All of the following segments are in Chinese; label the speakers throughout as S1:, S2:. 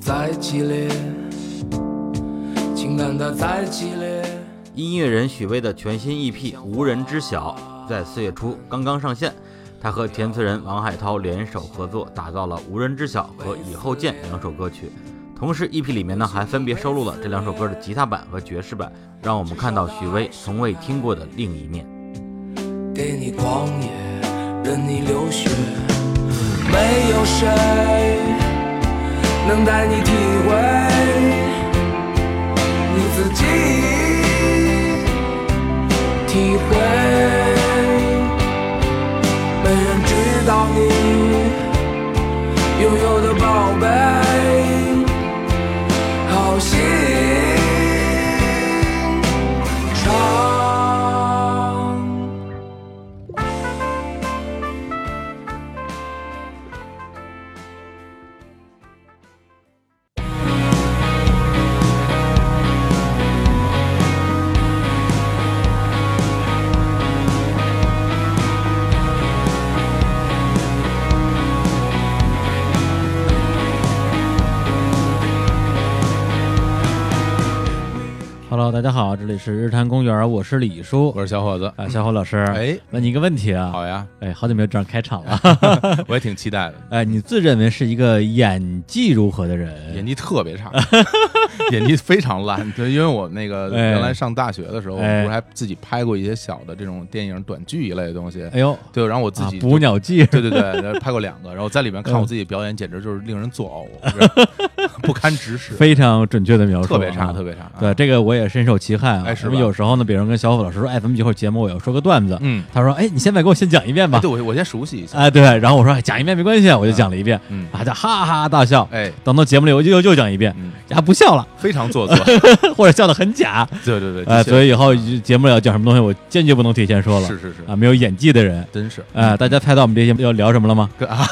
S1: 再激烈，情感的再激烈。
S2: 音乐人许巍的全新 EP《无人知晓》在四月初刚刚上线，他和填词人王海涛联手合作，打造了《无人知晓》和《以后见》两首歌曲。同时，EP 里面呢还分别收录了这两首歌的吉他版和爵士版，让我们看到许巍从未听过的另一面。
S1: 给你狂野，任你流血，没有谁能带你体会你自己，体会。没人知道你拥有的宝贝，好心肠。
S3: Hello，大家好，这里是日坛公园，我是李叔，
S4: 我是小伙子。
S3: 啊，小虎老师，
S4: 哎，
S3: 问你一个问题啊，
S4: 好呀，
S3: 哎，好久没有这样开场了，
S4: 我也挺期待的。
S3: 哎，你自认为是一个演技如何的人？
S4: 演技特 别差，演技非常烂。对，因为我那个
S3: 哎
S4: 原来上大学的时候，我
S3: 哎
S4: 不是还自己拍过一些小的这种电影短剧一类的东西。
S3: 哎呦，
S4: 对，然后我自
S3: 啊
S4: 己，
S3: 捕鸟记，
S4: 对对对，然后拍过两个，然后在里面看我自己表演，简直就是令人作呕， 不堪直视，
S3: 非常准确的描述啊，
S4: 特别差，特别差。啊
S3: 对，，这个我也深受其害啊。
S4: 哎是吧
S3: 因为有时候呢，比如跟小虎老师说，哎，咱们一会儿节目我要说个段子，
S4: 嗯
S3: 他说，哎，你先再给我先讲一遍吧
S4: 哎。对我我先熟悉一下。
S3: 哎，对，然后我说哎讲一遍没关系，我就讲了一遍，
S4: 嗯
S3: 大家哈哈大笑。
S4: 哎，
S3: 等到节目里我就又又讲一遍，
S4: 嗯，
S3: 呀不笑了，
S4: 非常做作。
S3: 或者笑得很假。
S4: 对对对，
S3: 哎，
S4: 的确啊
S3: 所以以后节目里要讲什么东西，我坚决不能提前说了。
S4: 是是是，
S3: 啊，没有演技的人。
S4: 真 是。
S3: 哎，大家猜到我们这节目要聊什么了吗？
S4: 哥啊，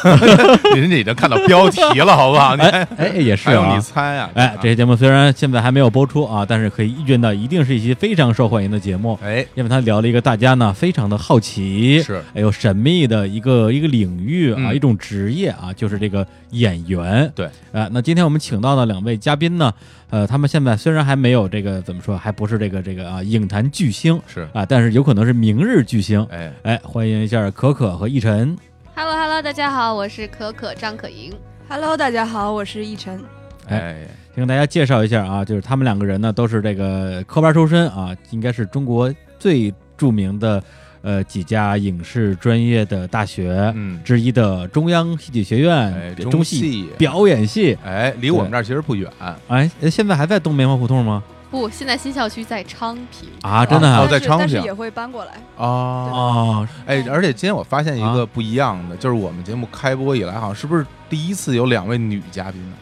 S4: 人家已经看到标题了，好不好？ 你
S3: 哎哎，也是
S4: 还用
S3: 啊
S4: 你。猜啊？
S3: 哎，这些节目虽然现在还没有播出啊，但是可以预见到，一定是一期非常受欢迎的节目。
S4: 哎，
S3: 因为他聊了一个大家呢非常的好奇，
S4: 是
S3: 哎呦神秘的一个一个领域啊，
S4: 嗯
S3: 一种职业啊，就是这个演员。
S4: 对，
S3: 啊，那今天我们请到的两位嘉宾呢，呃，他们现在虽然还没有这个怎么说，还不是这个这个啊影坛巨星
S4: 是
S3: 啊，但是有可能是明日巨星。
S4: 哎，
S3: 哎，欢迎一下可可和逸晨。
S5: Hello Hello，大家好，我是可可张可莹。
S6: Hello，大家好，我是逸晨。
S4: 哎，
S3: 先跟大家介绍一下啊，就是他们两个人呢都是这个科班出身啊，应该是中国最著名的呃几家影视专业的大学
S4: 嗯，
S3: 之一的中央戏剧学院、
S4: 哎，
S3: 中
S4: 中
S3: 戏
S4: 戏，
S3: 表演系。
S4: 哎，离我们这儿其实不远，
S3: 哎，呃现在还在东棉花胡同吗？
S5: 不，现在新校区在昌平。
S3: 啊，真的
S4: 哦
S3: 啊
S4: 我在
S6: 但是
S4: 昌
S6: 但是
S4: 平
S6: 也会搬过 来。
S4: 哦，
S3: 哦，
S4: 哎，而且今天我发现一
S3: 啊
S4: 个不一样的，就是我们节目开播以来，好像是不是第一次有两位女嘉宾呢？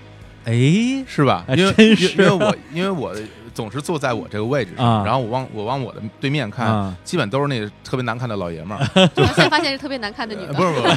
S3: 哎，
S4: 是吧？
S3: 哎
S4: 因为
S3: 真是
S4: 因为因为我因为我总是坐在我这个位置
S3: 啊
S4: 上，然后我往我往我的对面看，
S3: 啊，
S4: 基本都是那个特别难看的老爷们儿，
S5: 然后现在发现是特别难看的女
S4: 呃
S5: 的。
S4: 不是不是，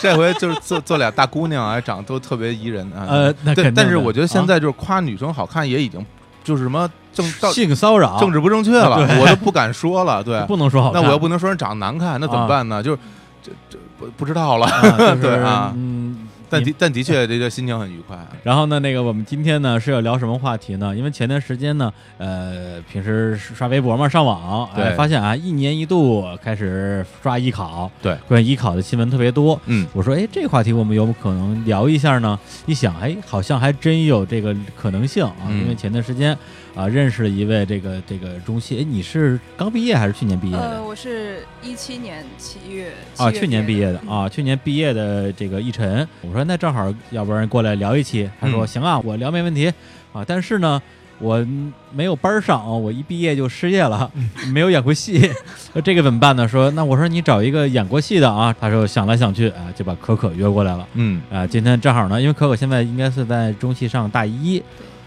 S4: 这回就是做做俩大姑娘啊，长得都特别宜人啊。
S3: 呃那肯
S4: 对
S3: 定，
S4: 但是
S3: 的
S4: 我觉得
S3: 啊
S4: 现在就是夸女生好看也已经就是什么正到
S3: 性骚扰，
S4: 政治不正确了，我都不敢说了。对，
S3: 啊不能说好
S4: 那
S3: 看，
S4: 我又不能说人长得难看，那怎么办呢？就是这这不不知道了。
S3: 啊，就是
S4: 对啊
S3: 嗯。
S4: 但
S3: 你
S4: 的但的确，这个心情很愉快。啊
S3: 然后呢，那个我们今天呢是要聊什么话题呢？因为前段时间呢，呃，平时刷微博嘛，上网，哎，
S4: 对
S3: 发现啊，一年一度开始刷艺考，
S4: 对，
S3: 关于艺考的新闻特别多。
S4: 嗯，
S3: 我说，哎，这个话题我们有没有可能聊一下呢？一想，哎，好像还真有这个可能性啊！
S4: 嗯
S3: 因为前段时间啊，认识了一位这个这个中戏，哎，你是刚毕业还是去年毕业
S6: 呃，
S3: 的？
S6: 我是一七年七月嗯
S3: 啊，去年毕业的。啊，去年毕业的这个一晨，我说那正好，要不然过来聊一期。他说、
S4: 嗯
S3: 行啊，我聊没问题啊，但是呢，我没有班儿上啊，我一毕业就失业了，没有演过戏， 那这个怎么办呢？说那我说你找一个演过戏的啊，他说想来想去啊，就把可可约过来了。
S4: 嗯
S3: 啊、今天正好呢，因为可可现在应该是在中戏上大一，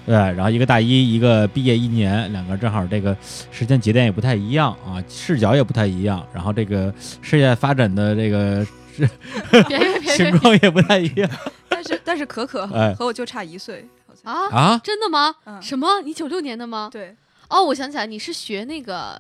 S3: 对，然后一个大一，一个毕业一年，两个正好这个时间节点也不太一样啊，视角也不太一样，然后这个事业发展的这个
S5: 别别别
S3: 情
S5: 别
S3: 况也不太一样
S6: 但是但是可可
S3: 哎
S6: 和我就差一岁，好像
S5: 啊！
S3: 啊。
S5: 真的吗？
S6: 嗯
S5: 什么？你九六年的吗？
S6: 对，
S5: 哦，我想起来，你是学那个，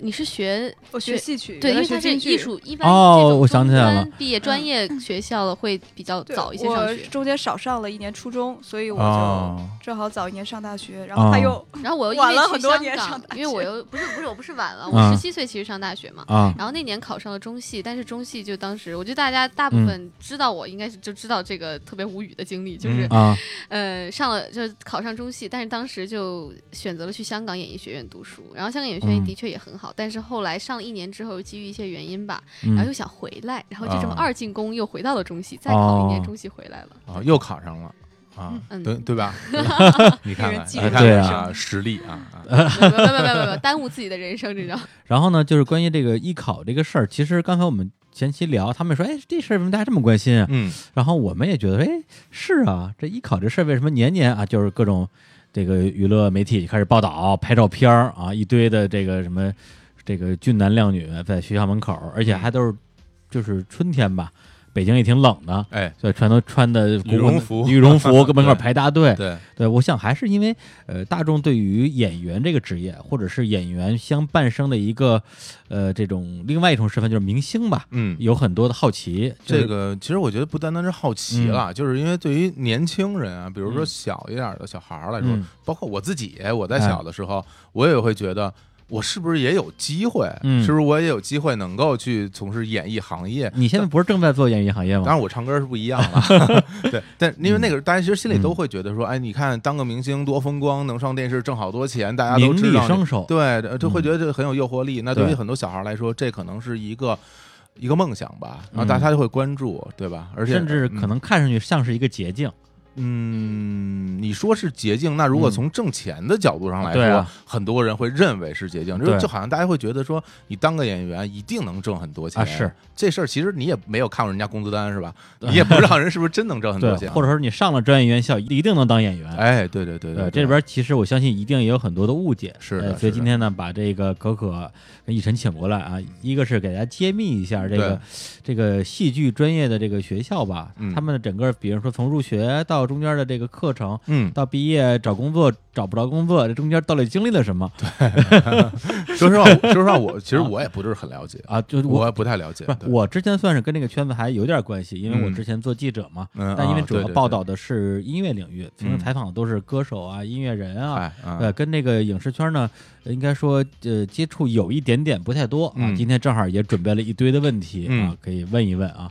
S5: 你是学
S6: 我学
S5: 学
S6: 戏曲，
S5: 对，因为
S6: 原来
S5: 他
S6: 学
S5: 是
S6: 京剧
S5: 艺，术，一般
S3: 哦
S5: 这种
S3: 我想起来
S5: 中
S3: 了
S5: 专毕业专业学校的会比较
S6: 嗯对
S5: 早一些上
S6: 我
S5: 学。
S6: 中间少上了一年初中，所以我就
S4: 啊，
S6: 正好早一年上大学，然
S3: 哦
S6: 后他又
S5: 然后我又因
S6: 晚
S5: 为
S6: 了
S5: 去
S6: 很多
S5: 香
S6: 年上
S5: 港，
S6: 大
S5: 因为我
S6: 学
S5: 又不是不是我不是晚了，
S3: 嗯
S5: 我十七岁其实上大学嘛。
S3: 啊，
S5: 然后那年考上了中戏，但是中戏就当时，我觉得大家大部
S3: 嗯
S5: 分知道我，应该是就知道这个特别无语的经历，就是、
S3: 啊
S5: 呃上了就是考上中戏，但是当时就选择了去香港演艺学院读书，然后香港演艺学院
S3: 嗯
S5: 的确也很好，但是后来上了一年之后，基于一些原因吧，然后
S3: 嗯
S5: 又想回来，然后就这么
S4: 啊
S5: 二进宫又回到了中戏，再考一年
S3: 哦
S5: 中戏回来了。
S4: 啊，又考上了啊，
S5: 嗯
S4: 对对 吧？你看
S6: 令
S4: 看，
S6: 人
S4: 你
S6: 记
S4: 看
S3: 住对
S4: 看
S3: 啊
S4: 啊，实力啊啊，
S5: 没有没有没有没有没有耽误自己的人生，你知道吗？
S3: 然后呢，就是关于这个艺考这个事儿，其实刚才我们前期聊，他们说，哎，这事儿为什么大家这么关心啊？
S4: 嗯，
S3: 然后我们也觉得，哎，是啊，这艺考这事儿为什么年年啊，就是各种这个娱乐媒体开始报道、拍照片儿啊，一堆的这个什么这个俊男靓女在学校门口，而
S4: 嗯
S3: 且还都是就是春天吧，北京也挺冷的，
S4: 哎，
S3: 所以全都穿的
S4: 羽绒服
S3: 羽绒服跟门口
S4: 对
S3: 排大队。
S4: 对，
S3: 对，我想还是因为呃，大众对于演员这个职业，或者是演员相伴生的一个呃这种另外一种身份，就是明星吧，
S4: 嗯。
S3: 有很多的好奇。就是嗯
S4: 这个其实我觉得不单单是好奇了，就是因为对于年轻人啊，比如说小一点的小孩儿来说，
S3: 嗯哎
S4: 包括我自己，我在小的时候，我也会觉得。我是不是也有机会？
S3: 嗯
S4: 是不是我也有机会能够去从事演艺行业？
S3: 你现在不是正在做演艺行业
S4: 当
S3: 吗？
S4: 然，我唱歌是不一样 了，对。但因为那个，大家其实心里
S3: 嗯
S4: 都会觉得说，哎，你看当个明星多风光，能上电视挣好多钱，大家都
S3: 名
S4: 知
S3: 利
S4: 道你
S3: 双收，
S4: 对，呃就会觉得这很有诱惑力。那对于
S3: 哦嗯对
S4: 很多小孩来说，这可能是一个一个梦想吧，然后
S3: 嗯
S4: 大家就会关注，对吧？而且
S3: 甚至可，能看上去像是一个捷径。
S4: 嗯，嗯你说是捷径，那如
S3: 嗯
S4: 果从挣钱的角度上来
S3: 对
S4: 说
S3: 啊，
S4: 很多人会认为是捷径，就
S3: 对
S4: 就好像大家会觉得说，你当个演员一定能挣很多钱
S3: 啊是
S4: 这事儿其实你也没有看过人家工资单是吧？ 你也不知道人是不是真能挣很
S3: 对
S4: 多，钱，
S3: 或者说你上了专业院校，一定能当演员。
S4: 哎，对对对
S3: 对，这
S4: 对
S3: 里边其实我相信一定也有很多的误解，
S4: 是
S3: 呃所
S4: 的
S3: 以
S4: 是的
S3: 今天呢，把这个可可跟奕晨请过来啊，一个是给大家揭秘一下这个
S4: 对
S3: 这个戏剧专业的这个学校吧，
S4: 嗯
S3: 他们的整个，比如说从入学到中间的这个课程。
S4: 嗯，
S3: 到毕业找工作找不着工作，这中间到底经历了什么
S4: 说实话，我说实话，我其实我也不是很了解，
S3: 啊？就
S4: 我
S3: 我
S4: 也不太了解
S3: 不是，。
S4: 对
S3: 我之前算是跟这个圈子还有点关系，因为我
S4: 嗯
S3: 之前做记者嘛，
S4: 嗯
S3: 但因为
S4: 啊
S3: 主要
S4: 对对
S3: 报
S4: 对
S3: 道的是音乐领域，平时
S4: 嗯
S3: 采访的都是歌手啊、音乐人啊，
S4: 哎，啊
S3: 呃，跟这个影视圈呢，呃应该说呃接触有一点点不太多啊。
S4: 嗯
S3: 今天正好也准备了一堆的问题啊
S4: 嗯，
S3: 可以问一问啊。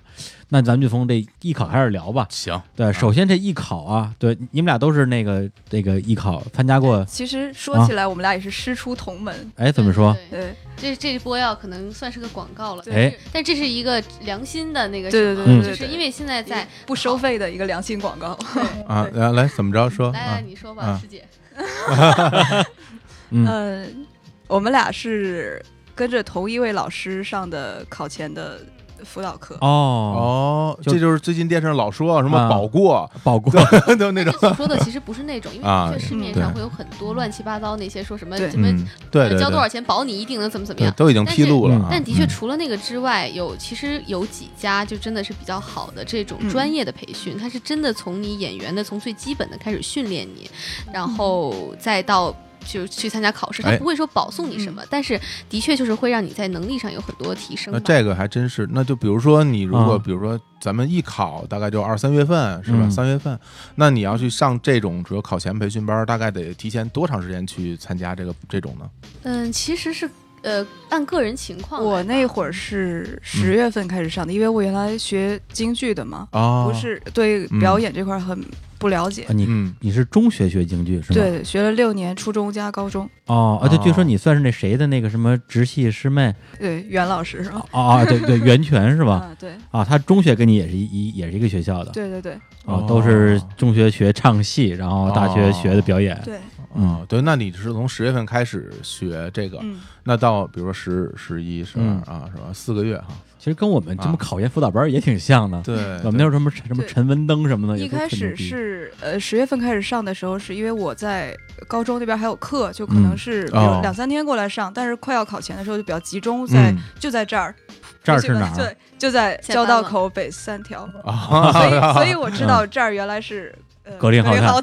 S3: 那咱们就从这艺考开始聊吧。
S4: 行，
S3: 对，首先这艺考啊，对，你们俩都是那个这个艺考参加过，
S6: 其实
S3: 哦
S6: 说起来我们俩也是师出同门，
S3: 哎，怎么说？
S5: 对？对
S6: 对
S5: 这这一波要可能算是个广告了，
S3: 哎，
S5: 但这是一个良心的那个
S6: 对
S5: 什么，
S6: 对
S3: 对对
S5: 就是
S6: 对嗯
S5: 因为现在在
S6: 不收费的一个良心广告，
S4: 啊，来来怎么着说
S5: 来嗯来
S4: 啊？
S5: 你说吧，
S4: 啊
S5: 师姐，呃
S3: 嗯
S6: 嗯，我们俩是跟着同一位老师上的考前的辅导课，
S3: 哦，
S4: 哦，
S3: 就
S4: 这就是最近电视上老说什么
S3: 啊
S4: 保过，
S3: 保过
S4: 都那 种
S5: 但是所说的其实不是那种，因为
S4: 啊
S5: 的确市面
S4: 对
S5: 上会有很多乱七八糟那些说什么
S6: 对
S5: 什么
S4: 嗯，对对
S5: 呃交多少
S4: 对，
S5: 钱保你一定能怎么怎么
S4: 对
S5: 样。
S4: 都已经
S5: 但
S4: 披
S5: 是
S4: 露了啊。
S5: 但的确，
S4: 嗯
S5: 除了那个之外，有其实有几家就真的是比较好的这种
S6: 嗯
S5: 专业的培训，它是真的从你演员的从最基本的开始训练你，然后再到。就去参加考试，它
S4: 哎嗯
S5: 不会说保送你什么，但是的确就是会让你在能力上有很多提升吧。
S4: 那这个还真是，那就比如说你如果
S3: 啊
S4: 比如说咱们艺考大概就二三月份是吧？
S3: 嗯
S4: 三月份，那你要去上这种主要考前培训班，大概得提前多长时间去参加这个这种呢？
S5: 嗯，其实是呃按个人情况来吧，
S6: 我那会儿是
S3: 嗯
S6: 十月份开始上的，因为我原来学京剧的嘛，
S3: 哦
S4: 啊，
S5: 哦
S6: 不，是对
S4: 嗯
S6: 表演这块儿很不了解。
S3: 啊你
S4: 嗯，
S3: 你是中学学京剧是吗？，
S6: 对，学了六年，初中加高中。
S3: 哦，而且据说
S4: 哦
S3: 你算是那谁的那个什么直系师妹
S6: 对，袁老师是吧？
S3: 啊啊，对对，袁泉是吧？
S6: 啊，对，
S3: 啊，她中学跟你也是一一也是一个学校的，
S6: 对对对
S3: 啊，都是
S4: 哦
S3: 中学学唱戏，然后大学学的表演。
S6: 对，
S3: 嗯
S4: 啊，对，那你是从十月份开始学这个，
S6: 嗯，
S4: 那到比如说十、十一、十二
S3: 嗯
S4: 啊，是吧？四个月哈。嗯
S3: 其实跟我们这么
S4: 啊
S3: 考研辅导班儿也挺像的。
S4: 对，
S3: 我们那时候什么什么
S6: 对
S3: 陈文登什么的，也
S6: 一
S3: 都
S6: 开
S3: 特牛
S6: 始
S3: 逼
S6: 是呃十月份开始上的时候，是因为我在高中那边还有课，就可
S3: 嗯
S6: 能是比如
S4: 哦
S6: 两三天过来上，但是快要考前的时候就比较集中在、
S4: 嗯
S6: 就在这儿，
S3: 这儿啊
S6: 就是
S3: 哪儿？
S6: 对，就在
S5: 下
S6: 交
S5: 班
S6: 道
S5: 了
S6: 口北三条，
S4: 啊，
S6: 所以所以我知道这儿原来是。呃
S3: 嗯格林
S6: 格
S3: 浩
S6: 林
S3: 泰
S6: 豪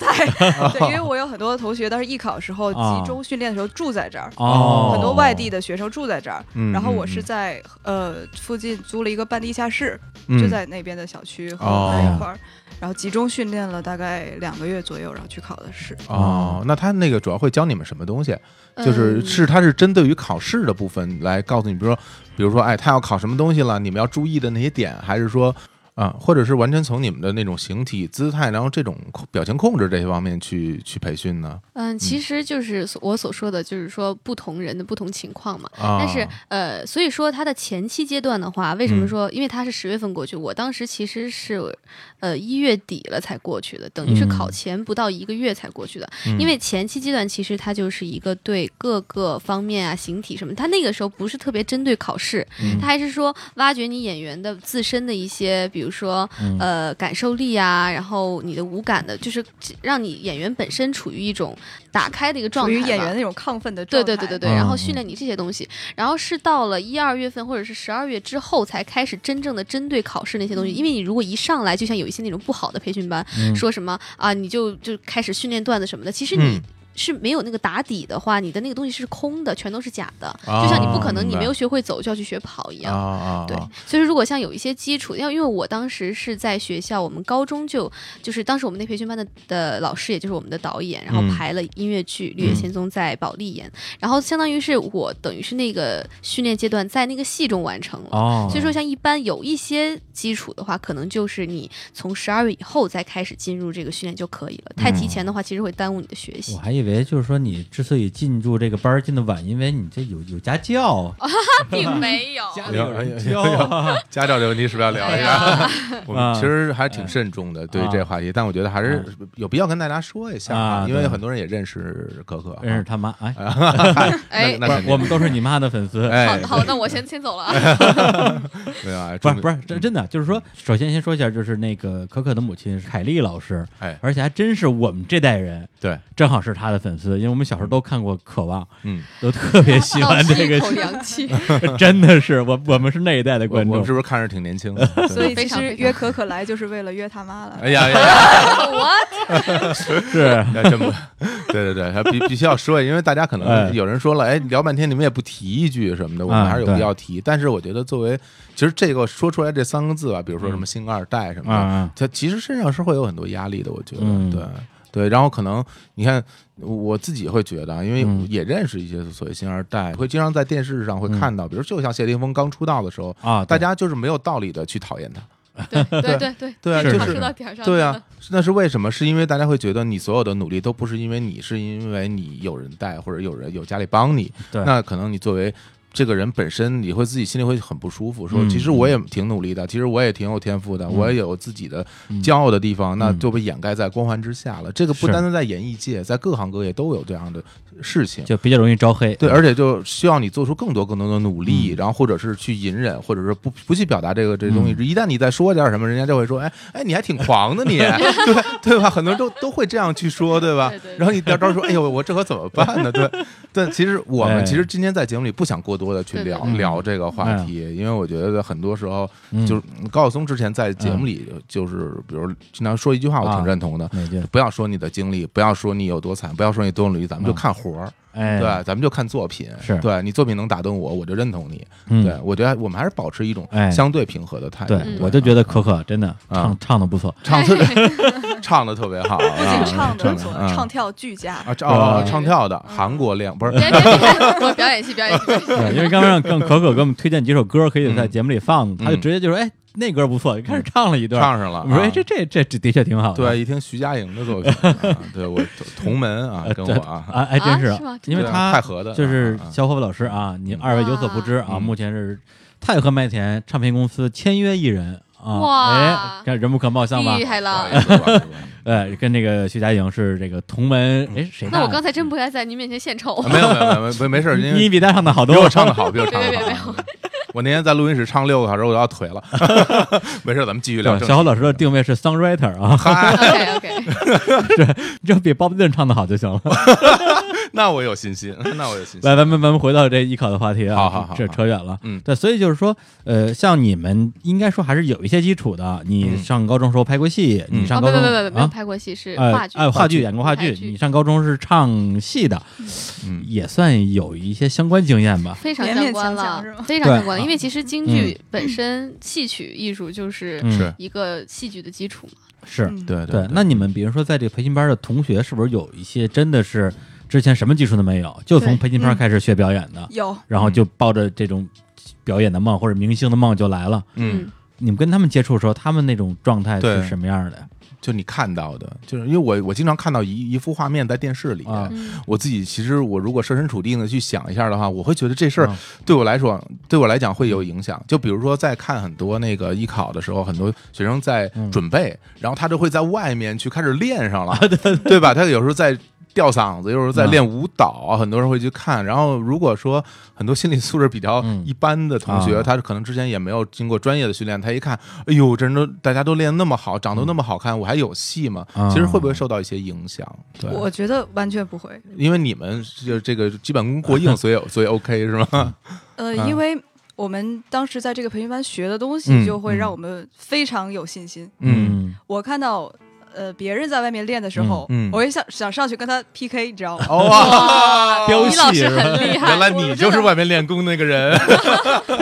S6: 泰， 对，因为我有很多的同学，当时艺考时候
S3: 啊
S6: 集中训练的时候住在这儿，
S3: 哦，
S6: 很多外地的学生住在这儿，
S4: 嗯
S6: 然后我是
S4: 嗯
S6: 在呃附近租了一个半地下室，
S4: 嗯
S6: 就在那边的小区和
S4: 哦
S6: 我在一块儿，然后集中训练了大概两个月左右，然后去考的试。
S4: 哦，那他那个主要会教你们什么东西？就是
S5: 嗯
S4: 是他是针对于考试的部分来告诉你，比如说，比如说，哎，他要考什么东西了，你们要注意的那些点，还是说，啊，或者是完全从你们的那种形体、姿态，然后这种控表情控制这些方面去去培训呢？
S5: 嗯，其实就是所我所说的，就是说不同人的不同情况嘛。
S4: 啊，
S5: 但是，呃，所以说它的前期阶段的话，为什么
S4: 嗯
S5: 说？因为它是十月份过去，我当时其实是，呃，一月底了才过去的，等于是考
S3: 嗯
S5: 前不到一个月才过去的。
S4: 嗯
S5: 因为前期阶段其实它就是一个对各个方面啊、形体什么，它那个时候不是特别针对考试，
S3: 嗯
S5: 它还是说挖掘你演员的自身的一些，比如说
S3: 嗯
S5: 呃感受力啊，然后你的五感的，就是让你演员本身处于一种打开的一个状
S6: 属
S5: 态
S6: 于
S5: 吧。
S6: 演员那种亢奋的状
S5: 对
S6: 态，
S5: 对对对
S3: 嗯
S5: 对，然后训练你这些东西，然后是到了一二月份或者是十二月之后，才开始真正的针对考试那些东
S6: 嗯
S5: 西。因为你如果一上来就像有一些那种不好的培训班，
S3: 嗯
S5: 说什么啊，你就就开始训练段子什么的，其实你
S4: 嗯，
S5: 是没有那个打底的话，你的那个东西是空的，全都是假的。
S3: 哦
S4: 啊
S5: 就像你不可能
S4: 明
S5: 你
S4: 白
S5: 没有学会走就要去学跑一
S4: 啊
S5: 样。
S4: 啊，
S5: 对
S4: 啊，
S5: 所以说如果像有一些基础，因为因为我当时是在学校，我们高中就就是当时我们那培训班的的老师，也就是我们的导演，然后
S4: 嗯
S5: 排了音乐剧《绿野仙踪》在保利演，然后相当于是我等于是那个训练阶段在那个戏中完成了。
S3: 哦，
S5: 所以说，像一般有一些基础的话，可能就是你从十二月以后再开始进入这个训练就可以了。太提前的话，其实会耽误你的学习
S3: 我。还以为就是说你之所以进入这个班儿进的晚，因为你这有有家教，
S5: 并没有
S3: 家
S4: 里有人
S3: 教
S4: 教
S3: 啊，
S4: 家教这问题是不是要聊一下？嗯我们其实还挺慎重的对于这个话题，但我觉得还是有必要跟大家说一下
S3: 啊
S4: 嗯啊，因为
S3: 对
S4: 很多人也认识可可啊，
S3: 认识他妈 哎，
S5: 哎
S3: 不
S4: 那那
S3: 是
S4: 肯定
S3: 我们都是你妈的粉丝，
S4: 哎，
S5: 好好，那我先先走了啊。
S4: 没有啊，
S3: 不
S4: 中
S3: 是不是嗯真真的，就是说，首先先说一下，就是那个可可的母亲是凯丽老师，
S4: 哎
S3: 而且还真是我们这代人，
S4: 对，
S3: 正好是她的粉丝，因为我们小时候都看过《渴望》，
S4: 嗯，
S3: 都特别喜 欢这
S5: 一
S3: 个
S5: 口，凉气。
S3: 真的是我我们是那一 代的
S4: 我
S3: 观众
S4: 我们是，不是看着挺年 轻的？
S6: 所以
S5: 非
S6: 其
S5: 常非
S6: 实
S5: 常
S6: 约可可来就是为了约他妈来。
S4: 哎呀哎呀，哎
S5: 我
S3: 是
S4: 那真不，对对对，还必必须要说，因为大家可
S3: 哎
S4: 能有人说了，哎，聊半天你们也不提一句什么的，我们
S3: 啊
S4: 还是有
S3: 对
S4: 必要提。但是我觉得作为，其实这个说出来这三个字啊吧，比如说什么星二代什么的，
S3: 啊，
S4: 它其实身上是会有很多压力的，我觉得，
S3: 嗯
S4: 对对。然后可能你看我自己会觉得啊，因为
S3: 嗯
S4: 也认识一些所谓星二代，会经常在电视上会看到，比如就像谢霆锋刚出道的时候，
S3: 啊，
S4: 大家就是没有道理的去讨厌他，
S5: 对对 对对，
S4: 对啊，
S3: 是
S4: 就是
S5: 他
S3: 是
S5: 说到点儿上。
S4: 对啊，，那是为什么？是因为大家会觉得你所有的努力都不是因为你，是因为你有人带或者有人有家里帮你。
S3: 对
S4: 那可能你作为这个人本身，你会自己心里会很不舒服，说
S3: 嗯
S4: 其实我也挺努力的，其实我也挺有天赋的，
S3: 嗯
S4: 我也有自己的
S3: 嗯
S4: 骄傲的地方，那
S3: 嗯
S4: 就被掩盖在光环之下了。这个不
S3: 是
S4: 单单在演艺界，在各行各业都有这样的事情。
S3: 就比较容易招黑，
S4: 对，而且就需要你做出更多更多的努力，
S3: 嗯
S4: 然后或者是去隐忍，或者是不不去表达这个这东西。
S3: 嗯
S4: 一旦你再说点什么，人家就会说，哎哎，你还挺狂的你，对对吧？很多人都都会这样去说，对吧？
S5: 对对对
S4: 然后你到时候说，哎呦，我这可怎么办呢？对，但其实我
S3: 哎
S4: 们其实今天在节目里不想过多的去
S5: 对对
S4: 聊
S5: 对
S4: 聊这个话
S3: 嗯
S4: 题，因为我觉得很多时候
S3: 嗯
S4: 就是高晓松之前在节目里就是，比如经常说一句话，我
S3: 啊
S4: 挺认同的。
S3: 哪句？
S4: 不要说你的经历，不要说你有多惨，不要说你多努力，咱们就
S3: 嗯
S4: 看活儿。
S3: 哎，
S4: 对，咱们就看作品，
S3: 是
S4: 对你作品能打动我，我就认同你。
S3: 嗯，
S4: 对我觉得我们还是保持一种
S3: 哎
S4: 相对平和的态度。
S3: 对，我就觉得可可真的
S4: 啊
S3: 唱唱的不错，
S4: 唱
S5: 哎
S4: 特唱的特别好啊，
S6: 不仅唱的不错，
S4: 嗯
S6: 唱嗯跳俱佳。
S4: 啊，唱哦
S3: 对
S4: 唱跳的韩国练不是
S5: 别别别，我表演戏表 演戏。
S3: 对，因为刚刚让更可可给我们推荐几首歌，可以在
S4: 嗯
S3: 节目里放，他就
S4: 嗯
S3: 直接就说：“哎，那歌不错。”就开始唱了一段，
S4: 唱上了。
S3: 我说：“
S4: 啊
S3: 哎，这这这这的确挺好的。”
S4: 对，一听徐佳莹的作品，啊对我同门啊，跟我啊，
S3: 啊，还真
S5: 啊是吗
S3: 因为
S4: 对啊太
S3: 他
S4: 和的
S3: 就是
S4: 啊啊
S3: 小伙伴老师啊，你二位有所不知啊，
S4: 嗯
S3: 目前是太和麦田唱片公司签约艺人啊！
S5: 哇
S3: 哎，看人不可貌相吧
S5: 厉？害了。
S4: 是吧是吧
S3: 呃，跟那个徐佳莹是这个同门，哎，谁大
S5: 那
S3: 呀？
S5: 我刚才真不该在您面前献丑
S4: 啊。
S3: 嗯
S4: 没有没有没有没没事儿，因
S3: 你
S4: 为
S3: 比他唱的好
S4: 比
S3: 多，
S4: 我唱的好，比我
S5: 别
S4: 唱
S5: 别
S4: 的
S5: 别别
S4: 好。，啊我那天在录音室唱六个小时，我都要腿了。 没事儿，咱们继续聊
S3: 对
S4: 正题。嗯
S3: 小侯老师的定位是 songwriter 啊，
S4: 嗨，
S5: OK OK，
S3: 只要比 Bob Dylan 唱的好就行了。
S4: 那我有信心，那我有信心。
S3: 来，咱们咱们回到这艺考的话题啊，
S4: 好好好
S3: 这扯远了。
S4: 嗯
S3: 对，所以就是说，呃，像你们应该说还是有一些基础的。你
S4: 嗯
S3: 上高中时候拍过戏，
S4: 嗯
S3: 你上
S5: 哦，
S3: 高
S5: 别
S3: 中
S5: 别别别，没有
S3: 啊，
S5: 拍过戏，是
S3: 呃
S5: 话剧。
S3: 哎，话剧演过话剧
S5: 舞台，剧
S3: 你上高中是唱戏的，
S4: 嗯
S3: 也算有一些相关经验吧。
S5: 非常
S6: 勉
S5: 相
S6: 勉
S5: 关
S6: 强
S5: 了
S6: 强是，吗
S5: 非常
S3: 对
S5: 相关了。
S3: 啊
S5: 因为其实京剧本身戏曲艺术就是
S3: 嗯
S4: 是
S5: 一个戏剧的基础嘛。
S3: 是，
S6: 嗯
S4: 对
S3: 对。那你们比如说在这个培训班的同学，是不是有一些真的是之前什么技术都没有，就从
S5: 对
S3: 培训班
S6: 嗯
S3: 开始学表演的，
S6: 有
S3: 然后就抱着这种表演的梦或者明星的梦就来了？
S4: 嗯，
S3: 你们跟他们接触的时候，他们那种状态是
S4: 对
S3: 什么样的呀？
S4: 就你看到的，就是因为我我经常看到一一幅画面在电视里。
S3: 啊
S5: 嗯，
S4: 我自己其实，我如果设身处地的去想一下的话，我会觉得这事儿
S3: 嗯
S4: 对我来说，对我来讲会有影响。就比如说，在看很多那个艺考的时候，很多学生在
S3: 嗯
S4: 准备，然后他就会在外面去开始练 上了，对吧？他有时候在吊嗓子，有时候在
S3: 嗯
S4: 练舞蹈，啊很多人会去看。然后如果说很多心理素质比较
S3: 嗯
S4: 一般的同学，
S3: 啊
S4: 他可能之前也没有经过专业的训练，他一看，哎呦，这人都大家都练得那么好，长得都那么好看，我还有戏吗？
S3: 啊
S4: 其实会不会受到一些影响？对，
S6: 我觉得完全不会，
S4: 因为你们就这个基本功过 硬，所以所以 OK 是吗？
S6: 呃，
S4: 啊
S6: 因为我们当时在这个培训班学的东
S4: 嗯
S6: 西，就会
S4: 嗯
S6: 让我们非常有信心。
S4: 嗯，
S6: 我看到呃别人在外面练的时候，
S4: 嗯嗯哦
S6: 我也想想上去跟他 PK，你知道吗？
S4: 哇
S3: 标
S5: 李老师
S3: 戏是吧
S5: 很厉害
S4: 原。来你就是外面练功那个人，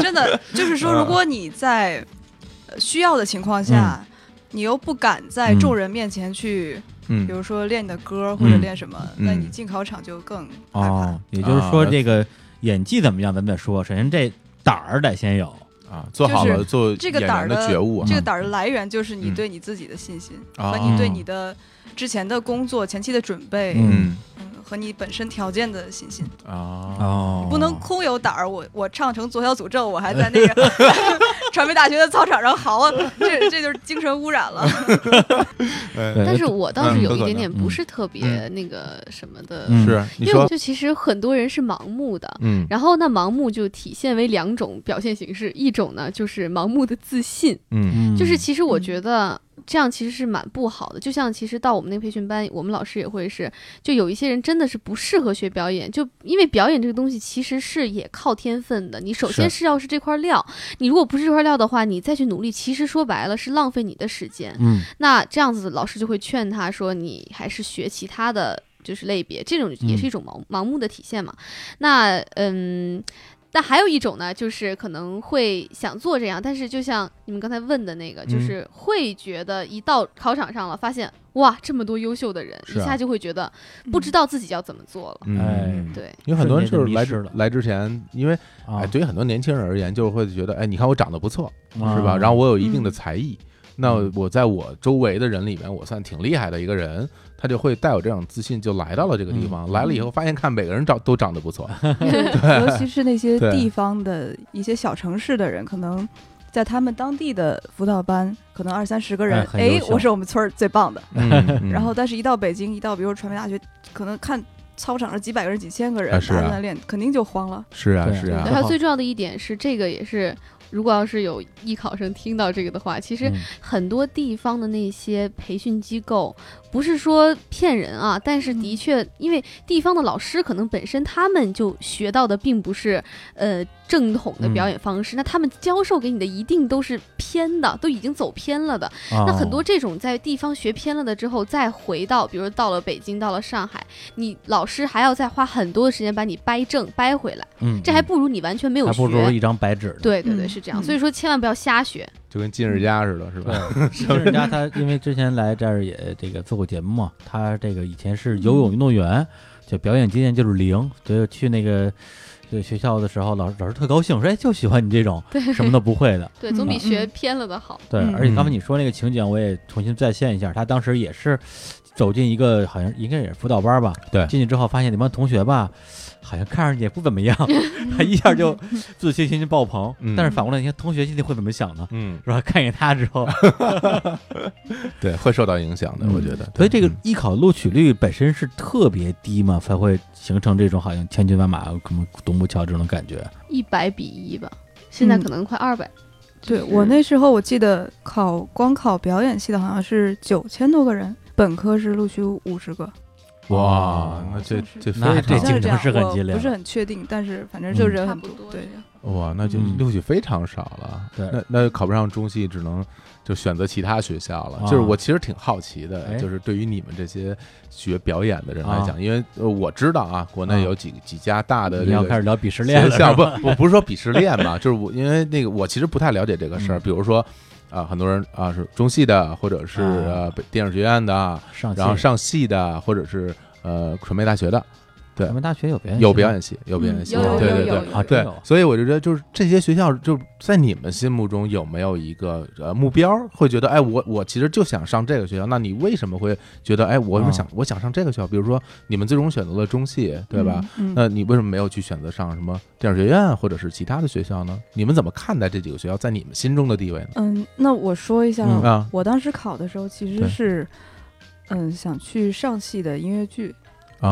S6: 真的就是说，
S4: 嗯
S6: 如果你在呃需要的情况下，
S4: 嗯
S6: 你又不敢在众人面前去，比
S4: 嗯，
S6: 如说练你的歌或者练什么，
S4: 嗯
S6: 那你进考场就更害怕。
S4: 啊
S3: 哦，也就是说这个演技怎么样，咱们再说。首先这胆儿得先有，
S4: 啊，做好
S6: 就
S4: 了做
S6: 这
S4: 演
S6: 个
S4: 员
S6: 胆儿
S4: 的
S6: 的
S4: 觉悟啊
S6: 这个胆儿的来源就是你
S4: 嗯
S6: 对你自己的信心、
S4: 啊
S6: 和你对你的之前的工作、前期的准备，
S3: 嗯
S4: 嗯
S6: 嗯和你本身条件的信心，
S4: 啊，
S3: 哦
S6: 不能空有胆儿。我我唱成《左小诅咒》，我还在那个传媒大学的操场上嚎，这这就是精神污染 了。
S4: 哎
S3: 对
S5: 但是我倒是
S4: 嗯
S5: 有
S4: 有
S5: 一
S4: 可
S5: 点
S4: 能
S5: 点
S3: 嗯
S5: 不是特别那个什么的，
S3: 嗯
S4: 是你
S5: 因为
S4: 说
S5: 我，就其实很多人是盲目的。
S4: 嗯
S5: 然后那盲目就体现为两种表现形式，一种呢就是盲目的自信，
S4: 嗯
S3: 嗯
S5: 就是其实我觉得这样其实是蛮不好的。就像其实到我们那个培训班，我们老师也会是，就有一些人真的是不适合学表演，就因为表演这个东西其实是也靠天分的。你首先
S3: 是
S5: 是要是这块料，你如果不是这块料的话，你再去努力，其实说白了是浪费你的时间。
S3: 嗯
S5: 那这样子，老师就会劝他说，你还是学其他的就是类别，这种
S4: 嗯
S5: 也是一种盲、盲目的体现嘛。那嗯。那还有一种呢，就是可能会想做这样，但是就像你们刚才问的那个，
S4: 嗯
S5: 就是会觉得一到考场上了，发现哇这么多优秀的人，
S4: 是
S5: 一
S4: 啊
S5: 下就会觉得不知道自己要怎么做了。
S4: 嗯
S3: 哎。
S5: 对，
S4: 因为很多人就是来
S3: 瞬间就迷失了
S4: 来之前，因为
S3: 啊
S4: 哎，对于很多年轻人而言，就是会觉得，哎，你看我长得不错，哎是吧？
S3: 啊
S4: 然后我有一定的
S6: 嗯
S4: 才艺，那我在我周围的人里面，我算挺厉害的一个人，他就会带有这种自信，就来到了这个地
S3: 嗯
S4: 方。来了以后，发现看每个人长都长得 不错，
S6: 尤其是那些
S4: 对
S6: 地方的一些小城市的人，可能在他们当地的辅导班，可能二三十个人
S3: 哎，很优
S6: 哎
S3: 秀，
S6: 我是我们村儿最棒的。
S4: 嗯
S6: 然后，但是一到北京，一到比如说传媒大学，可能看操场上几百个人、几千个人，
S4: 啊
S6: 大
S4: 是啊
S6: 家都在练，肯定就慌了。
S4: 是啊
S3: 对
S4: 是
S5: 对
S4: 啊，
S5: 还有
S3: 好
S5: 最重要的一点是，这个也是，如果要是有艺考生听到这个的话，其实
S3: 嗯
S5: 很多地方的那些培训机构，不是说骗人啊，但是
S3: 嗯
S5: 的确，因为地方的老师可能本身他们就学到的并不是呃正统的
S3: 嗯
S5: 表演方式，那他们教授给你的一定都是偏的，都已经走偏了的。那很多
S3: 哦
S5: 这种在地方学偏了的之后，再回到，比如到了北京，到了上海，你老师还要再花很多的时间把你掰正掰回来，
S3: 嗯
S5: 这还不如你完全没有
S3: 还
S5: 学
S3: 不。如一张白纸呢。
S5: 对对对，
S6: 嗯
S5: 是这样，
S6: 嗯
S5: 所以说千万不要瞎学。
S4: 就跟近日家似的，是吧？
S3: 对，其实人家他因为之前来这儿也这个做过节目嘛，
S5: 嗯
S3: 他这个以前是游泳运动员，就表演经验就是零，所以去那个对学校的时候，老师老师特高兴，说哎就喜欢你这种
S5: 对
S3: 什么都不会 的。
S5: 对，总比
S6: 嗯
S5: 学偏了的好。
S3: 对，
S6: 嗯
S3: 而且刚才你说那个情景，我也重新再现一下，他当时也是走进一个好像应该也是辅导班吧，
S4: 对
S3: 进去之后发现那帮同学吧，好像看上去也不怎 么样，他一下就自信心就爆棚。
S4: 嗯
S3: 但是反过来，你看同学心里会怎么想呢？
S4: 嗯，
S3: 是吧？看见他之后，
S4: 对，会受到影响的，
S3: 嗯
S4: 我觉得。
S3: 所以这个艺考录取率本身是特别低嘛，才会形成这种好像千军万马什么独木桥这种感觉。
S5: 一百比一吧，现在
S6: 嗯
S5: 可能快二百。
S6: 对
S5: 就是
S6: 我那时候我记得考光考表演系的好像是九千多个人，本科是录取五十个，
S4: 哇，那这这
S3: 那
S4: 非
S3: 这
S4: 常
S6: 好像
S3: 竞
S6: 是这
S3: 争
S6: 样，
S3: 是很激烈
S6: 我不是
S3: 的。
S6: 很确定，但是反正就
S3: 嗯
S6: 人
S5: 差
S6: 很
S5: 不多
S6: 对
S5: 这，样
S4: 哇，那就
S3: 嗯
S4: 录取非常少了。
S3: 对
S4: 那那考不上中戏，只能就选择其他学校了。
S3: 啊
S4: 就是我其实挺好奇
S3: 哎
S4: 的，就是对于你们这些学表演的人来
S3: 啊
S4: 讲，因为呃我知道啊，国
S3: 啊
S4: 内有几几家大的
S3: 你
S4: 这
S3: 要
S4: 个
S3: 开始聊鄙视链了
S4: 学
S3: 是吧，
S4: 校不，我不是说鄙视链嘛，就是我因为那个我其实不太了解这个事儿，
S3: 嗯
S4: 比如说啊，很多人啊是中戏的，或者是
S3: 啊
S4: 呃北电影学院的，
S3: 上
S4: 然后
S3: 戏
S4: 上戏的，或者是呃传媒大学的，对
S3: 咱们大学有表演系吗，
S4: 有表演系，有表
S3: 嗯
S4: 演系，
S5: 有有
S4: 对对
S5: 有
S4: 对
S5: 有。
S3: 啊，
S4: 对
S3: 真有，
S4: 所以我就觉得，就是这些学校，就是在你们心目中有没有一个呃目标？会觉得，哎，我我其实就想上这个学校。那你为什么会觉得，哎，我为什么
S3: 嗯
S4: 想、我想上这个学校？比如说，你们最终选择了中戏，对吧？
S6: 嗯？嗯，
S4: 那你为什么没有去选择上什么电影学院或者是其他的学校呢？你们怎么看待这几个学校在你们心中的地位呢？
S6: 嗯，那我说一下，
S3: 嗯
S4: 啊
S6: 我当时考的时候其
S4: 对
S6: 实是，嗯，想去上戏的音乐剧，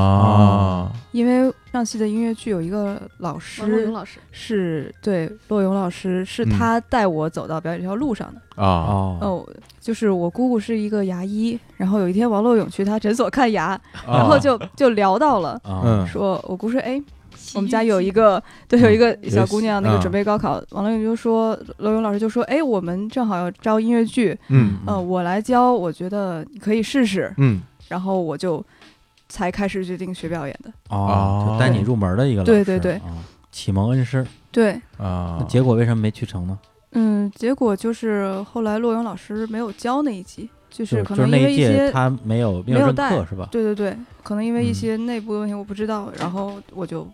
S4: 啊
S6: 因为上戏的音乐剧有一个
S5: 王
S6: 老
S5: 梦
S6: 师
S5: 云老师，
S6: 是对骆勇老师，是
S4: 嗯
S6: 他带我走到表演这条路上的。
S4: 啊！
S3: 哦，
S6: 哦，就是我姑姑是一个牙医，然后有一天王洛勇去他诊所看牙，然后就就聊到了，
S3: 啊
S4: 嗯
S6: 说我姑说哎，
S5: 喜
S6: 我们
S5: 剧
S6: 家有
S5: 系
S6: 一个对有一个
S4: 有
S6: 小
S4: 一
S6: 姑
S4: 些
S6: 娘那个
S4: 嗯
S6: 准备高考，王洛勇就说罗勇老师就说哎，我们正好要招音乐剧，
S4: 嗯
S6: 呃，
S3: 哦
S6: 我来教，我觉得你可以试试，
S4: 嗯
S6: 然后我就才开始决定学表演的，
S3: 哦，就带你入门的一个老师，
S6: 对对对
S3: 啊，启蒙恩师。
S6: 对。
S4: 啊
S3: 那，结果为什么没去成呢？
S6: 嗯，结果就是后来洛勇老师没有教那一集，就是
S3: 就
S6: 可
S3: 就
S6: 能
S3: 是
S6: 因
S3: 那
S6: 为一
S3: 届
S6: 些
S3: 他没有没
S6: 没有
S3: 认
S6: 带
S3: 课是吧？
S6: 对对对，可能因为
S3: 嗯
S6: 一些内部的问题我不知道，然后我就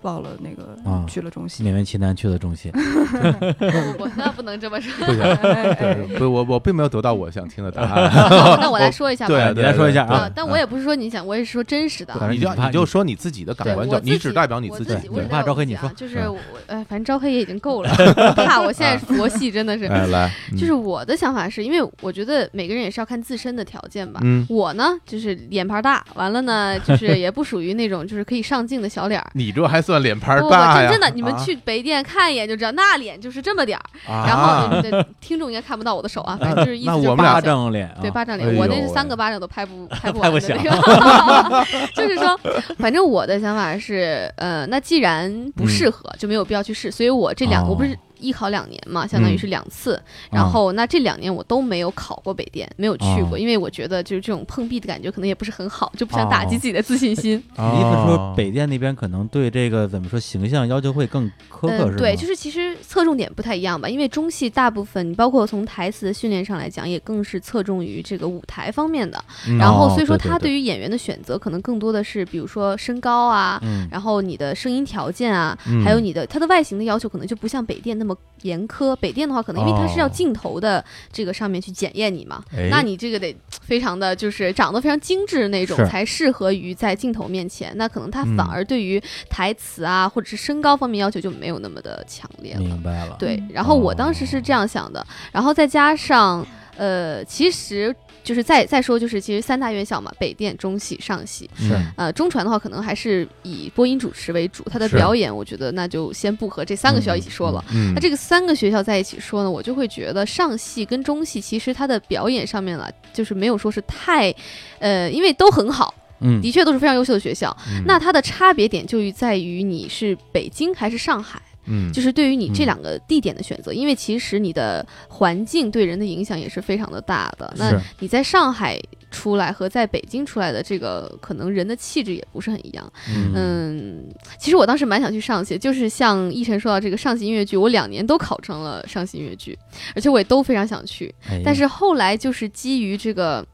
S6: 报了那个、
S3: 啊
S6: 去了中戏。
S3: 勉为其难去的中戏，
S5: 不不，那不能这么说。
S4: 不行，
S6: 哎哎
S4: 对，不，我我并没有得到我想听的答案。
S5: 那我来说一下吧。
S4: 对，
S3: 你来说一下啊
S5: 啊，但我也不是说你想，我也是说真实的啊。
S3: 对
S4: 你就你就说你自己的感
S5: 对，
S4: 官，
S5: 我
S4: 就
S5: 自
S4: 你
S5: 己
S4: 只代表你
S5: 我
S4: 自
S5: 自
S4: 己。
S5: 我
S3: 对
S5: 只
S4: 对，
S5: 代
S3: 怕
S5: 表
S3: 招黑
S5: 我
S3: 你
S5: 自己啊
S3: 说
S5: 就是
S3: 嗯
S5: 我，哎，反正招黑也已经够了，我怕我现在是佛系，真的是。
S4: 哎， 来，
S5: 就是我的想法是，因为我觉得每个人也是要看自身的条件吧。
S4: 嗯，
S5: 我呢，就是脸盘大，完了呢，就是也不属于那种就是可以上镜的小脸儿。
S4: 你这还算 脸盘
S5: 不，我
S4: 大
S5: 真
S4: 呀？
S5: 真的，你们
S4: 啊，
S5: 去北电看一眼就知道，那脸就是这么点儿。
S4: 然
S5: 然后你们的听众应该看不到我的 手啊，反正就是意思
S3: 啊那
S5: 就是
S3: 我们
S5: 巴
S3: 俩
S5: 掌
S3: 正脸啊，
S5: 对，巴掌脸，
S4: 哎
S5: 我那
S4: 呦
S5: 是三个
S4: 喂
S5: 巴掌都拍不拍不
S3: 拍
S5: 完
S3: 不
S5: 的
S3: 响
S5: 那个。 就是说，反正我的想法是，呃，那既然不适合，就没有必要去试。所以我这两，我不
S3: 嗯哦
S5: 是艺考两年嘛，相当于
S4: 嗯
S5: 是两次。然后那这两年我都没有考过北电，没有去
S3: 哦
S5: 过，因为我觉得就是这种碰壁的感觉可能也不是很好，就不想
S3: 哦
S5: 打击自己的自信心。
S4: 嗯
S3: 你意思
S4: 哦
S3: 说北电那边可能对这个怎么说形象要求会更苛刻是吗？
S5: 嗯，对，就是其实侧重点不太一样吧，因为中戏大部分，包括从台词的训练上来讲，也更是侧重于这个舞台方面的。
S4: 嗯
S5: 然后，所
S3: 哦
S5: 以说
S3: 对对
S5: 他
S3: 对
S5: 对于演员的选择，可能更多的是比如说身高啊，
S3: 嗯
S5: 然后你的声音条件啊，
S4: 嗯
S5: 还有你的他的外形的要求，可能就不像北电那么严苛。北电的话，可能因为它是要
S4: 哦
S5: 镜头的这个上面去检验你嘛，
S4: 哎
S5: 那你这个得非常的就是长得非常精致那种
S3: 是，
S5: 才适合于在镜头面前。那可能他
S4: 嗯
S5: 反而对于台词啊、或者是身高方面要求就没有那么的强烈了。
S3: 明白了，
S5: 对，然后我当时是这样想的，然后再加上呃，其实就是再再说就是，其实三大院校嘛，北电、中戏、上戏，
S3: 是
S4: 嗯
S5: 呃，中传的话可能还是以播音主持为主，它的
S4: 是
S5: 表演我觉得那就先不和这三个学校一起说了。
S4: 嗯
S5: 那这个三个学校在一起说呢，我就会觉得上戏跟中戏其实它的表演上面啊，就是没有说是太，呃，因为都很好，
S3: 嗯
S5: 的确都是非常优秀的学校。
S4: 嗯
S5: 那它的差别点就于在于你是北京还是上海。
S4: 嗯
S5: 就是对于你这
S3: 嗯
S5: 两个地点的选择，因为其实你的环境对人的影响也是非常的大的。那
S3: 是
S5: 你在上海出来和在北京出来的这个，可能人的气质也不是很一样。嗯，其实我当时蛮想去上戏，就是像一晨说到这个上戏音乐剧，我两年都考上了上戏音乐剧，而且我也都非常想去。
S3: 哎
S5: 但是后来就是基于这个。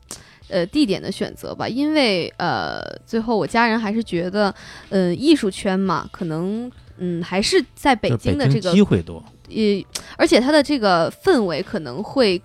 S5: 呃地点的选择吧，因为呃最后我家人还是觉得，呃艺术圈嘛，可能嗯还是在北
S3: 就
S5: 京的这个
S3: 机会多，
S5: 呃，而且它的这个氛围可能会，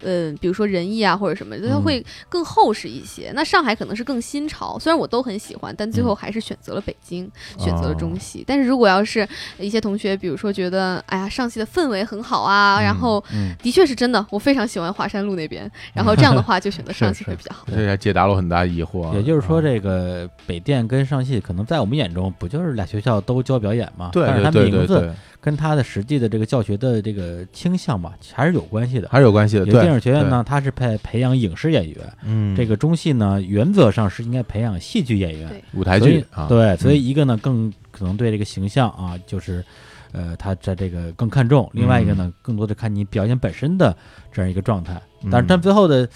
S5: 呃，比如说仁义啊或者什么，它
S3: 嗯
S5: 会更厚实一些。那上海可能是更新潮，虽然我都很喜欢，但最后还是选择了北京，
S3: 啊
S5: 选择了中戏。但是如果要是一些同学，比如说觉得，哎呀，上戏的氛围很好啊，然后
S3: 嗯，
S5: 的确是真的，我非常喜欢华山路 那边，然后这样的话就选择
S3: 是
S5: 上戏
S3: 是
S5: 会比较好。
S4: 这还解答了我很大疑惑啊。
S3: 也就是说，
S4: 啊，
S3: 这个北电跟上戏可能在我们眼中不就是俩学校都教表演嘛？
S4: 对
S3: 但是
S4: 对
S3: 它
S4: 对对
S3: 名字
S4: 对，
S3: 跟它的实际的这个教学的这个倾向吧，还是有关系的。
S4: 还是有关系的。
S3: 有
S4: 对
S3: 电影学院，呢，它是培培养影视演员，
S4: 对嗯，
S3: 这个中戏呢，原则上是应该培养戏剧演员。
S5: 对
S4: 舞台
S3: 所
S4: 剧
S3: 以
S4: 啊，
S3: 对，所以一个呢更可能对这个形象啊，就是呃，他在这个更看重；另外一个
S4: 嗯
S3: 呢，更多的看你表演本身的这样一个状态。但
S4: 嗯
S3: 是，但最后的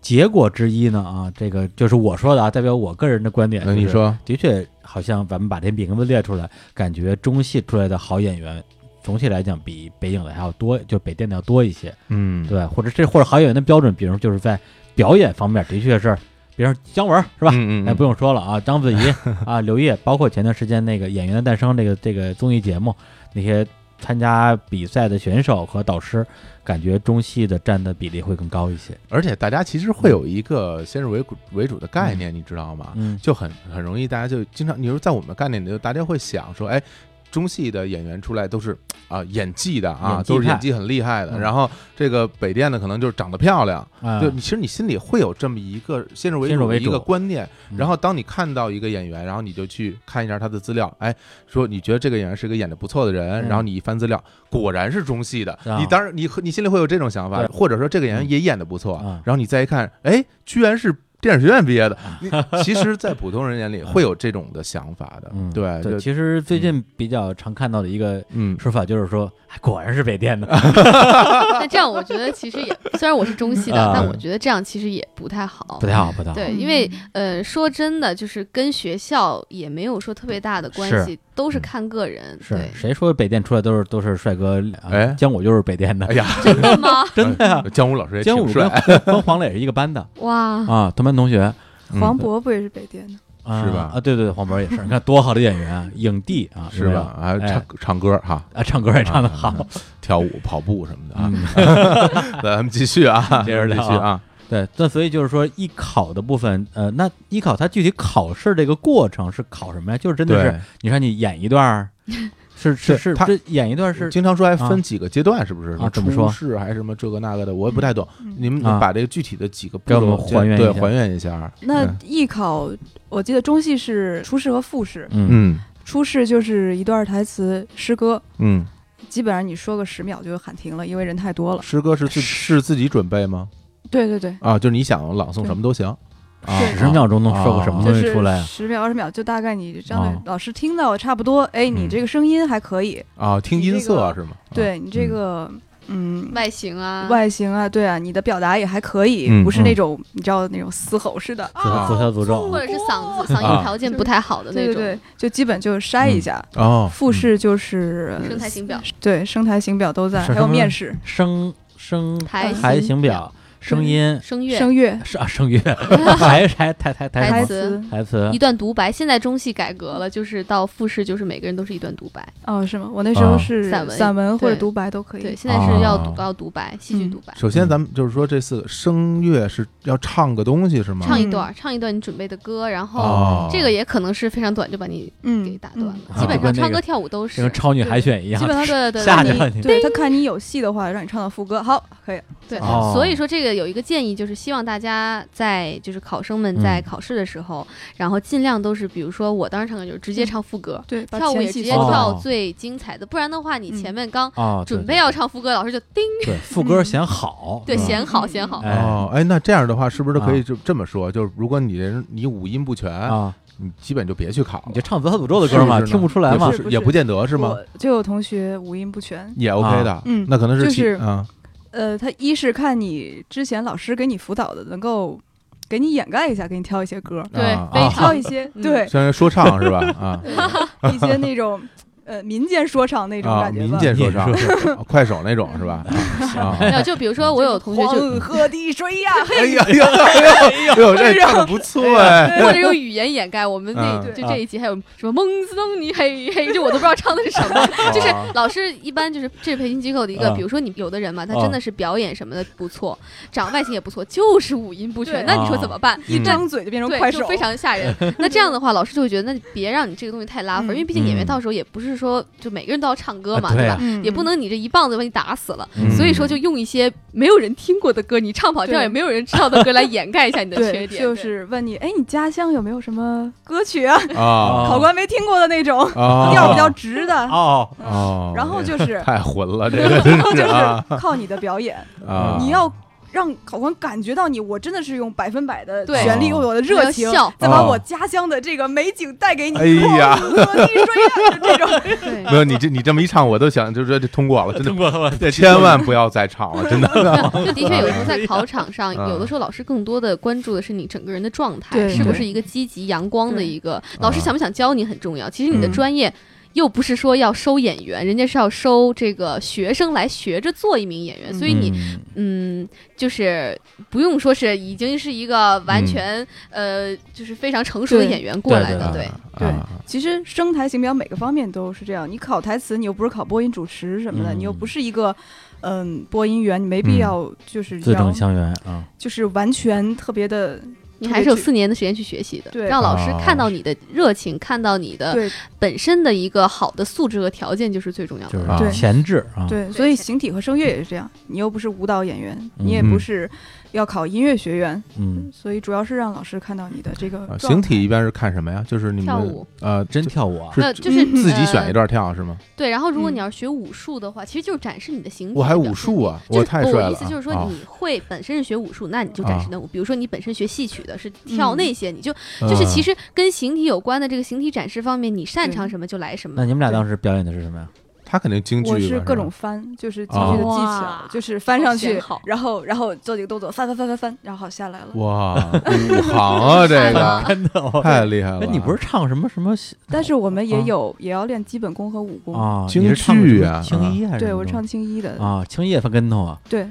S3: 结果之一呢，啊，这个就是我说的啊，代表我个人的观点。
S4: 那你，说，
S3: 的确，好像咱们把这名字列出来，感觉中戏出来的好演员。总体来讲，比北影的还要多，就北电的要多一些，
S4: 嗯，
S3: 对，或者这或者好演员的标准，比如说就是在表演方面，的确是，比如说姜文是吧？
S4: 嗯嗯，
S3: 哎，不
S4: 用，
S3: 用说了啊，章子怡 啊，刘烨，包括前段时间那个《演员的诞生》这个这个综艺节目，那些参加比赛的选手和导师，感觉中戏的占的比例会更高一些。
S4: 而且大家其实会有一个先入为主为主的概念，你知道吗？
S3: 嗯，
S4: 就很很容易，大家就经常，你说在我们概念里头，大家会想说，哎，中戏的演员出来都是啊、演技的啊，
S3: 演技
S4: 都是演
S3: 派
S4: 技很厉害的。
S3: 嗯
S4: 然后这个北电的可能就是长得漂亮，
S3: 啊
S4: 就，你其实你心里会有这么一个先入为
S3: 先入
S4: 主的
S3: 为
S4: 一个
S3: 主
S4: 观念。
S3: 嗯
S4: 然后当你看到一个演员，然后你就去看一下他的资料，哎，说你觉得这个演员是个演的不错的人，
S3: 嗯
S4: 然后你一翻资料，果然是中戏的。
S3: 啊
S4: 你当然你你心里会有这种想法，
S3: 对
S4: 或者说这个演员
S3: 嗯
S4: 也演的不错
S3: 啊，
S4: 然后你再一看，哎，居然是。电影学院毕业的，你其实，在普通人眼里会有这种的想法的
S3: 嗯，，
S4: 对，
S3: 对，
S4: 就
S3: 其实最近比较常看到的一个
S4: 嗯，
S3: 说法就是说，哎果然是北电
S4: 啊
S3: 的，
S5: 那这样我觉得其实也，虽然我是中戏的，
S3: 啊
S5: 但我觉得这样其实也不太好
S3: 不。太好，不太好。
S6: 哎
S5: 对，因为呃，说真的，就是跟学校也没有说特别大的关
S3: 是嗯
S5: 系，都是看个人。
S3: 是
S5: 对，
S3: 谁说北电出来都是都是帅哥？啊
S4: 哎
S3: 姜武就是北电的
S4: 哎，呀，嗯
S5: 真的吗？
S3: 真的呀。
S4: 姜武老师也
S3: 姜武
S4: 挺
S3: 跟
S4: 帅，
S3: 跟跟黄磊是一个班 的
S5: 哇，
S3: 啊，同班同学。
S4: 嗯
S6: 黄渤不也是北电的？
S3: 啊
S4: 是吧
S3: 啊，对对，黄渤也是，你看多好的演员啊，影帝啊，
S4: 是
S3: 有没有
S4: 吧？还
S3: 哎
S4: 唱啊唱歌哈，
S3: 啊，唱歌也唱得好，嗯
S4: 跳舞、跑步什么的啊。咱们继续啊，
S3: 接着
S4: 继
S3: 聊啊
S4: 续啊。
S3: 对，那所以就是说艺考的部分，呃，那艺考它具体考试这个过程是考什么呀？就是真的是，你看你演一段 儿，是是
S4: 是
S3: 是，
S4: 它
S3: 这演一段
S4: 是
S3: 是
S4: 经常说还
S3: 啊
S4: 分几个阶段，是不是？
S3: 啊
S4: 什么
S3: 怎么说
S4: 初试还是什么这个那个的，我也不太懂。你们
S3: 啊
S4: 把这个具体的几个步
S3: 给我
S4: 骤
S3: 们还原
S4: 对
S3: 一下
S4: 还原一下。
S6: 那
S4: 嗯
S6: 艺考，我记得中戏是初试和复试，
S3: 嗯
S4: 嗯
S6: 初试就是一段台词、诗歌，
S4: 嗯，
S6: 基本上你说个十秒就喊停了，因为人太多了。
S4: 诗歌是自是自己准备吗？
S6: 对对对，
S4: 啊，就是你想朗诵什么都行。啊
S6: 对
S3: 十秒钟能说个什么
S6: 就
S3: 东西
S6: 是
S3: 出来啊？
S6: 十秒二十秒，就大概你让
S3: 啊
S6: 老师听到差不多，哎，你
S4: 哦嗯
S6: 这个声音还可以，
S4: 啊，听音色是吗？啊，
S6: 对你这个嗯。
S5: 外形啊，
S6: 外形啊，对啊，你的表达也还可以，
S4: 嗯
S6: 不是那种、你知道那种嘶吼式的啊，
S3: 自自相诅咒
S5: 或
S3: 啊，
S5: 者是嗓子嗓音条件不太好哦的那
S6: 对对
S5: 种，
S6: 对，就基本就筛一下。
S4: 哦，
S6: 复试就是
S5: 身材嗯形表，
S6: 对，声台形表都在，
S3: 是
S6: 还
S3: 什
S6: 有
S3: 么
S6: 面试、
S3: 声声
S5: 台
S3: 台
S5: 形
S3: 形表、声音
S5: 声乐、
S6: 嗯声乐、
S3: 是啊， 声乐还还台台台
S5: 台
S3: 什
S6: 台
S3: 么
S5: 词
S6: 词，
S3: 台词啊
S5: 一段独白。现在中戏改革了，就是到复试，就是每个人都是一段独白。
S6: 哦，是吗？我那时候
S4: 啊
S6: 是
S5: 散文
S6: 散文或者
S5: 对
S6: 独白都可
S5: 对，
S6: 以。
S5: 现在是要
S4: 啊
S5: 读要独白，戏剧
S6: 嗯
S5: 独白，
S4: 首先咱们就是说这四个声乐是要唱个东西是吗？
S6: 嗯
S5: 唱一段，唱一段你准备的歌，
S3: 啊
S5: 然后
S4: 哦，
S5: 这个也可能是非常短，就把你给
S6: 嗯，
S5: 打断了。
S6: 嗯
S3: 啊
S5: 基本
S3: 就跟
S5: 上
S3: 那
S5: 唱
S3: 个
S5: 歌跳舞都是
S3: 就跟超女海选一样
S5: 基，本上对对
S3: 吓
S5: 对
S3: 着你
S6: 对他看你有戏的话，让你唱到副歌，好，可以。
S5: 对，
S3: 哦
S5: 所以说这个有一个建议，就是希望大家在就是考生们在
S3: 嗯
S5: 考试的时候，然后尽量都是，比如说我当时唱歌就是直接唱副歌，
S6: 对，把
S5: 跳舞
S6: 前
S5: 也直
S6: 戏
S5: 接
S6: 放
S5: 跳
S3: 哦
S5: 最精彩的，不然的话你
S6: 嗯
S5: 前面刚
S3: 啊，对
S5: 准
S3: 对
S5: 备要唱副歌，老师就叮，
S3: 对副歌显好，
S5: 对，
S3: 是吧
S5: 显好显好，
S3: 哎
S4: 哦，哎，那这样的话，是不是可以
S3: 啊
S4: 就这么说？就是如果你人你五音不全，
S3: 啊，
S4: 你基本就别去考了，
S3: 你就唱自他诅咒的歌嘛，
S4: 是是呢
S3: 听不出来嘛
S4: 也
S6: 是不
S4: 也不见得是吗？
S6: 我就有同学五音不全，
S3: 啊
S4: 也 OK 的，
S6: 嗯
S4: 那可能
S6: 就
S4: 其
S6: 是
S4: 啊，
S6: 呃，他一是看你之前老师给你辅导的，能够给你掩盖一下，给你挑一些歌，
S3: 嗯
S5: 对
S4: 啊，
S5: 非
S4: 啊
S5: 常
S6: 挑一些
S5: 嗯
S6: 对
S4: 虽然说唱是吧？啊，
S6: 一些那种呃民间说唱那种
S4: 啊，
S6: 感觉吧。
S4: 民间说唱，啊快手那种 是吧？啊，
S5: 没有，就比如说我有同学就，
S6: 黄河的水呀、嘿
S4: 哎呀哎呀哎呦哎呦，这唱的不错 哎，
S5: 或者用语言掩盖。我们那
S4: 嗯
S5: 就这一集还有什么蒙斯登尼嘿嘿，就我都不知道唱的是什么。就是
S4: 啊
S5: 老师一般就是这是培训机构的一个，
S3: 啊
S5: 比如说你有的人嘛，他
S3: 啊
S5: 真的是表演什么的不错，长外形也不错，就是五音不全
S6: 对，
S5: 那你说怎么办？
S6: 一
S4: 嗯
S6: 张嘴就变成快
S5: 对，就
S6: 手，
S5: 非常吓人。那这样的话，老师就会觉得，那你别让你这个东西太拉分，
S6: 嗯
S5: 因为毕竟演员
S3: 嗯
S5: 到时候也不是说就每个人都要唱歌嘛，
S3: 啊对
S5: 对
S3: 啊
S5: 吧？
S6: 嗯
S5: 也不能你这一棒子把你打死了。
S3: 嗯
S5: 所以说，就用一些没有人听过的歌，你唱跑调
S6: 对
S5: 也没有人知道的歌来掩盖一下你的缺
S6: 对，
S5: 点。
S6: 就
S5: 对
S6: 是问你，哎，你家乡有没有什么歌曲啊？
S4: 啊
S6: 考官没听过的那种，
S4: 啊，
S6: 哎调比较直的。
S3: 哦，
S4: 哦，
S6: 然后就是
S4: 太混了，这个真是啊
S6: 靠你的表演，
S4: 啊，
S6: 你要让考官感觉到你，我真的是用百分百的
S5: 对
S6: 全力，用我的热情
S5: 要笑，
S6: 再把
S4: 哦
S6: 我家乡的这个美景带给你。
S4: 哎呀
S6: 靠你的地水呀，就这种。
S5: 对
S4: 没有你这你这么一唱，我都想就是说这通过了，真的
S3: 中国了， 对，
S4: 千万不要再唱了，真的。
S5: 就的确有时候在考场 上，
S4: 嗯
S5: 有的时候老师更多的关注的是你整个人的状态，
S6: 对
S5: 是不
S4: 对啊
S5: 是一个积极阳光的
S6: 对
S5: 一个。老师想不想教你很重要，其实你的
S4: 嗯
S5: 专业。又不是说要收演员，人家是要收这个学生来学着做一名演员，
S6: 嗯
S5: 所以你
S3: 嗯
S5: 嗯，就是不用说是已经是一个完
S4: 嗯
S5: 全、呃，就是非常成熟的
S6: 对
S5: 演员过来的，
S4: 对
S5: 对
S6: 对
S4: 啊
S6: 其实声台形表每个方面都是这样。你考台词，你又不是考播音主持什么的，
S3: 嗯
S6: 你又不是一个嗯播音员，你没必要就是
S3: 字
S6: 要
S3: 正腔圆啊，
S6: 就是完全特别的
S5: 你还是有四年的时间去学习的，
S6: 对
S5: 让老师
S4: 哦
S5: 看到你的热情，看到你的
S6: 对
S5: 本身的一个好的素质和条件，就是最重要
S3: 就
S5: 的。
S3: 是
S6: 对
S3: 前置啊，
S6: 对，所以形体和声乐也是这样。你又不是舞蹈演员，
S3: 嗯
S6: 你也不是要考音乐学院，
S3: 嗯，
S6: 所以主要是让老师看到你的这个
S4: 啊
S6: 状态
S4: 形体一般是看什么呀？就是你
S5: 跳
S4: 们
S5: 舞
S4: 呃，
S3: 真
S4: 就是
S3: 跳舞啊，
S5: 那就是
S6: 嗯
S4: 自己
S5: 呃
S4: 选一段跳是吗？
S5: 对，然后如果
S6: 嗯
S5: 你要是学武术的话，其实就是展示你的形体。
S4: 我还武术啊，
S5: 就是。
S4: 我太帅了啊。
S5: 我意思就是说，
S4: 啊
S5: 你会本身是学武术，那你就展示那武。比如说，你本身学戏曲的，是跳
S6: 嗯
S5: 那些，你就就是
S4: 嗯
S5: 其实跟形体有关的这个形体展示方面，你擅长
S6: 对
S5: 什么就来什么
S3: 那。你们俩当时表演的是什么呀？
S4: 他肯定京剧吧，
S6: 我是各种
S4: 吧
S6: 翻，就是京剧的技巧
S5: 哇，
S6: 就是翻上
S5: 好
S6: 去
S5: 炫好，
S6: 然后然后做几个动作，翻翻翻翻翻，然后好下来了。
S4: 哇， 武行啊，这
S5: 啊
S4: 个
S3: 真的哦，
S4: 太厉害了。
S3: 那你不是唱什么什么
S6: 但是我们也
S3: 啊
S6: 有也要练基本功和武功，
S3: 啊？
S4: 京
S3: 你是唱的
S4: 剧
S3: 什么
S4: 啊
S3: 青衣还是什
S6: 对
S3: 么
S6: 我
S3: 东
S6: 唱青衣的，
S3: 啊，青叶翻跟头啊，
S6: 对，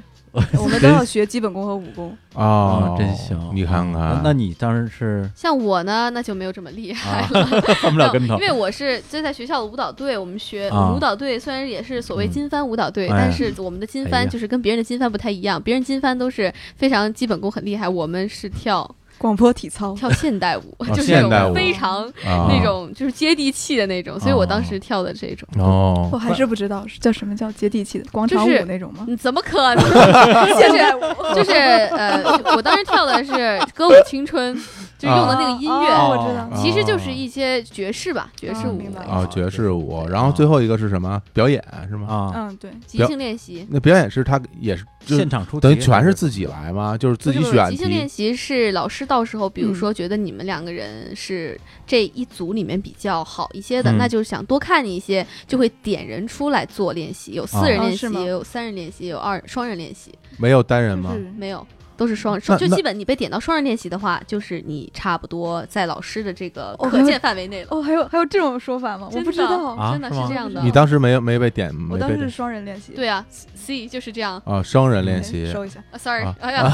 S6: 我们都要学基本功和武功。
S4: 啊
S3: 啊，，真行！
S4: 你看
S3: 啊
S4: 看，
S3: 那你当时是
S5: 像我呢，那就没有这么厉害
S3: 啊
S5: 了，
S3: 翻不了跟头
S5: 因，为我是就在学校的舞蹈队，我们学、
S3: 啊
S5: 我们舞蹈队虽然也是所谓金帆舞蹈队，
S3: 嗯哎
S5: 但是我们的金
S3: 哎呀
S5: 帆就是跟别人的金帆不太一样，别人金帆都是非常基本功很厉害，我们是跳
S6: 广播体操，
S5: 跳现代舞， 就是
S4: 哦现代
S5: 那
S4: 舞
S5: 种非常
S4: 啊
S5: 那种就是接地气的那种，所以我当时跳的这种，
S4: 哦
S6: 我还是不知道是叫什么叫接地气的广场
S5: 就是
S6: 舞那种吗？
S5: 你嗯怎么可能？ 就是就是呃，我当时跳的是《歌舞青春》，就用的那个音乐。
S6: 哦我知道，
S5: 其实就是一些爵士吧，爵士
S6: 哦
S5: 舞
S6: 明白
S4: 啊，爵士舞，
S3: 对
S4: 然后最后一个是什么？表演是吗？
S3: 啊，
S6: 嗯，对，
S5: 即兴练习。
S4: 那表演是他也是就
S3: 现场出
S4: 等于
S3: 题
S4: 全是自己来吗？就是自己
S5: 不是不是
S4: 选
S5: 即兴练
S4: 题
S5: 习是老师到时候，比如
S6: 嗯
S5: 说觉得你们两个人是这一组里面比较好一些的，
S3: 嗯
S5: 那就是想多看一些，就会点人出来做练习。有四
S3: 啊
S5: 人
S6: 哦
S5: 练习，
S6: 是吗
S5: 也有三人练习，也有二双人练习，
S4: 没有单人吗？
S5: 没有。都是双，
S4: 那
S5: 就
S4: 那
S5: 基本你被点到双人练习的话，就是你差不多在老师的这个
S6: 哦
S5: 可见范围内了。
S6: 哦，还有还有这种说法吗？我
S5: 真
S6: 不知
S5: 的哦
S6: 道，
S3: 啊
S5: 真的
S3: 是
S5: 是
S3: 吗
S5: 这样的。
S4: 你当时没有没被点，没
S6: 我当
S4: 被
S6: 时是
S4: 点
S6: 双人练习，
S5: 对啊，C 就是这样。
S4: 啊，双人练
S6: 哎，
S4: 习。
S6: 收一 下，
S5: 啊 sorry，
S4: 啊
S5: 哎呀，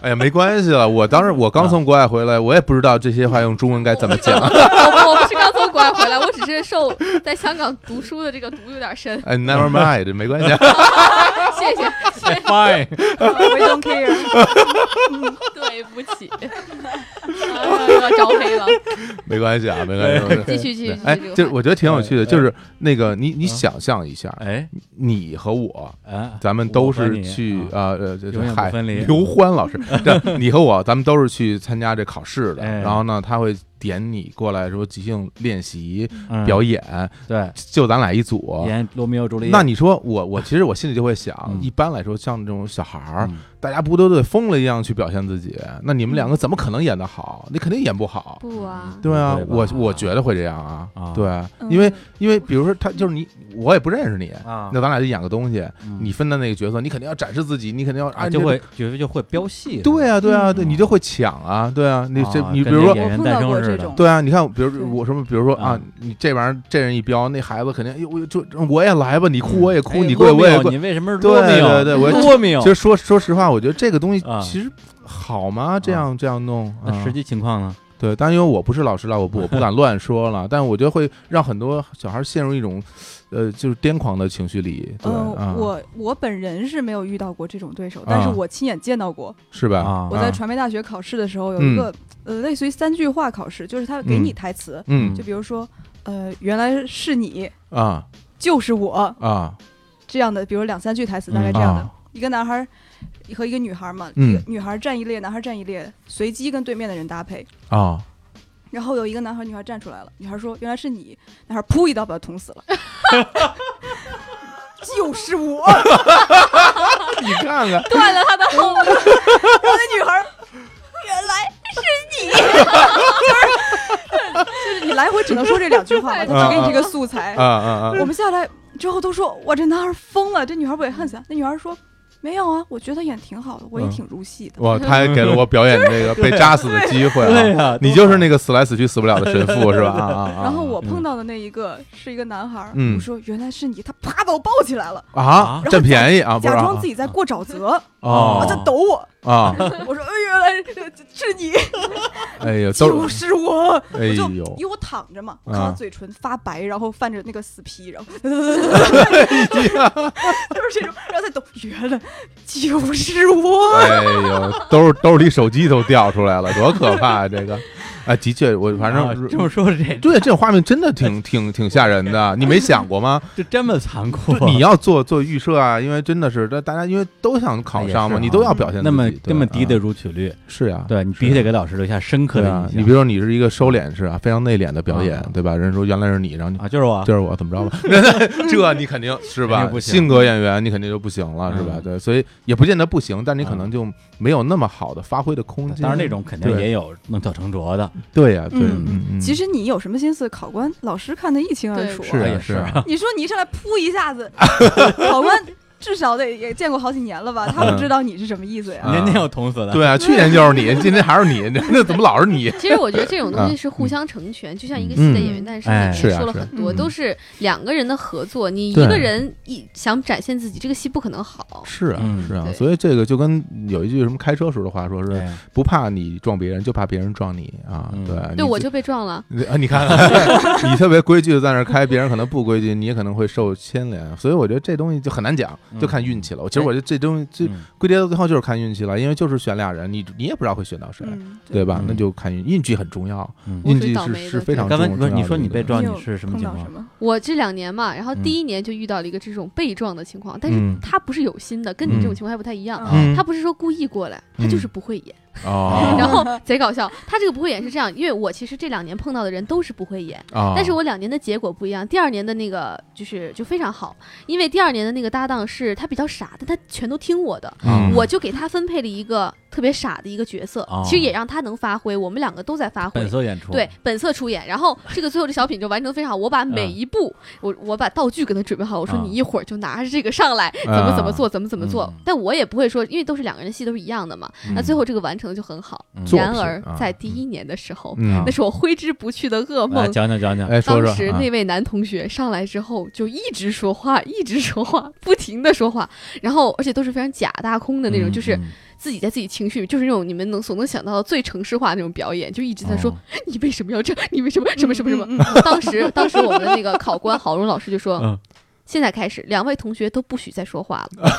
S4: 哎呀，没关系了，我当时我刚从国外回来，我也不知道这些话用中文该怎么 讲。
S5: 我我不是刚从国外回来，我只是受在香港读书的这个毒有点深。
S4: 哎，never mind，没关系。啊
S5: 谢谢，
S3: fine，
S6: We don't care。
S5: 对不起，啊要招黑了。
S4: 没关系啊，没关系没关系。
S5: 继续继续
S4: 对
S5: 继续
S4: 哎
S5: 这个，
S4: 就是
S5: 话
S4: 我觉得挺有趣的，
S3: 哎
S4: 就是那个你
S3: 嗯
S4: 你想象一下，
S3: 哎
S4: 你和我，
S3: 哎，
S4: 咱们都
S3: 我和
S4: 是
S3: 你
S4: 去
S3: 啊
S4: 啊呃，这
S3: 永远
S4: 这
S3: 不
S4: 嗨
S3: 分离
S4: 刘欢老 师，这你和我，咱们都是去参加这考试的。
S3: 哎
S4: 然后呢，他会点你过来说即兴练习
S3: 嗯
S4: 表演，
S3: 对
S4: 就咱俩一组。
S3: 演罗密欧朱丽叶，
S4: 那你说我我其实我心里就会想，
S3: 嗯
S4: 一般来说像这种小孩儿，
S3: 嗯
S4: 大家不都得疯了一样去表现自己？那你们两个怎么可能演得好？你肯定演不好。
S5: 不啊，
S4: 对啊
S3: 不，会
S4: 我
S3: 吧
S4: 我觉得会这样啊
S3: 啊，
S4: 对，
S6: 嗯
S4: 因为因为比如说他就是你，我也不认识你
S2: 啊
S4: 那咱俩就演个东西，
S3: 嗯
S4: 你分担那个角色，你肯定要展示自己，你肯定要啊
S3: 啊，就会觉得就会飙戏，
S4: 对啊，对啊，对
S3: 嗯
S4: 你就会抢啊，对啊，你这
S3: 啊
S4: 你比
S3: 跟
S4: 如
S3: 这
S4: 说
S3: 演员
S6: 我碰
S3: 诞
S6: 到过
S3: 生似
S6: 这
S3: 的
S6: 种，
S4: 对啊，你看，比
S6: 对
S4: 如我什么，比如说啊
S3: 嗯，
S4: 你这玩意儿这人一飙，那孩子肯定，哎呦，我就我也来吧，你哭我也
S3: 哎
S4: 哭，你跪我
S3: 罗密
S4: 也
S3: 欧
S4: 跪。
S3: 你为什么是啊
S4: 对
S3: 罗密欧？
S4: 对对我
S3: 罗密欧
S4: 其。实说说实话，我觉得这个东西
S3: 啊
S4: 其实好吗？这样这样弄，
S3: 那
S4: 啊
S3: 实际情况呢？
S4: 对，但因为我不是老师了，我不我不敢乱说了， 但我觉得会让很多小孩陷入一种，呃，就是癫狂的情绪里。对，啊
S6: 嗯，我我本人是没有遇到过这种对手，但是
S4: 啊
S6: 我亲眼见到过。
S4: 是吧？
S3: 啊
S6: 我在传媒大学考试的时候有一个呃类似于三句话考试，就是他给你台词，
S4: 嗯嗯
S6: 就比如说呃原来是你
S3: 嗯
S4: 啊
S6: 就是我
S4: 啊
S6: 这样的，比如两三句台词
S3: 嗯
S6: 大概这样的
S4: 啊。
S6: 一个男孩儿和一个女孩儿嘛，
S4: 嗯
S6: 一个女孩儿站一列，男孩儿站一列，随机跟对面的人搭配。
S4: 啊！
S6: 然后有一个男孩儿女孩儿站出来了，女孩儿说原来是你，男孩儿噗一刀把他捅死了。 就是我，然
S4: 你看看，
S5: 断了他的后路。
S6: 后那女孩儿
S5: 原来
S6: 就是你来回只能说这两句话嘛，他只给你这个素材。
S4: 啊啊
S6: 我们下来之后都说，哇，这男孩疯了，这女孩不也恨死啊？那女孩说，没有啊，我觉得演挺好的，我也
S4: 嗯
S6: 挺入戏的。
S4: 哇，他还给了我表演这个被扎死的机会啊！
S3: 对呀，
S4: 你就是那个死来死去死不了的神父是吧？啊啊啊！
S6: 然后我碰到的那一个是一个男孩，
S4: 嗯
S6: 我说原来是你，他啪把我抱起来了，
S4: 啊
S6: 然后
S4: 占便宜啊，不是
S6: 假
S4: 啊
S6: 装自己在过沼泽，
S4: 哦
S6: 啊，在抖我，
S4: 啊！
S6: 我说哎，原来是是你，
S4: 哎 呀，
S6: 就
S4: 都
S6: 是我，
S4: 哎
S6: 我就
S4: 呦
S6: 因为我躺着嘛，我
S4: 啊
S6: 看到嘴唇发白，然后泛着那个死皮，然后就是这种，然后再抖，原来就是我，
S4: 哎呦，兜兜里手机都掉出来了，多可怕 啊！这个啊，的确，我反
S3: 啊
S4: 正
S3: 这么说这
S4: 对这种画面真的挺 挺挺吓人的，你没想 过吗？
S3: 这这么残酷
S4: 就，你要做做预设啊，因为真的是，这大家因为都想考上
S3: 也
S4: 嘛，
S3: 是啊
S4: 你都要表现自己
S3: 那么
S4: 对
S3: 那么低的
S4: 啊
S3: 录取率，
S4: 是呀，
S3: 对你必须得给老师留下深刻
S4: 对
S3: 的
S4: 啊
S3: 印，象。
S4: 你比如说你是一个收敛式啊，非常内敛的表演
S3: 啊，
S4: 对吧？人家说原来是你，然后你
S3: 啊，就是我
S4: 就是我怎么着吧， 这你肯定是
S3: 肯
S4: 吧
S3: 定不？行
S4: 性格演员你肯定就不行了，是吧？
S3: 嗯
S4: 对，所以也不见得不行，但你可能就没有那么好的发挥的空间。
S3: 当然那种肯定
S4: 嗯对
S3: 也有弄巧成拙的，
S4: 对呀，对，
S6: 嗯
S4: 嗯嗯，
S6: 其实你有什么心思，考官老师看得一清二楚啊。
S4: 是
S3: 哎
S4: 啊
S3: 呀
S4: 是
S3: 是
S4: 啊，
S6: 你说你一上来扑一下 子，考官至少得也见过好几年了吧？
S4: 嗯
S6: 他不知道你是什么意思呀？
S4: 啊
S3: 年年有捅死的。
S4: 对啊，去年就是 你，今天还是你，那怎么老是你？
S5: 其实我觉得这种东西是互相成全，就像一个戏的演员诞生里面说了很多，
S6: 嗯哎是啊是啊
S5: 都是两个人的合作。你一
S4: 对
S5: 个人一想展现自己，这个戏不可能好。
S4: 是啊
S3: 嗯，
S4: 是啊，
S5: 对
S4: 所以这个就跟有一句什么开车时候的话说是
S3: 对，
S4: 不怕你撞别人，就怕别人撞你啊
S3: 嗯。
S4: 对，你
S5: 对，我
S4: 自
S5: 就被撞了。
S4: 啊，你 看看，你特别规矩的在那儿开，别人可能不规矩，你也可能会受牵连，所以我觉得这东西就很难讲，就看运气了。其实我觉得这东西这
S3: 嗯
S4: 归结到最后就是看运气了，因为就是选俩人，你你也不知道会选到谁，
S6: 嗯，
S4: 对吧？
S3: 嗯
S4: 那就看运运气很重要，
S3: 嗯
S5: 我
S4: 运
S5: 是
S4: 气
S5: 倒
S4: 是
S5: 霉的
S4: 是非常
S3: 刚
S4: 重
S3: 才
S4: 要。
S3: 你说你被
S4: 对
S3: 撞，
S6: 你
S3: 你
S6: 有
S3: 是什么
S6: 碰
S3: 情
S6: 到
S3: 况
S6: 什？么？
S5: 我这两年嘛，然后
S3: 嗯
S5: 第一年就遇到了一个这种被撞的情况，但是
S4: 嗯
S5: 他不是有心的，跟你这种
S4: 嗯
S5: 情况还不太一样。
S6: 嗯
S4: 嗯
S3: 啊
S5: 他不是说故意过来，他就是不会演。
S4: 哦，
S5: 然 后贼搞笑，他这个不会演是这样，因为我其实这两年碰到的人都是不会演，
S3: 啊
S4: 哦
S5: 但是我两年的结果不一样。第二年的那个就是就非常好，因为第二年的那个搭档是他比较傻，但他全都听我的，
S4: 嗯
S5: 我就给他分配了一个特别傻的一个角色，
S3: 哦
S5: 其实也让他能发挥，我们两个都在发挥
S3: 本。色演出，
S5: 对，本色出演，然后这个最后的小品就完成的非常好。我把每一步，我我把道具给他准备好，我说
S3: 啊
S5: 你一会儿就拿着这个上来，怎么怎么做，怎么怎么做
S3: 嗯。
S5: 但我也不会说，因为都是两个人戏，都是一样的嘛。那最后这个完成的就很好。
S3: 嗯
S4: 作
S5: 然
S4: 品
S5: 而
S4: 啊
S5: 在第一年的时候，
S4: 嗯
S5: 那，是我挥之不去的噩
S3: 来
S5: 梦。
S3: 讲讲讲讲，
S4: 哎，说
S5: 当
S4: 说
S5: 时
S4: 啊
S5: 那位男同学上来之后，就一直说话，一直说话，不停的说话，然后而且都是非常假大空的那种，
S3: 嗯
S5: 就是
S3: 嗯
S5: 自己在自己情绪，就是那种你们能所能想到的最城市化那种表演，就一直在说、
S3: 哦
S5: 你为什么要这， 你为什么什么什么什么。
S6: 嗯？嗯嗯
S5: 当时当时我们的那个考官郝荣老师就说。
S3: 嗯
S5: 现在开始，两位同学都不许再说话 了。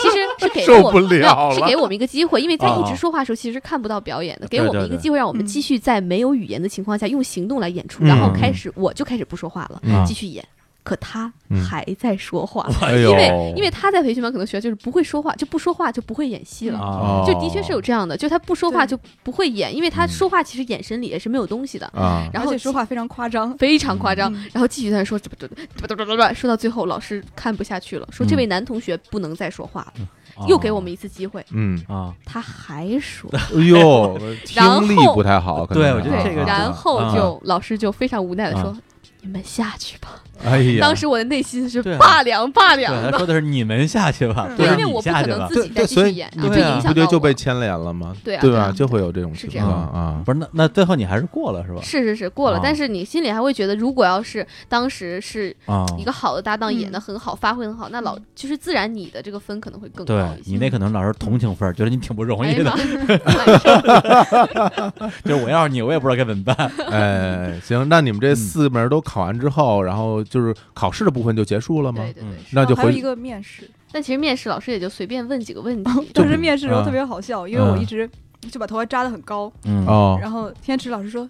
S5: 其实其实是给了我们
S4: 受不了了啊
S5: 没有是给我们一个机会，因为在
S3: 哦
S5: 一直说话的时候，其实是看不到表演的，
S3: 对
S5: 给我们一个机会，让我们
S6: 嗯
S5: 继续在没有语言的情况下用行动来演出。
S4: 嗯
S5: 然后开始我就开始不说话了，
S4: 嗯
S5: 继续演。可他
S4: 嗯
S5: 还在说话，
S4: 哎
S5: 因
S4: 呦，
S5: 为因为他在培训班可能学的就是不会说话，就不说话就不会演戏了。
S4: 哦
S3: 啊
S5: 就的确是有这样的，就他不说话
S6: 对
S5: 就不会演，因为他
S3: 嗯
S5: 说话其实眼神里也是没有东西的。
S4: 啊，
S5: 然
S6: 而
S5: 后
S6: 且说话非常夸张，
S5: 非常夸张，
S6: 嗯
S5: 然后继续在那说，怎么怎么怎么怎么怎么，说到最后，老师看不下去了，说这位男同学不能再说话了。又给我们一次机会，
S4: 嗯，
S3: 啊，
S5: 他还说，
S4: 哎呦，
S5: 然
S4: 听力
S5: 后
S4: 不太好，可能
S3: 对
S4: 是
S3: 我觉得
S4: 啊
S3: 哦这个
S4: 啊
S5: 然后
S3: 啊
S5: 就老师就非常无奈的说
S3: 啊：“
S5: 你们下去吧。”
S4: 哎呀，
S5: 当时我的内心是
S3: 对啊
S5: 拔凉拔凉
S3: 对，
S5: 的
S3: 他，说的是你们下去吧，
S6: 嗯
S3: 不
S5: 因
S3: 是
S5: 为
S3: 你
S5: 我不
S3: 下
S5: 可
S3: 去
S5: 能
S3: 吧
S5: 自己再
S4: 对
S5: 继
S4: 所
S5: 续
S4: 以
S5: 演
S4: 你
S5: 啊，就
S3: 对啊
S5: 影
S4: 不
S5: 响
S4: 对
S5: 到
S4: 就
S5: 我
S4: 被牵连了吗？
S5: 对啊
S4: 对
S5: 对
S4: 吧？
S5: 啊
S4: 就会有这种情
S5: 是这
S4: 况
S5: 样
S4: 啊。
S3: 不是那那最后你还是过了是吧？
S5: 是是是过了
S3: 啊，
S5: 但是你心里还会觉得，如果要是当时是
S3: 啊，
S5: 一个好的搭档，
S6: 嗯
S5: 演的很好，发挥很好，那老就是自然你的这个分可能会更高
S3: 嗯对
S5: 一些。
S3: 你那可能老师同情分儿，觉得你挺不容
S5: 哎
S3: 易
S5: 呀
S3: 的，
S5: 妈呀，难受
S3: 就是我要是你，我也不知道该怎么办。
S4: 哎，行，那你们这四门都考完之后，然后就是考试的部分就结束了吗
S5: 对？对对
S3: 嗯。
S4: 那就
S6: 还有一
S4: 回
S6: 个面试，
S5: 但其实面试老师也就随便问几个问题，
S6: 当时面试的时候
S4: 啊
S6: 特别好笑，因为我一直就把头发扎得很高，
S3: 嗯
S4: 哦
S6: 然后天池老师说。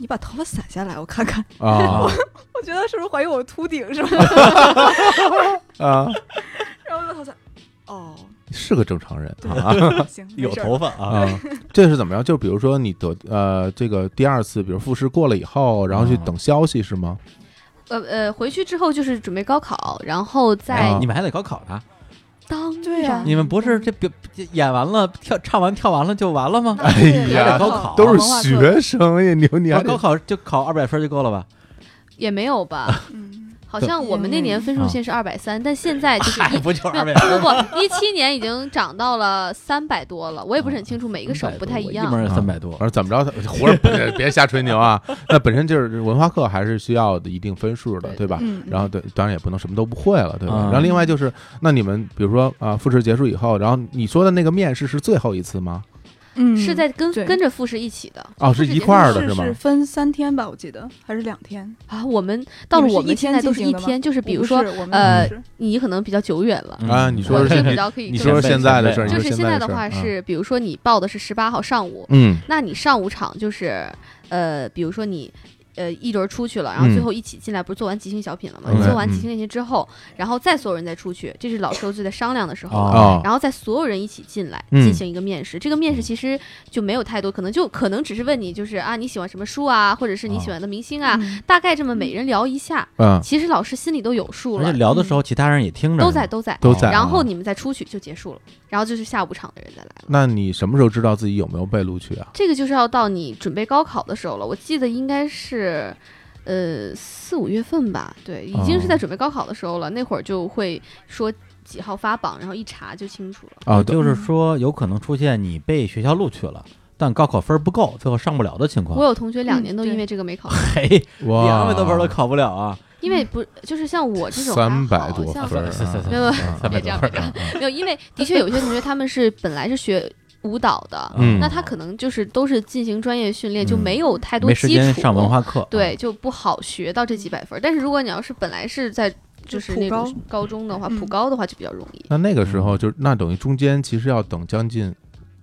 S6: 你把头发散下来，我看看。
S4: 啊
S6: 我觉得是不是怀疑我秃顶是吧？
S4: 啊，
S6: 然后我就好像，哦，
S4: 是个正 常人
S6: 对
S4: 啊。
S6: 行，没
S3: 有
S6: 事儿
S3: 头发啊，
S4: 啊，这是怎么样？就比如说你得呃这个第二次，比如复试过了以后，然后去
S3: 啊
S4: 等消息是吗？
S5: 呃呃，回去之后就是准备高考，然后再
S4: 啊
S3: 你们还得高考呢。
S5: 当
S6: 对啊呀
S5: 然
S3: 你们不是这表演完了跳唱完跳完了就完了吗？
S4: 哎
S3: 还得
S4: 呀，
S3: 高
S5: 哦
S3: 考
S4: 都是学生呀，牛你还
S3: 啊
S4: 得
S3: 高考就考二百分就够了吧？
S5: 也没有吧？
S6: 嗯，
S5: 好像我们那年分数线是二百三，但现在就是
S3: 嗨，
S5: 一。
S3: 哎不就二
S5: 没
S3: 百
S5: 有
S3: 分？
S5: 不不，一七年已经涨到了三百多了，我也不是很清楚，每一个省不太一
S3: 一门
S5: 样。
S3: 儿哦三百多
S4: 反。正怎么着，胡说别别瞎吹牛啊！那本身就是文化课还是需要的一定分数的，
S5: 对
S4: 对吧？
S6: 嗯
S4: 然后对，当然也不能什么都不会了，对吧？
S3: 嗯
S4: 然后另外就是，那你们比如说啊，复试结束以后，然后你说的那个面试是最后一次吗？
S6: 嗯
S5: 是在跟
S6: 对
S5: 跟着复试一起的
S4: 哦，
S5: 复
S4: 是
S5: 试
S4: 一块儿的
S6: 是
S4: 吗？
S6: 分三天吧，我记得还是两天。
S5: 啊。我们到了我
S6: 你们是一
S5: 们现在
S6: 天
S5: 都是
S6: 进行
S5: 一
S6: 的吗
S5: 天，就是比如说
S6: 我不是我们
S5: 呃
S6: 不是
S5: 你可能比较久远了，
S3: 嗯
S4: 啊你说
S5: 我
S4: 是
S5: 是
S4: 你
S5: 比较可以
S4: 你
S5: 跟
S4: 说
S3: 前
S4: 说
S5: 着。
S3: 辈
S4: 现在的事儿，你
S5: 就
S4: 说
S5: 是
S4: 现
S5: 现在
S4: 的
S5: 的
S4: 事儿
S5: 话，是，比如说你报的是十八号上午，
S4: 嗯
S5: 那你上午场就是，呃，比如说你，呃，一轮出去了，然后
S4: 嗯
S5: 最后一起进来，不是做完即兴小品了吗？
S4: 嗯
S5: 做完
S4: 嗯
S5: 即兴练习之后，然后再所有人再出去，这是老师最在商量的时候了。
S4: 哦
S3: 哦
S5: 然后再所有人一起进来
S4: 嗯
S5: 进行一个面试，这个面试其实就没有太多，可能就可能只是问你就是啊你喜欢什么书啊，或者是
S4: 哦
S5: 你喜欢的明星啊，
S6: 嗯
S5: 大概这么每人聊一下，
S4: 嗯，
S5: 其实老师心里都有数
S3: 而且
S5: 了，
S3: 聊的时候，其他人也听着呢，
S5: 都在都在。
S4: 都在。啊
S5: 然后你们再出去就结束了，然后就是下午场的人再来了。
S4: 那你什么时候知道自己有没有被录取啊？
S5: 这个就是要到你准备高考的时候了，我记得应该是，呃，四五月份吧，对，已经是
S3: 哦
S5: 在准备高考的时候了。那会儿就会说几号发榜，然后一查就清楚了。
S3: 哦
S4: 啊，对
S6: 嗯
S3: 就是说有可能出现你被学校录取了，但高考分儿不够，最后上不了的情
S5: 我
S3: 况。
S5: 有同学两
S6: 嗯
S5: 年都
S6: 对
S5: 因为这个没考上，
S3: 嘿，
S4: 哇，
S3: 两百多分儿都考不了啊！
S5: 因为不就是像我这种还
S4: 300
S5: 好
S4: 多
S5: 像嗯
S4: 分儿啊
S3: 是是是
S5: 没有
S3: 三百多
S5: 别这样
S3: 分儿啊，
S5: 没有，因为的确有些同学他们是本来是学舞蹈的，
S4: 嗯
S5: 那他可能就是都是进行专业训练，就
S3: 哦嗯
S5: 没有太多
S3: 没时
S5: 基
S3: 间
S5: 础，
S3: 上文化课。
S6: 啊
S5: 对，就不好学到这几百分儿。但是如果你要是本来是在就
S6: 就是普
S5: 那
S6: 高
S5: 种高中的话，
S6: 嗯
S5: 普高的话就比较容易。
S4: 那那个时候就那等于中间其实要等将近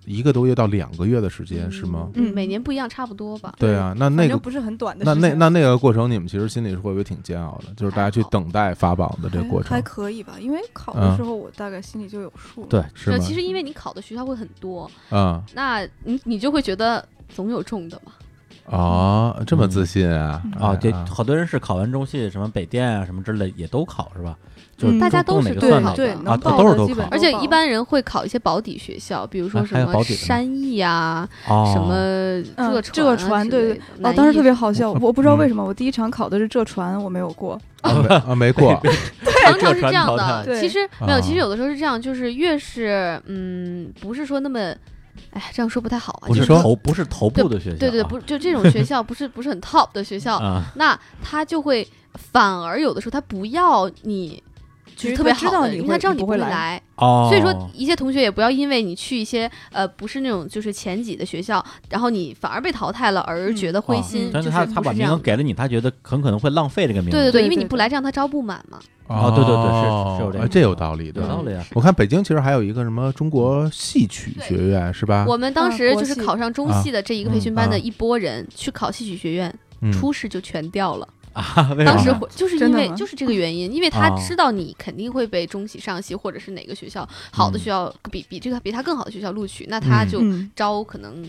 S4: 一个多月到两个月的时间是吗？
S5: 嗯，
S6: 嗯
S5: 每年不一样，差不多吧。
S4: 对啊，那那
S6: 反
S4: 个
S6: 正不是很短的
S4: 那
S6: 时
S4: 那
S6: 间。
S4: 那那个过程，你们其实心里是会不会挺煎熬的？就是大家去等待发榜的这个过
S6: 还
S4: 程
S6: 还，可以吧，因为考
S4: 嗯
S6: 的时候我大概心里就有数了。
S3: 对
S4: 是
S5: 那
S4: 吗？
S5: 其实因为你考的学校会很多，
S4: 啊
S5: 那你你就会觉得总有中的嘛。
S4: 哦，这么自信啊
S6: 嗯！
S3: 啊，
S4: 对
S3: 对，好多人是考完中戏，什么北电啊，什么之类也都考是吧？就是
S6: 嗯
S5: 大家
S3: 中
S5: 都
S3: 哪
S5: 是
S3: 个
S5: 对
S3: 算
S5: 好
S3: 哪
S5: 的
S3: 个
S6: 对，
S5: 吧
S6: 能
S3: 啊
S6: 报
S3: 都是
S6: 的
S3: 都
S6: 基本
S3: 考
S5: 而且
S6: 报
S5: 一
S6: 了
S5: 般人会考一些保底学校，比如说
S3: 啊
S5: 什
S3: 还有
S5: 么
S3: 保底的呢
S5: 山艺啊，
S3: 哦
S5: 什么
S6: 嗯
S5: 浙传啊
S6: 浙传
S5: 之
S6: 对
S5: 类
S6: 对
S5: 的
S6: 哦，
S5: 南
S6: 当时
S5: 艺
S6: 特别好笑，
S4: 嗯
S6: 我不知道为什么我第一场考的是浙传，我没有过。
S4: 啊没啊没 过
S5: 常常是
S3: 这
S5: 这
S3: 传
S5: 样
S3: 统
S5: 的。
S6: 对
S5: 其实没有，
S4: 啊
S5: 其实有的时候是这样，就是越是嗯，不是说那么，哎，这样说不太好啊。
S3: 不
S5: 就是是
S3: 头不是头部的学校啊，
S5: 对对，不嗯就这种学校不是不是很 top 的学校，
S3: 啊，
S5: 那他就会反而有的时候他不要你。就
S6: 其
S5: 是
S6: 实
S5: 特别
S6: 他知
S5: 好
S6: 道
S5: 的，
S6: 你
S5: 因为
S6: 会
S5: 他知道
S6: 你
S5: 你
S6: 不
S5: 不
S6: 会
S5: 会
S6: 来
S5: 来，
S3: 哦，
S5: 所以说一些同学也不要因为你去一些呃不是那种就是前几的学校，然后你反而被淘汰了而觉
S6: 嗯
S5: 得灰
S3: 哦
S5: 心。
S3: 但
S5: 就是是
S3: 他
S5: 不
S3: 他把
S5: 这
S3: 名
S5: 样
S3: 额
S5: 的
S3: 给了你，他觉得很可能会浪费这个名额。
S5: 对对
S6: 对
S5: 对，因为
S6: 对
S5: 你不
S6: 对
S5: 来这样他招不满嘛。
S3: 哦对对对是是有这个
S4: 啊这有道理的，
S3: 有道理啊。
S4: 我看北京其实还有一个什么中国戏曲学院是吧？
S5: 我们当时
S6: 国
S5: 就是
S6: 戏
S5: 考上中戏的这一个
S3: 嗯
S5: 培训班
S4: 啊
S5: 的一波人去考戏曲学院，
S4: 嗯
S5: 初试就全掉了。
S3: 啊，为
S5: 当
S3: 啥
S5: 时
S3: 呢？
S5: 会就是
S6: 真
S5: 因
S6: 的
S5: 为
S6: 吗
S5: 就是这个原因，因为他
S3: 哦
S5: 知道你肯定会被中戏、上戏或者是哪个学校好
S3: 嗯
S5: 的学校比比这个比他更好的学校录取，那他
S4: 嗯
S5: 就
S6: 嗯，
S5: 招可能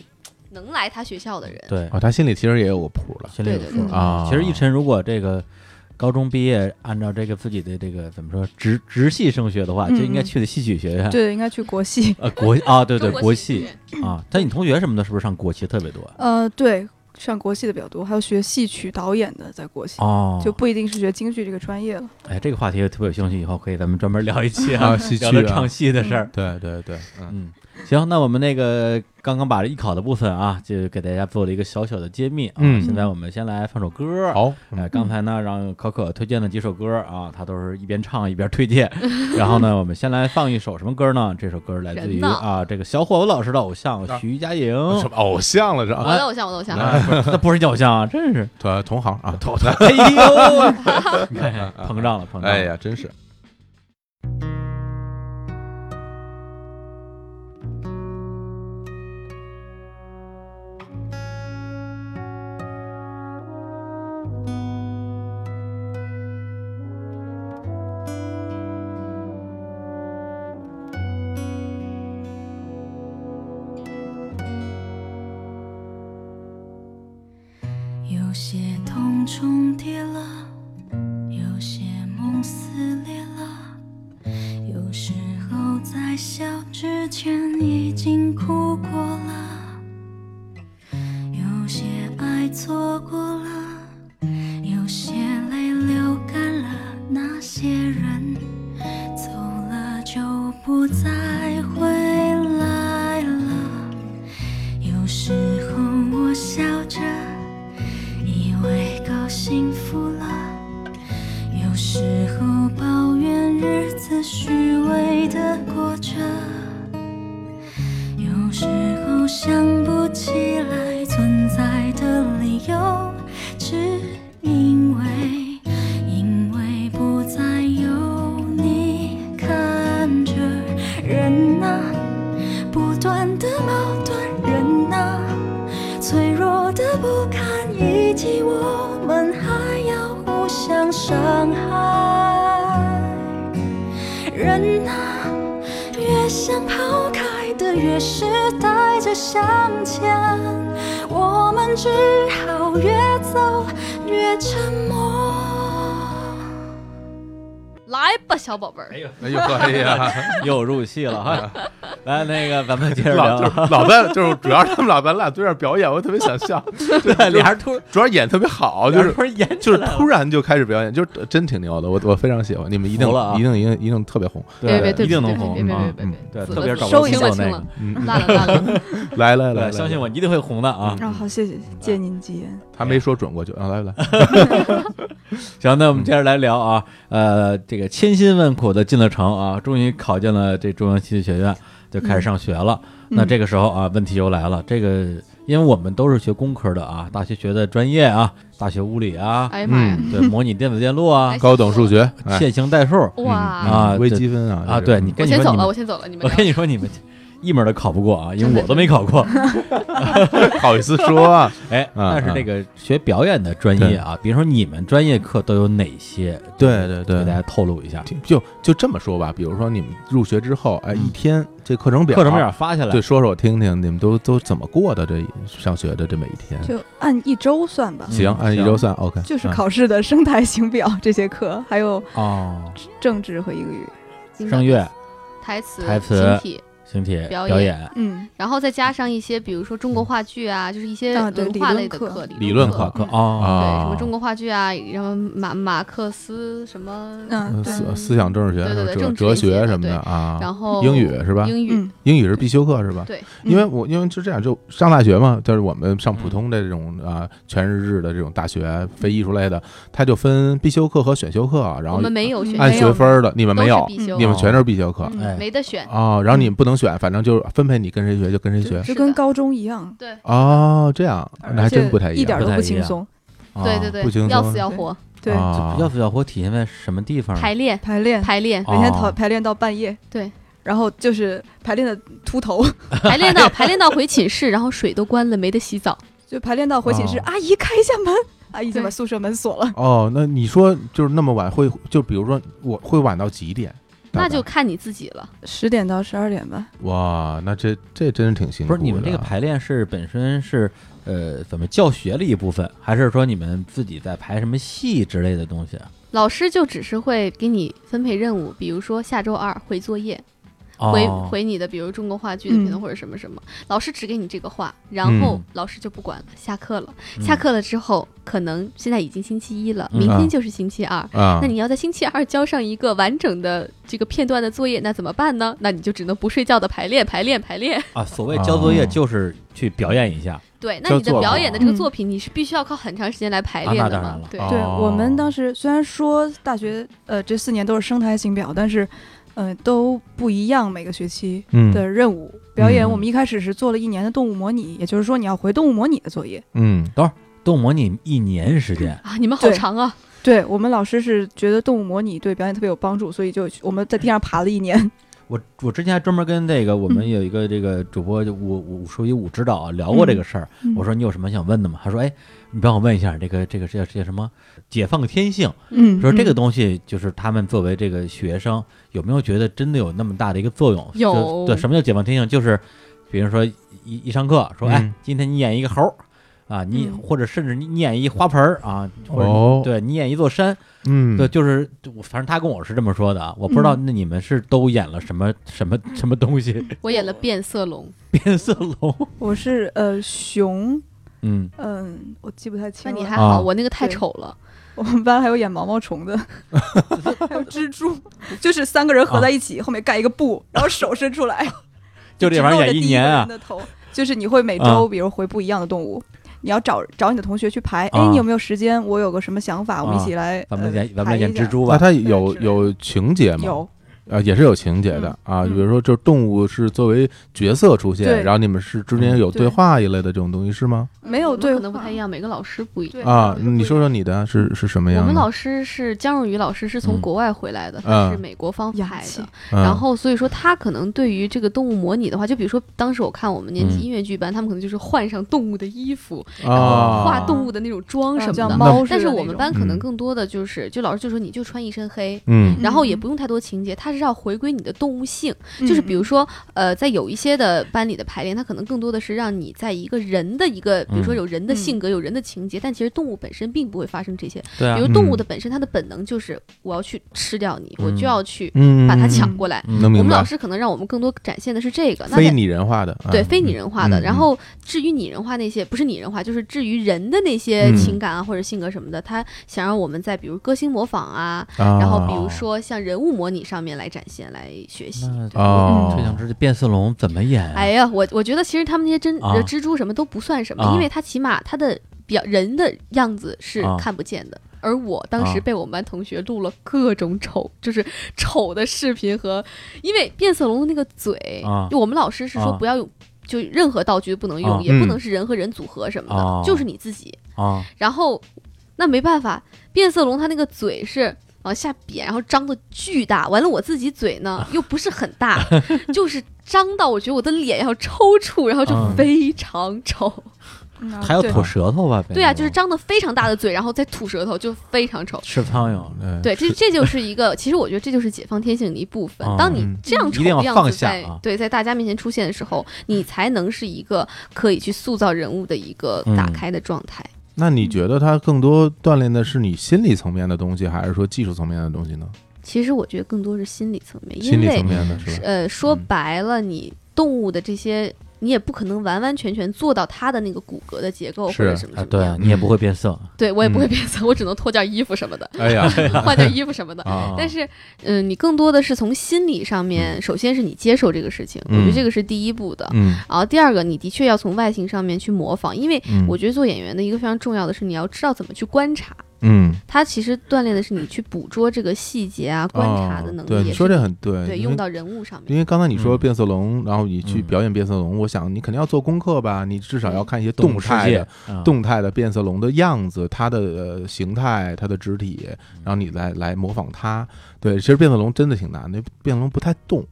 S5: 能来他学校的人。
S3: 对，
S4: 哦啊，他心里其实也有个谱了
S3: 心里有
S5: 对对
S3: 数
S6: 对
S3: 啊。
S4: 啊。
S3: 其实一晨如果这个高中毕业，按照这个自己的这个怎么说直直系升学的话，就应该
S6: 嗯嗯
S3: 去的戏曲学院。
S6: 对，应该去国戏。
S3: 呃，国啊，对对，
S5: 中
S3: 国
S5: 国
S3: 戏
S5: 戏
S3: 啊，但你同学什么的，是不是上国戏特别多？啊
S6: 呃，对，上国戏的比较多，还有学戏曲导演的在国戏，
S3: 哦，
S6: 就不一定是学京剧这个专业了。
S3: 哎，这个话题我特别有兴趣，以后可以咱们专门聊一期啊，
S4: 啊，戏曲
S3: 聊聊
S4: 啊
S3: 唱戏的事儿。
S4: 对对对，嗯，
S3: 嗯，行，那我们那个刚刚把艺考的部分啊，就给大家做了一个小小的揭秘啊。
S4: 嗯
S3: 现在我们先来放首歌。
S4: 好，
S3: 哎，刚才呢，让可可推荐了几首歌啊，他都是一边唱一边推荐。然后呢，我们先来放一首什么歌呢？这首歌来自于
S5: 人呢
S3: 啊，这个小伙子老师的偶像
S4: 啊
S3: 徐佳莹。
S4: 什么 偶像了是吧？
S5: 我的偶像，我的偶像，
S3: 啊，不是那不是你偶像啊，真 是，
S4: 同同行啊，同
S3: 哎呦，啊你 看膨胀了，膨胀了。
S4: 哎呀，真是
S7: 有些痛重叠了，有些梦撕裂了，有时候在笑之前已经哭过了，有些爱错过了，有些泪流干了，那些人走了就不再回来了。有时候我笑着。以为够幸福了，有时候抱怨日子虚伪的过着，有时候想不起来存在的理由，只因为因为不再有你看着人呐、不断的矛盾人呐、脆弱的不堪，以及我们还要互相伤害。人啊，越想抛开的，越是带着向前。我们只好越走越沉默。
S5: 来吧，小宝贝儿，
S4: 哎呦哎呀，
S3: 又入戏了哈。 来，那个咱们接着
S4: 老
S3: 聊
S4: 就
S3: 啊，
S4: 是老在就是主要是他们老咱俩对着表演，我特别想笑，
S3: 对，俩人突然
S4: 主要演特别好，哦就是
S3: 突然演
S4: 就是突然就开始表演，就是真挺牛的，我我非常喜欢，你们一定
S3: 服了啊
S4: 一定一定一定特别红，
S5: 别别，对
S3: 一定
S5: 不起
S3: 能红
S5: 别别别
S3: 啊
S5: 别！别
S4: 嗯
S3: 对，
S5: 别别，
S3: 特别是找
S5: 收
S3: 不
S5: 清了
S3: 到
S5: 清
S3: 那个，，
S4: 嗯，
S5: 了烂了烂了，
S4: 来来来，
S3: 对，
S4: 来
S3: 相信我，你一定会红的啊。
S4: 嗯
S6: 啊，好，谢谢，借您吉言。
S4: 他没说准过就啊，来来，
S3: 行，那我们接着来聊啊，呃，这个千辛万苦的进了城啊，终于考进了这中央戏剧学院，就
S5: 嗯
S3: 开始上学了。那这个时候啊，问题又来了，这个因为我们都是学工科的啊，大学学的专业啊，大学物理啊，
S5: 哎呀妈呀，
S3: 对，模拟电子电路啊
S5: 哎，
S4: 高等数学，哎
S3: 线性代数
S4: 嗯
S5: 哇！
S3: 啊
S4: 微
S3: 对
S4: 积分啊
S3: 啊，
S4: 这
S3: 对
S4: 是
S3: 你
S5: 我
S3: 跟你
S5: 先
S3: 说
S5: 走
S3: 你
S5: 了，
S3: 们
S5: 我，先走了，你们
S3: 我
S5: 聊
S3: 跟你说你们一门都考不过啊，因为我都没考 过。
S4: 好意思说哎啊，
S3: 哎，
S4: 嗯
S3: 但是这个学表演的专业啊，比如说你们专业课都有哪些？
S4: 对对对
S3: 给大家透露一下。
S4: 挺就就这么说吧，比如说你们入学之后，哎，一天这课程表，
S3: 嗯课程表发下来，
S4: 对，说说我听听，你们都都怎么过的这一上学的这每一天？
S6: 就按一周算吧，
S4: 行，按一
S3: 嗯行
S4: 周算，OK，
S6: 就是
S4: 嗯
S6: 考试的生态型表这些课，还有
S3: 哦，
S6: 政治和英语。嗯
S3: 声乐、
S5: 台词、
S3: 台词
S5: 形体，
S3: 形体、
S5: 表
S3: 表
S5: 演
S3: 演，
S6: 嗯，
S5: 然后再加上一些，比如说中国话剧啊，就是一些
S6: 啊对
S5: 文化类的
S6: 理论课
S5: 课，
S4: 理
S5: 论
S4: 论课
S3: 可
S6: 嗯
S4: 啊
S5: 对，
S3: 哦，
S5: 什么中国话剧啊，什么马马克思什么，
S6: 嗯，
S4: 呃
S6: 对，
S4: 思思想政治学、
S5: 对对对
S4: 哲
S5: 政治
S4: 哲
S5: 一些
S4: 学
S5: 的
S4: 什么
S5: 对
S4: 的啊，
S5: 然后
S4: 英语是吧？
S5: 英语
S6: 嗯，
S4: 英语是必修课是吧？
S5: 对，嗯
S4: 因为我因为就这样，就上大学嘛，就是我们上普通的这种啊全日制的这种大学，非艺术类的，它就分必修课和选修课，啊然
S5: 我
S4: 后
S5: 们没有学
S4: 嗯按
S5: 没有
S4: 学分儿的，你们没有
S5: 都，是必
S6: 嗯
S5: 修
S4: 你们全都是必修课
S6: 嗯
S3: 哎，
S5: 没得选，
S4: 哦，然后你们不能选，反正就是分配你跟谁学就跟谁学
S6: 就
S5: 是
S6: 跟
S5: 的
S6: 高中一样，
S5: 对
S4: 哦，这样那还
S6: 而且
S4: 真不太
S6: 一点
S4: 样
S6: 儿都
S3: 不太
S6: 不
S3: 一
S6: 轻
S3: 样
S6: 松。
S3: 嗯
S4: 啊，
S5: 对对
S4: 不轻
S5: 对，
S4: 松
S5: 要死要活，
S6: 对，
S4: 啊
S3: 要死要活体现在什么地方
S4: 嗯
S3: 呢？
S5: 排练
S6: 排练，
S5: 排练
S3: 哦
S6: 每天跑排练到半夜。
S5: 对，
S6: 然后就是排练的秃头，
S5: 排练到排练到回寝室，然后水都关了，没得洗澡，
S6: 就排练到回寝室，
S4: 哦
S6: 阿姨开一下门，阿姨就
S5: 对
S6: 把宿舍门锁了。
S4: 哦，那你说就是那么晚会，就比如说我会晚到几点？大
S5: 那
S4: 概
S5: 就看你自己了。
S6: 十点到十二点吧。
S4: 哇，那这这真是挺辛苦
S3: 不
S4: 的。
S3: 是你们这个排练是本身是呃怎么教学的一部分，还是说你们自己在排什么戏之类的东西啊？
S5: 老师就只是会给你分配任务，比如说下周二回作业，回
S3: 哦
S5: 回你的，比如中国话剧的
S6: 嗯
S5: 评论或者什么什么，老师只给你这个话，然后
S4: 嗯
S5: 老师就不管了，下课了。
S3: 嗯
S5: 下课了之后，可能现在已经星期一了，
S3: 嗯
S5: 明
S4: 啊
S5: 天就是星期二。
S4: 啊，
S5: 那你要在星期二交上一个完整的这个片段的作业，那怎么办呢？那你就只能不睡觉的排练、排练、排练。
S3: 啊，所谓交作业
S4: 哦
S3: 就是去表演一下，
S5: 对，那你
S4: 就
S5: 的
S4: 做
S5: 表
S4: 了
S5: 演的这个
S6: 嗯
S5: 作品，你是必须要靠很长时间来排
S3: 啊
S5: 练
S3: 那
S5: 的
S3: 当然
S5: 嘛
S3: 了？
S5: 对，
S4: 哦
S6: 对我们当时虽然说大学呃这四年都是生态型表，但是呃都不一样，每个学期
S4: 嗯
S6: 的任务、表演，
S4: 嗯
S6: 我们一开始是做了一年的动物模拟，也就是说你要回动物模拟的作业。
S4: 嗯
S3: 动模拟一年时间，
S5: 啊，你们好
S6: 对
S5: 长啊！
S6: 对我们老师是觉得动物模拟对表演特别有帮助，所以就我们在地上爬了一年。
S3: 我我之前还专门跟那个我们有一个这个主播就武武术一武指导啊聊过这个事儿，
S6: 嗯嗯
S3: 我说你有什么想问的吗？他说哎，你帮我问一下这个这个这叫这叫什么解放天性，
S6: 嗯
S3: 说这个东西就是他们作为这个学生有没有觉得真的有那么大的一个作用？
S5: 有
S3: 就对，什么叫解放天性？就是比如说一一上课说
S4: 嗯
S3: 哎，今天你演一个猴儿啊，你
S6: 嗯
S3: 或者甚至你你演一花盆儿啊，或者你
S4: 哦
S3: 对你演一座山，
S4: 嗯，
S3: 对，就是就我，反正他跟我是这么说的啊，我不知道
S6: 嗯
S3: 那你们是都演了什么什么什么东西，
S5: 我演了变色龙，
S3: 变色 龙，
S6: 我是呃熊，
S3: 嗯，
S6: 嗯、我记不太清
S5: 那
S6: 了。
S5: 你还好，
S3: 啊
S5: 我那个太
S6: 对
S5: 丑了。
S6: 我们班还有演毛毛 虫的，还有蜘蛛，就是三个人合在一起，后面盖一个布，然后手伸出来，
S3: 啊 就这玩意儿演一年啊
S6: 只露着第一个人的头就是你会每周，比如回不一样的动物，你要找找你的同学去排。哎
S3: 啊，
S6: 你有没有时间？我有个什么想法，我们一
S3: 啊
S6: 起来。
S3: 咱们
S6: 呃
S3: 来演咱们来
S6: 排
S3: 演
S6: 一下
S3: 蜘蛛
S4: 那
S3: 吧，
S4: 它有
S6: 对是
S4: 有情节吗？
S6: 有，
S4: 啊，也是有情节的
S5: 嗯
S4: 啊，比如说，就是动物是作为角色出现，
S6: 对
S4: 然后你们是之间有
S6: 对
S4: 对话一类的这种东西是吗？
S6: 没有
S5: 我们
S6: 对
S5: 可能不
S6: 话
S5: 太一样，每个老师不一样。
S6: 对
S4: 啊，
S6: 就是
S4: 你
S6: 不
S4: 说说你的是是什么
S5: 我
S4: 样的？
S5: 们老师是姜若愚老师，是
S3: 嗯
S5: 从国外回来的，
S4: 嗯
S5: 他是美国方
S6: 洋
S5: 派
S6: 气
S5: 的。
S4: 嗯
S5: 然后所以说他可能对于这个动物模拟的话，就比如说当时我看我们年级
S3: 嗯
S5: 音乐剧班，他们可能就是换上动物的衣服，
S4: 啊，
S5: 画动物的那种妆
S6: 啊
S5: 什么
S6: 像
S5: 的。
S6: 猫似
S5: 但是
S6: 的那
S5: 我们
S6: 种
S5: 班可能
S4: 嗯
S5: 更多的就是，就老师就说你就穿一身黑。
S4: 嗯
S5: 然后也
S6: 嗯
S5: 不用太多情节，它是要回归你的动物性，
S6: 嗯
S5: 就是比如说，呃，在有一些的班里的排练，它可能更多的是让你在一个人的一个，比如说
S3: 嗯
S5: 有人的
S6: 嗯
S5: 性格、有人的情节，但其实动物本身并不会发生这些。
S3: 对啊
S5: 比，如动物
S4: 嗯
S5: 的本身，它的本能就是我要去吃掉你，我
S3: 嗯
S5: 就要去
S4: 嗯，
S5: 把它抢过来。
S3: 嗯
S4: 能
S5: 我
S4: 明
S5: 们老
S4: 白？
S5: 师可能让我们更多展现的是这个，那
S4: 非
S5: 在
S4: 拟人化的，啊
S5: 对非拟人化的。
S4: 嗯
S5: 然后至于拟人化那些，不是拟人化，就是至于人的那些
S4: 嗯
S5: 情感啊或者性格什么的，他想让我们在比如歌星模仿啊，
S4: 啊
S5: 然后比如说像人物模拟上面来展现、来学习。
S3: 那嗯
S5: 对
S4: 哦
S3: 这想知道变色龙怎么演啊
S5: 哎？呀，我我觉得其实他们那些真、
S3: 啊
S5: 呃蜘蛛什么都不算什么，
S3: 啊
S5: 因为他起码他的表人的样子是
S3: 啊
S5: 看不见的。而我当时
S3: 啊
S5: 被我们班同学录了各种丑，就是丑的视频和，因为变色龙的那个嘴，
S3: 啊
S5: 就我们老师是说
S3: 啊
S5: 不要用，就任何道具不能用，
S3: 啊
S5: 也不
S4: 嗯
S5: 能是人和人组合什么的，
S3: 哦
S5: 就是你自己。
S3: 啊，
S5: 然后那没办法，变色龙它那个嘴是往下扁，然后张的巨大。完了，我自己嘴呢 又不是很大，就是张到我觉得我的脸要抽搐，然后就
S3: 嗯
S5: 非常丑。
S6: 嗯啊
S3: 还要
S6: 对
S3: 吐舌头吧？
S5: 对啊，就是
S3: 张
S5: 张的非常大的嘴，然后再吐舌头，就非常丑。
S3: 吃苍蝇，
S4: 嗯，
S5: 对，这这就是一个， 其实我觉得这就是解放天性的一部分
S3: 嗯。
S5: 当你这样丑的
S3: 一定要
S5: 样
S3: 放
S5: 子
S3: 下
S5: 在
S3: 啊
S5: 对在大家面前出现的时候，你才能是一个可以去塑造人物的一个打
S3: 嗯
S5: 开的状态。
S4: 那你觉得它更多锻炼的是你心理层面的东西，还是说技术层面的东西呢？
S5: 其实我觉得更多是心理层面，
S4: 心
S5: 因
S4: 理
S5: 为
S4: 层面的是吧？
S5: 呃，说
S4: 嗯
S5: 白了，你动物的这些，你也不可能完完全全做到它的那个骨骼的结构或
S4: 是
S5: 者什么
S6: 嗯
S3: 啊，
S5: 什么
S3: 对
S5: 样。
S3: 啊，你也不会变色
S5: 对我也不会
S4: 嗯
S5: 变色，我只能脱件衣服什 么的，
S4: 哎呀
S5: 换件衣服什么的。
S4: 啊，
S5: 但是，嗯、你更多的是从心理上面，首先是你接受这个事情，我觉得
S4: 嗯
S5: 这个是第一步的。
S4: 嗯
S5: 然后第二个，你的确要从外形上面去模仿，因为
S4: 嗯
S5: 我觉得做演员的一个非常重要的是，你要知道怎么去观察。
S4: 嗯，
S5: 它其实锻炼的是你去捕捉这个细节啊、观察的
S4: 哦
S5: 能力。
S4: 对，你
S5: 也
S4: 说
S5: 是
S4: 这很对，
S5: 对
S4: 因
S5: 用
S4: 为
S5: 到人物上面
S4: 因。为刚才你
S3: 嗯
S4: 说变色龙，然后你去
S3: 嗯
S4: 表演变色龙，我想你肯定要做功课吧，你至少要
S5: 嗯
S4: 看一些
S3: 动
S4: 动
S3: 物世
S4: 态
S3: 界嗯
S4: 的、，动态的变色龙的样子，它的呃形态、它的肢体，然后你来来模仿它。对，其实变色龙真的挺难的，变色龙不太动。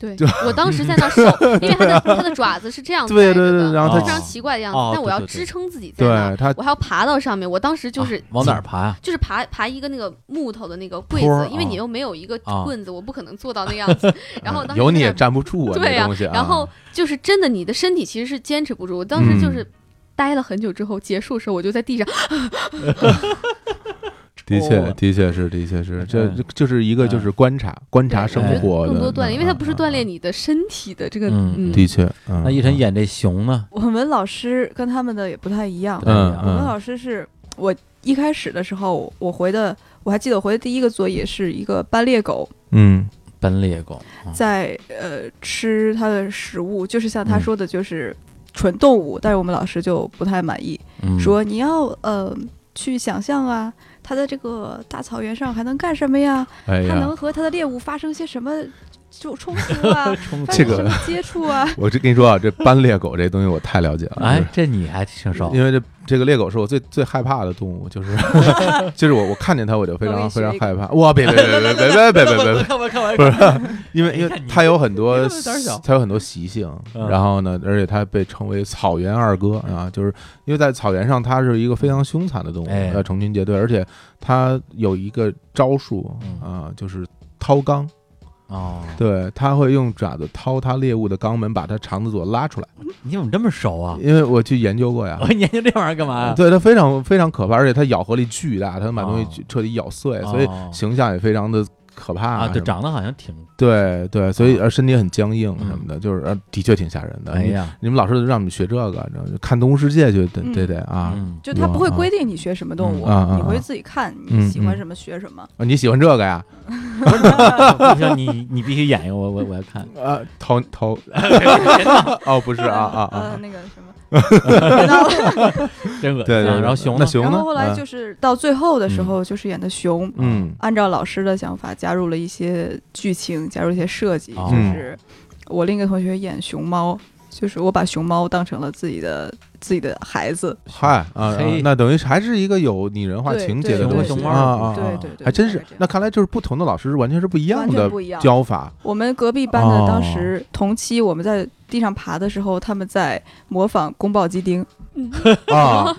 S5: 对
S4: 就，
S5: 我当时 在那儿手，因为它的它的爪子是这样
S4: 对
S5: 掰
S4: 对
S5: 着
S4: 对
S5: 的
S4: 然后
S5: 是
S3: 它
S5: 非常奇怪的样子
S3: 哦，
S5: 但我要
S3: 对对对
S5: 支撑自己
S4: 对
S5: 在那儿，
S4: 它
S5: 我还要爬到上面。我当时就是
S3: 啊往哪儿爬呀？
S5: 就是爬爬一个那个木头的那个柜
S3: 坡儿
S5: 子，因为
S3: 啊
S5: 你又没有一个
S3: 啊
S5: 棍子，我不可能做到那样 子。然后当时
S4: 有
S5: 在
S4: 你
S5: 那
S4: 也
S5: 儿
S4: 站不住啊，
S5: 对
S4: 这
S5: 呀
S4: 东西啊。
S5: 然后就是真的，你的身体其实是坚持不住。我当时就
S4: 嗯
S5: 是待了很久之后，结束的时候我就在地上，
S3: 哦
S4: 的确，的确是，的确是，这
S3: 嗯
S4: 就是一个就是观察观察生
S5: 我觉得
S4: 活的，
S5: 更多锻炼，因为它不是锻
S4: 嗯，
S5: 炼你的身体的这个，
S3: 嗯
S5: 嗯，
S4: 的确。嗯
S3: 那一晨演这熊呢？
S6: 我们老师跟他们的也不太一样
S3: 不，太一
S4: 嗯
S3: 样
S6: 我们
S4: 嗯
S6: 老师是我一开始的时候，我回的，我还记得我回的第一个作业是一个斑鬣狗
S4: 嗯
S3: 斑鬣狗，
S4: 哦
S3: 啊
S6: 在呃吃它的食物，就是像
S4: 嗯
S6: 他说的，就是纯动物，但是我们老师就不太满意，
S3: 嗯
S6: 说你要呃去想象啊，它在这个大草原上还能干什么呀？
S4: 哎
S6: 它
S4: 呀
S6: 能，和它的猎物发生些什么就冲 突啊？
S3: 冲
S6: 发
S4: 这
S6: 生
S4: 个
S6: 什么接触啊？
S4: 我这跟你说啊，这斑鬣狗这东西我太了解了，
S3: 哎，啊这你还挺
S4: 就是
S3: 熟，
S4: 因为这这个猎狗是我最最害怕的动 物，就是就是我我看见它我就非
S6: 我给
S4: 常
S6: 你
S4: 非
S6: 学
S4: 常
S6: 一个
S4: 害怕，哇，别别别别别别别别别，
S3: 看完看完
S4: 不是，因为因为它有很多
S3: 哎你这么胆小，
S4: 它有很多习性，
S3: 嗯
S4: 然后呢，而且它被称为草原二哥啊，就是因为在草原上它是一个非常凶残的动物，
S3: 哎
S4: 要成群结队，而且它有一个招数
S3: 嗯
S4: 啊，就是掏肛，
S3: 哦，
S4: 对，它会用爪子掏它猎物的肛门，把它肠子左拉出来，
S3: 你怎么这么熟啊？
S4: 因为我去研究过呀
S3: 我。研究这玩意儿干嘛呀？啊
S4: 对它非常非常可怕，而且它咬合力巨大，它能把东西
S3: 哦
S4: 彻底咬碎，
S3: 哦
S4: 所以形象也非常的可怕
S3: 啊，
S4: 什
S3: 对，
S4: 么
S3: 长得好像挺，
S4: 对对，所以
S3: 啊
S4: 而身体很僵硬什么的，就是呃的确挺吓人的。
S3: 哎
S4: 你
S3: 呀，
S4: 你们老师让你们学这个，你知道吗就看《动物世界》就得
S6: 嗯
S4: 得得啊
S3: 嗯，
S6: 就他不会
S4: 哇啊
S6: 规定你学什么动物，
S4: 嗯啊啊
S6: 你会
S4: 啊
S6: 自己看你
S4: 嗯
S6: 喜
S4: 嗯
S6: 欢什么学什么。
S4: 啊你喜欢这个呀？
S3: 不行，你你必须演一个，我我我要看，
S4: 啊，头 头哦，不是啊啊
S6: 呃，
S4: 啊！
S6: 那个什么，然后
S3: 真恶心啊。
S4: 对对，对
S3: 然后熊
S4: 那
S3: 呢？
S4: 熊呢？
S6: 然后后来
S4: 嗯
S6: 就是到最后的时候，就是演的熊，啊
S4: 嗯
S6: 按照老师的想法加入了一些剧情，加入一些设计，
S3: 哦
S6: 就是我另一个同学演熊猫，就是我把熊猫当成了自己的自己的孩子，
S4: 嗨啊啊
S3: 嘿，
S4: 那等于是还是一个有拟人化
S6: 对
S4: 情节的
S3: 熊
S6: 对
S4: 东
S3: 和
S4: 西
S3: 熊
S4: 啊
S3: 猫
S4: 啊啊！
S6: 对
S4: 啊
S6: 对对，
S4: 还真
S6: 大
S4: 是
S6: 概这。样
S4: 那看来就是不同的老师是完全是不一样
S6: 完全
S4: 的
S6: 不一样。
S4: 教 法
S6: 我们隔壁
S4: 哦
S6: 班的当时同期，我们在地上爬的时候，他们在模仿宫保鸡丁，
S4: 啊！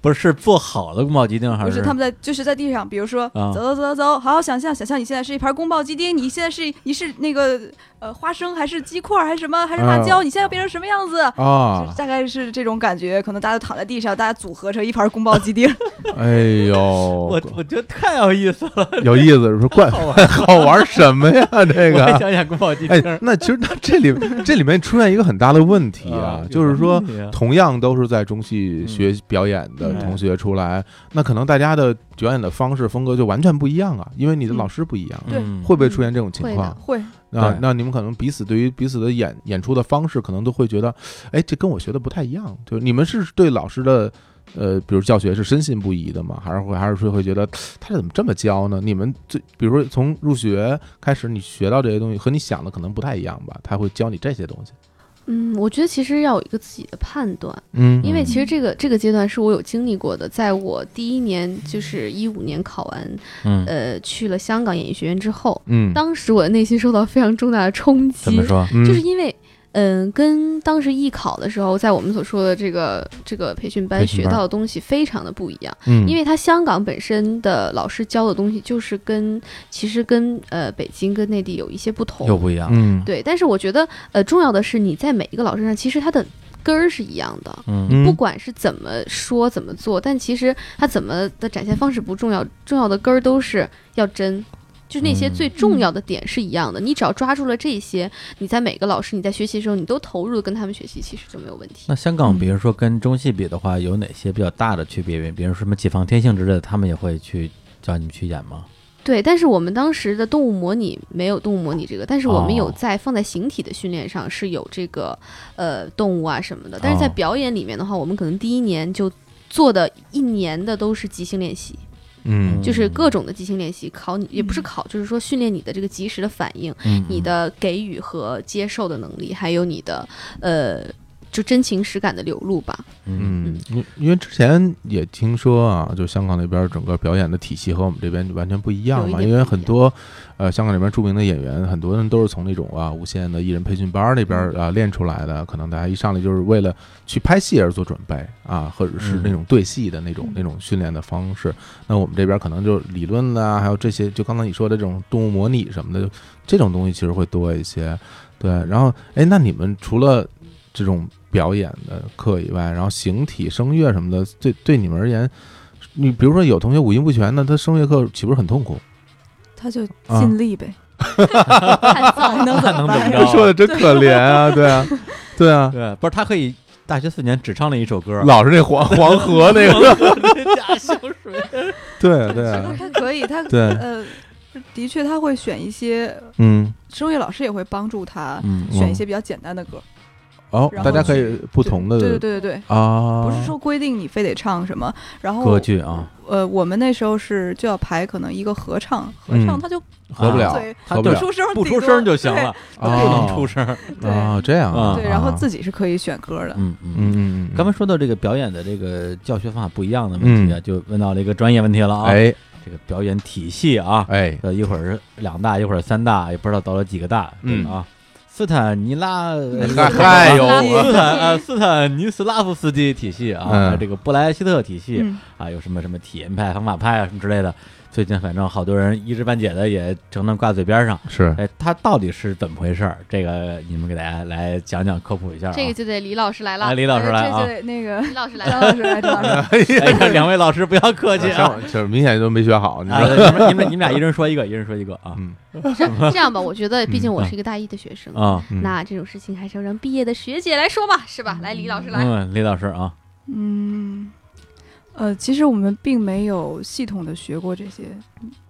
S3: 不是是做好的宫保鸡丁还
S6: 不
S3: 是
S6: 是他们在就是在地上，比如说、
S3: 啊
S6: 走走走走，好好想象想象你现在是一盘宫保鸡丁，你现在是你是那个呃花生还是鸡块还是什么还是辣
S3: 啊
S6: 椒，你现在要变成什么样子？就是
S4: 啊，
S6: 大概是这种感觉，可能大家躺在地上，大家组合成一盘宫保鸡丁，
S4: 哎
S3: 我
S4: 呦，
S3: 我觉得太有意思了，
S4: 有意思，说怪 好玩什么呀？这
S3: 我
S4: 个
S3: 也想演宫保鸡丁
S4: 哎，那其实那这里这里面出现一个很大的问题啊，就是说，同样都是在中戏学表演的
S3: 嗯
S4: 同学出来，那可能大家的表演的方式风格就完全不一样啊，因为你的
S6: 嗯
S4: 老师不一样，
S6: 对
S3: 嗯
S4: 会不会出现这种情
S5: 会
S4: 况
S5: 的
S6: 会
S4: 啊
S3: 对？
S4: 那你们可能彼此对于彼此的演演出的方式，可能都会觉得，哎，这跟我学的不太一样。就是你们是对老师的。呃，比如教学是深信不疑的吗？还是会还是说会觉得他怎么这么教呢？你们最比如说从入学开始，你学到这些东西和你想的可能不太一样吧？他会教你这些东西。
S5: 嗯，我觉得其实要有一个自己的判断，
S4: 嗯
S5: 因为其实这个这个阶段是我有经历过的，在我第一年就是一五年考完，
S3: 嗯，
S5: 呃，去了香港演艺学院之后，
S4: 嗯，
S5: 当时我的内心受到非常重大的冲
S3: 怎
S5: 击
S3: 么，说？
S4: 嗯
S5: 就是因为。嗯，跟当时艺考的时候，在我们所说的这个这个培训班
S4: 培训
S5: 学
S4: 班
S5: 到的东西非常的不一样，
S4: 嗯
S5: 因为他香港本身的老师教的东西就是跟其实跟呃北京跟内地有一些不同，
S3: 又不一样，
S4: 嗯
S5: 对，但是我觉得，呃，重要的是你在每一个老师上，其实他的根儿是一样的，
S3: 嗯
S4: 嗯
S5: 不管是怎么说怎么做，但其实他怎么的展现方式不重要，重要的根儿都是要真。就是那些
S3: 嗯
S5: 最重要的点是一样的，你只要抓住了这些，你在每个老师你在学习的时候，你都投入地跟他们学习，其实就没有问题
S3: 那。香
S4: 嗯
S3: 港，比如说跟中戏比的话，有哪些比较大的区别？比如说什么解放天性之类的，他们也会去叫你们去演吗？
S5: 对，但是我们当时的动物模拟没有动物模拟这个，但是我们有
S3: 哦
S5: 在放在形体的训练上是有这个，呃，动物啊什么的。但是在
S3: 哦
S5: 表演里面的话，我们可能第一年就做的一年的都是即兴练习。
S4: 嗯
S5: 就是各种的即兴练习，考你也不是考，就是说训练你的这个及时的反应、
S3: 嗯
S5: 你的给予和接受的能力，还有你的呃就真情实感的流露吧。
S3: 嗯
S4: 嗯，因因为之前也听说啊，就香港那边整个表演的体系和我们这边就完全不一样
S5: 有一
S4: 嘛。
S5: 点
S4: 因为
S5: 不一
S4: 很多呃香港那边著名的演员，很多人都是从那种啊无线的艺人培训班那边啊练出来的，可能大家一上来就是为了去拍戏而做准备啊，或者是
S2: 嗯
S4: 那种对戏的那种那种训练的方式。那我们这边可能就理论啦，还有这些就刚才你说的这种动物模拟什么的，这种东西其实会多一些。对，然后哎，那你们除了这种表演的课以外，然后形体、声乐什么的，对对你们而言，你比如说有同学五音不全的，他声乐课岂不是很痛苦？
S6: 他就
S4: 啊
S6: 尽力呗，
S3: 啊
S5: 看
S6: 还
S5: 造
S6: 能怎
S3: 能怎么
S6: 么办
S3: 着
S6: 呀？
S3: 啊
S4: 说的真可怜 啊，对啊，对啊，
S3: 对，不是他可以大学四年只唱了一首歌，
S4: 老是那黄黄河 那个，对对啊，
S6: 他可以，他
S4: 对
S6: 呃，的确他会选一些，
S4: 嗯
S6: 声乐老师也会帮助他
S3: 嗯
S4: 嗯
S6: 选一些比较简单的歌，
S4: 哦，
S6: 然
S4: 大
S6: 后
S4: 家可以不
S6: 不
S4: 同的
S6: 对对对对对，
S4: 啊，
S6: 不是说规定你非得唱什么，然后
S3: 歌剧啊，
S6: 呃，我们那时候是就要排可能一个合唱，合
S4: 嗯
S6: 唱他就啊
S4: 合不了
S6: 嘴，
S3: 他
S4: 合不
S3: 就
S4: 了
S6: 出声儿
S3: 啊不出
S6: 顶多
S3: 声就行了，，不
S4: 啊
S3: 能出声。
S6: 对
S4: 啊，这样啊，
S6: 对对，然后
S4: 啊
S6: 自己是可以选歌的，
S3: 嗯嗯。
S4: 嗯嗯嗯，
S3: 刚才说到这个表演的这个教学方法不一样的问题啊，就问到了一个专业问题了啊。
S4: 哎
S3: 这个表演体系啊，
S4: 哎，
S3: 呃，一会儿是两大，一会儿三大，也不知道到了几个大，
S4: 嗯
S3: 这个啊。斯坦尼拉，
S4: 嗨
S3: 啊
S4: 嗨哎呦
S3: 斯坦呃斯坦尼斯拉夫斯基体系啊，
S4: 嗯
S3: 还有这个布莱希特体系
S6: 嗯
S3: 啊，有什么什么体验派、方法派啊什么之类的。最近反正好多人一知半解的也成了挂嘴边上。
S4: 是
S3: 哎，它到底是怎么回事儿？这个你们给大家来讲讲科普一下啊。
S5: 这个就得李老师来
S3: 哎
S5: 了，
S3: 李老师来啊
S6: 这，就那个
S5: 李老师来
S6: 张
S5: 了，
S6: 老师来，张 老师，
S3: 哎呀，两位老师不要客气啊
S4: 上。这明显都没学好，你知
S3: 啊，
S4: 道吗？
S3: 你们你们你们俩一人说一个，一人说一个啊
S4: 嗯
S5: 这这样吧，我觉得毕竟我
S3: 嗯
S5: 是一个大一的学生，
S3: 啊，
S4: 嗯
S5: 那这种事情还是要让毕业的学姐来说吧，是吧？来，李老师来，
S3: 嗯，李老师啊，
S6: 嗯，呃，其实我们并没有系统的学过这些，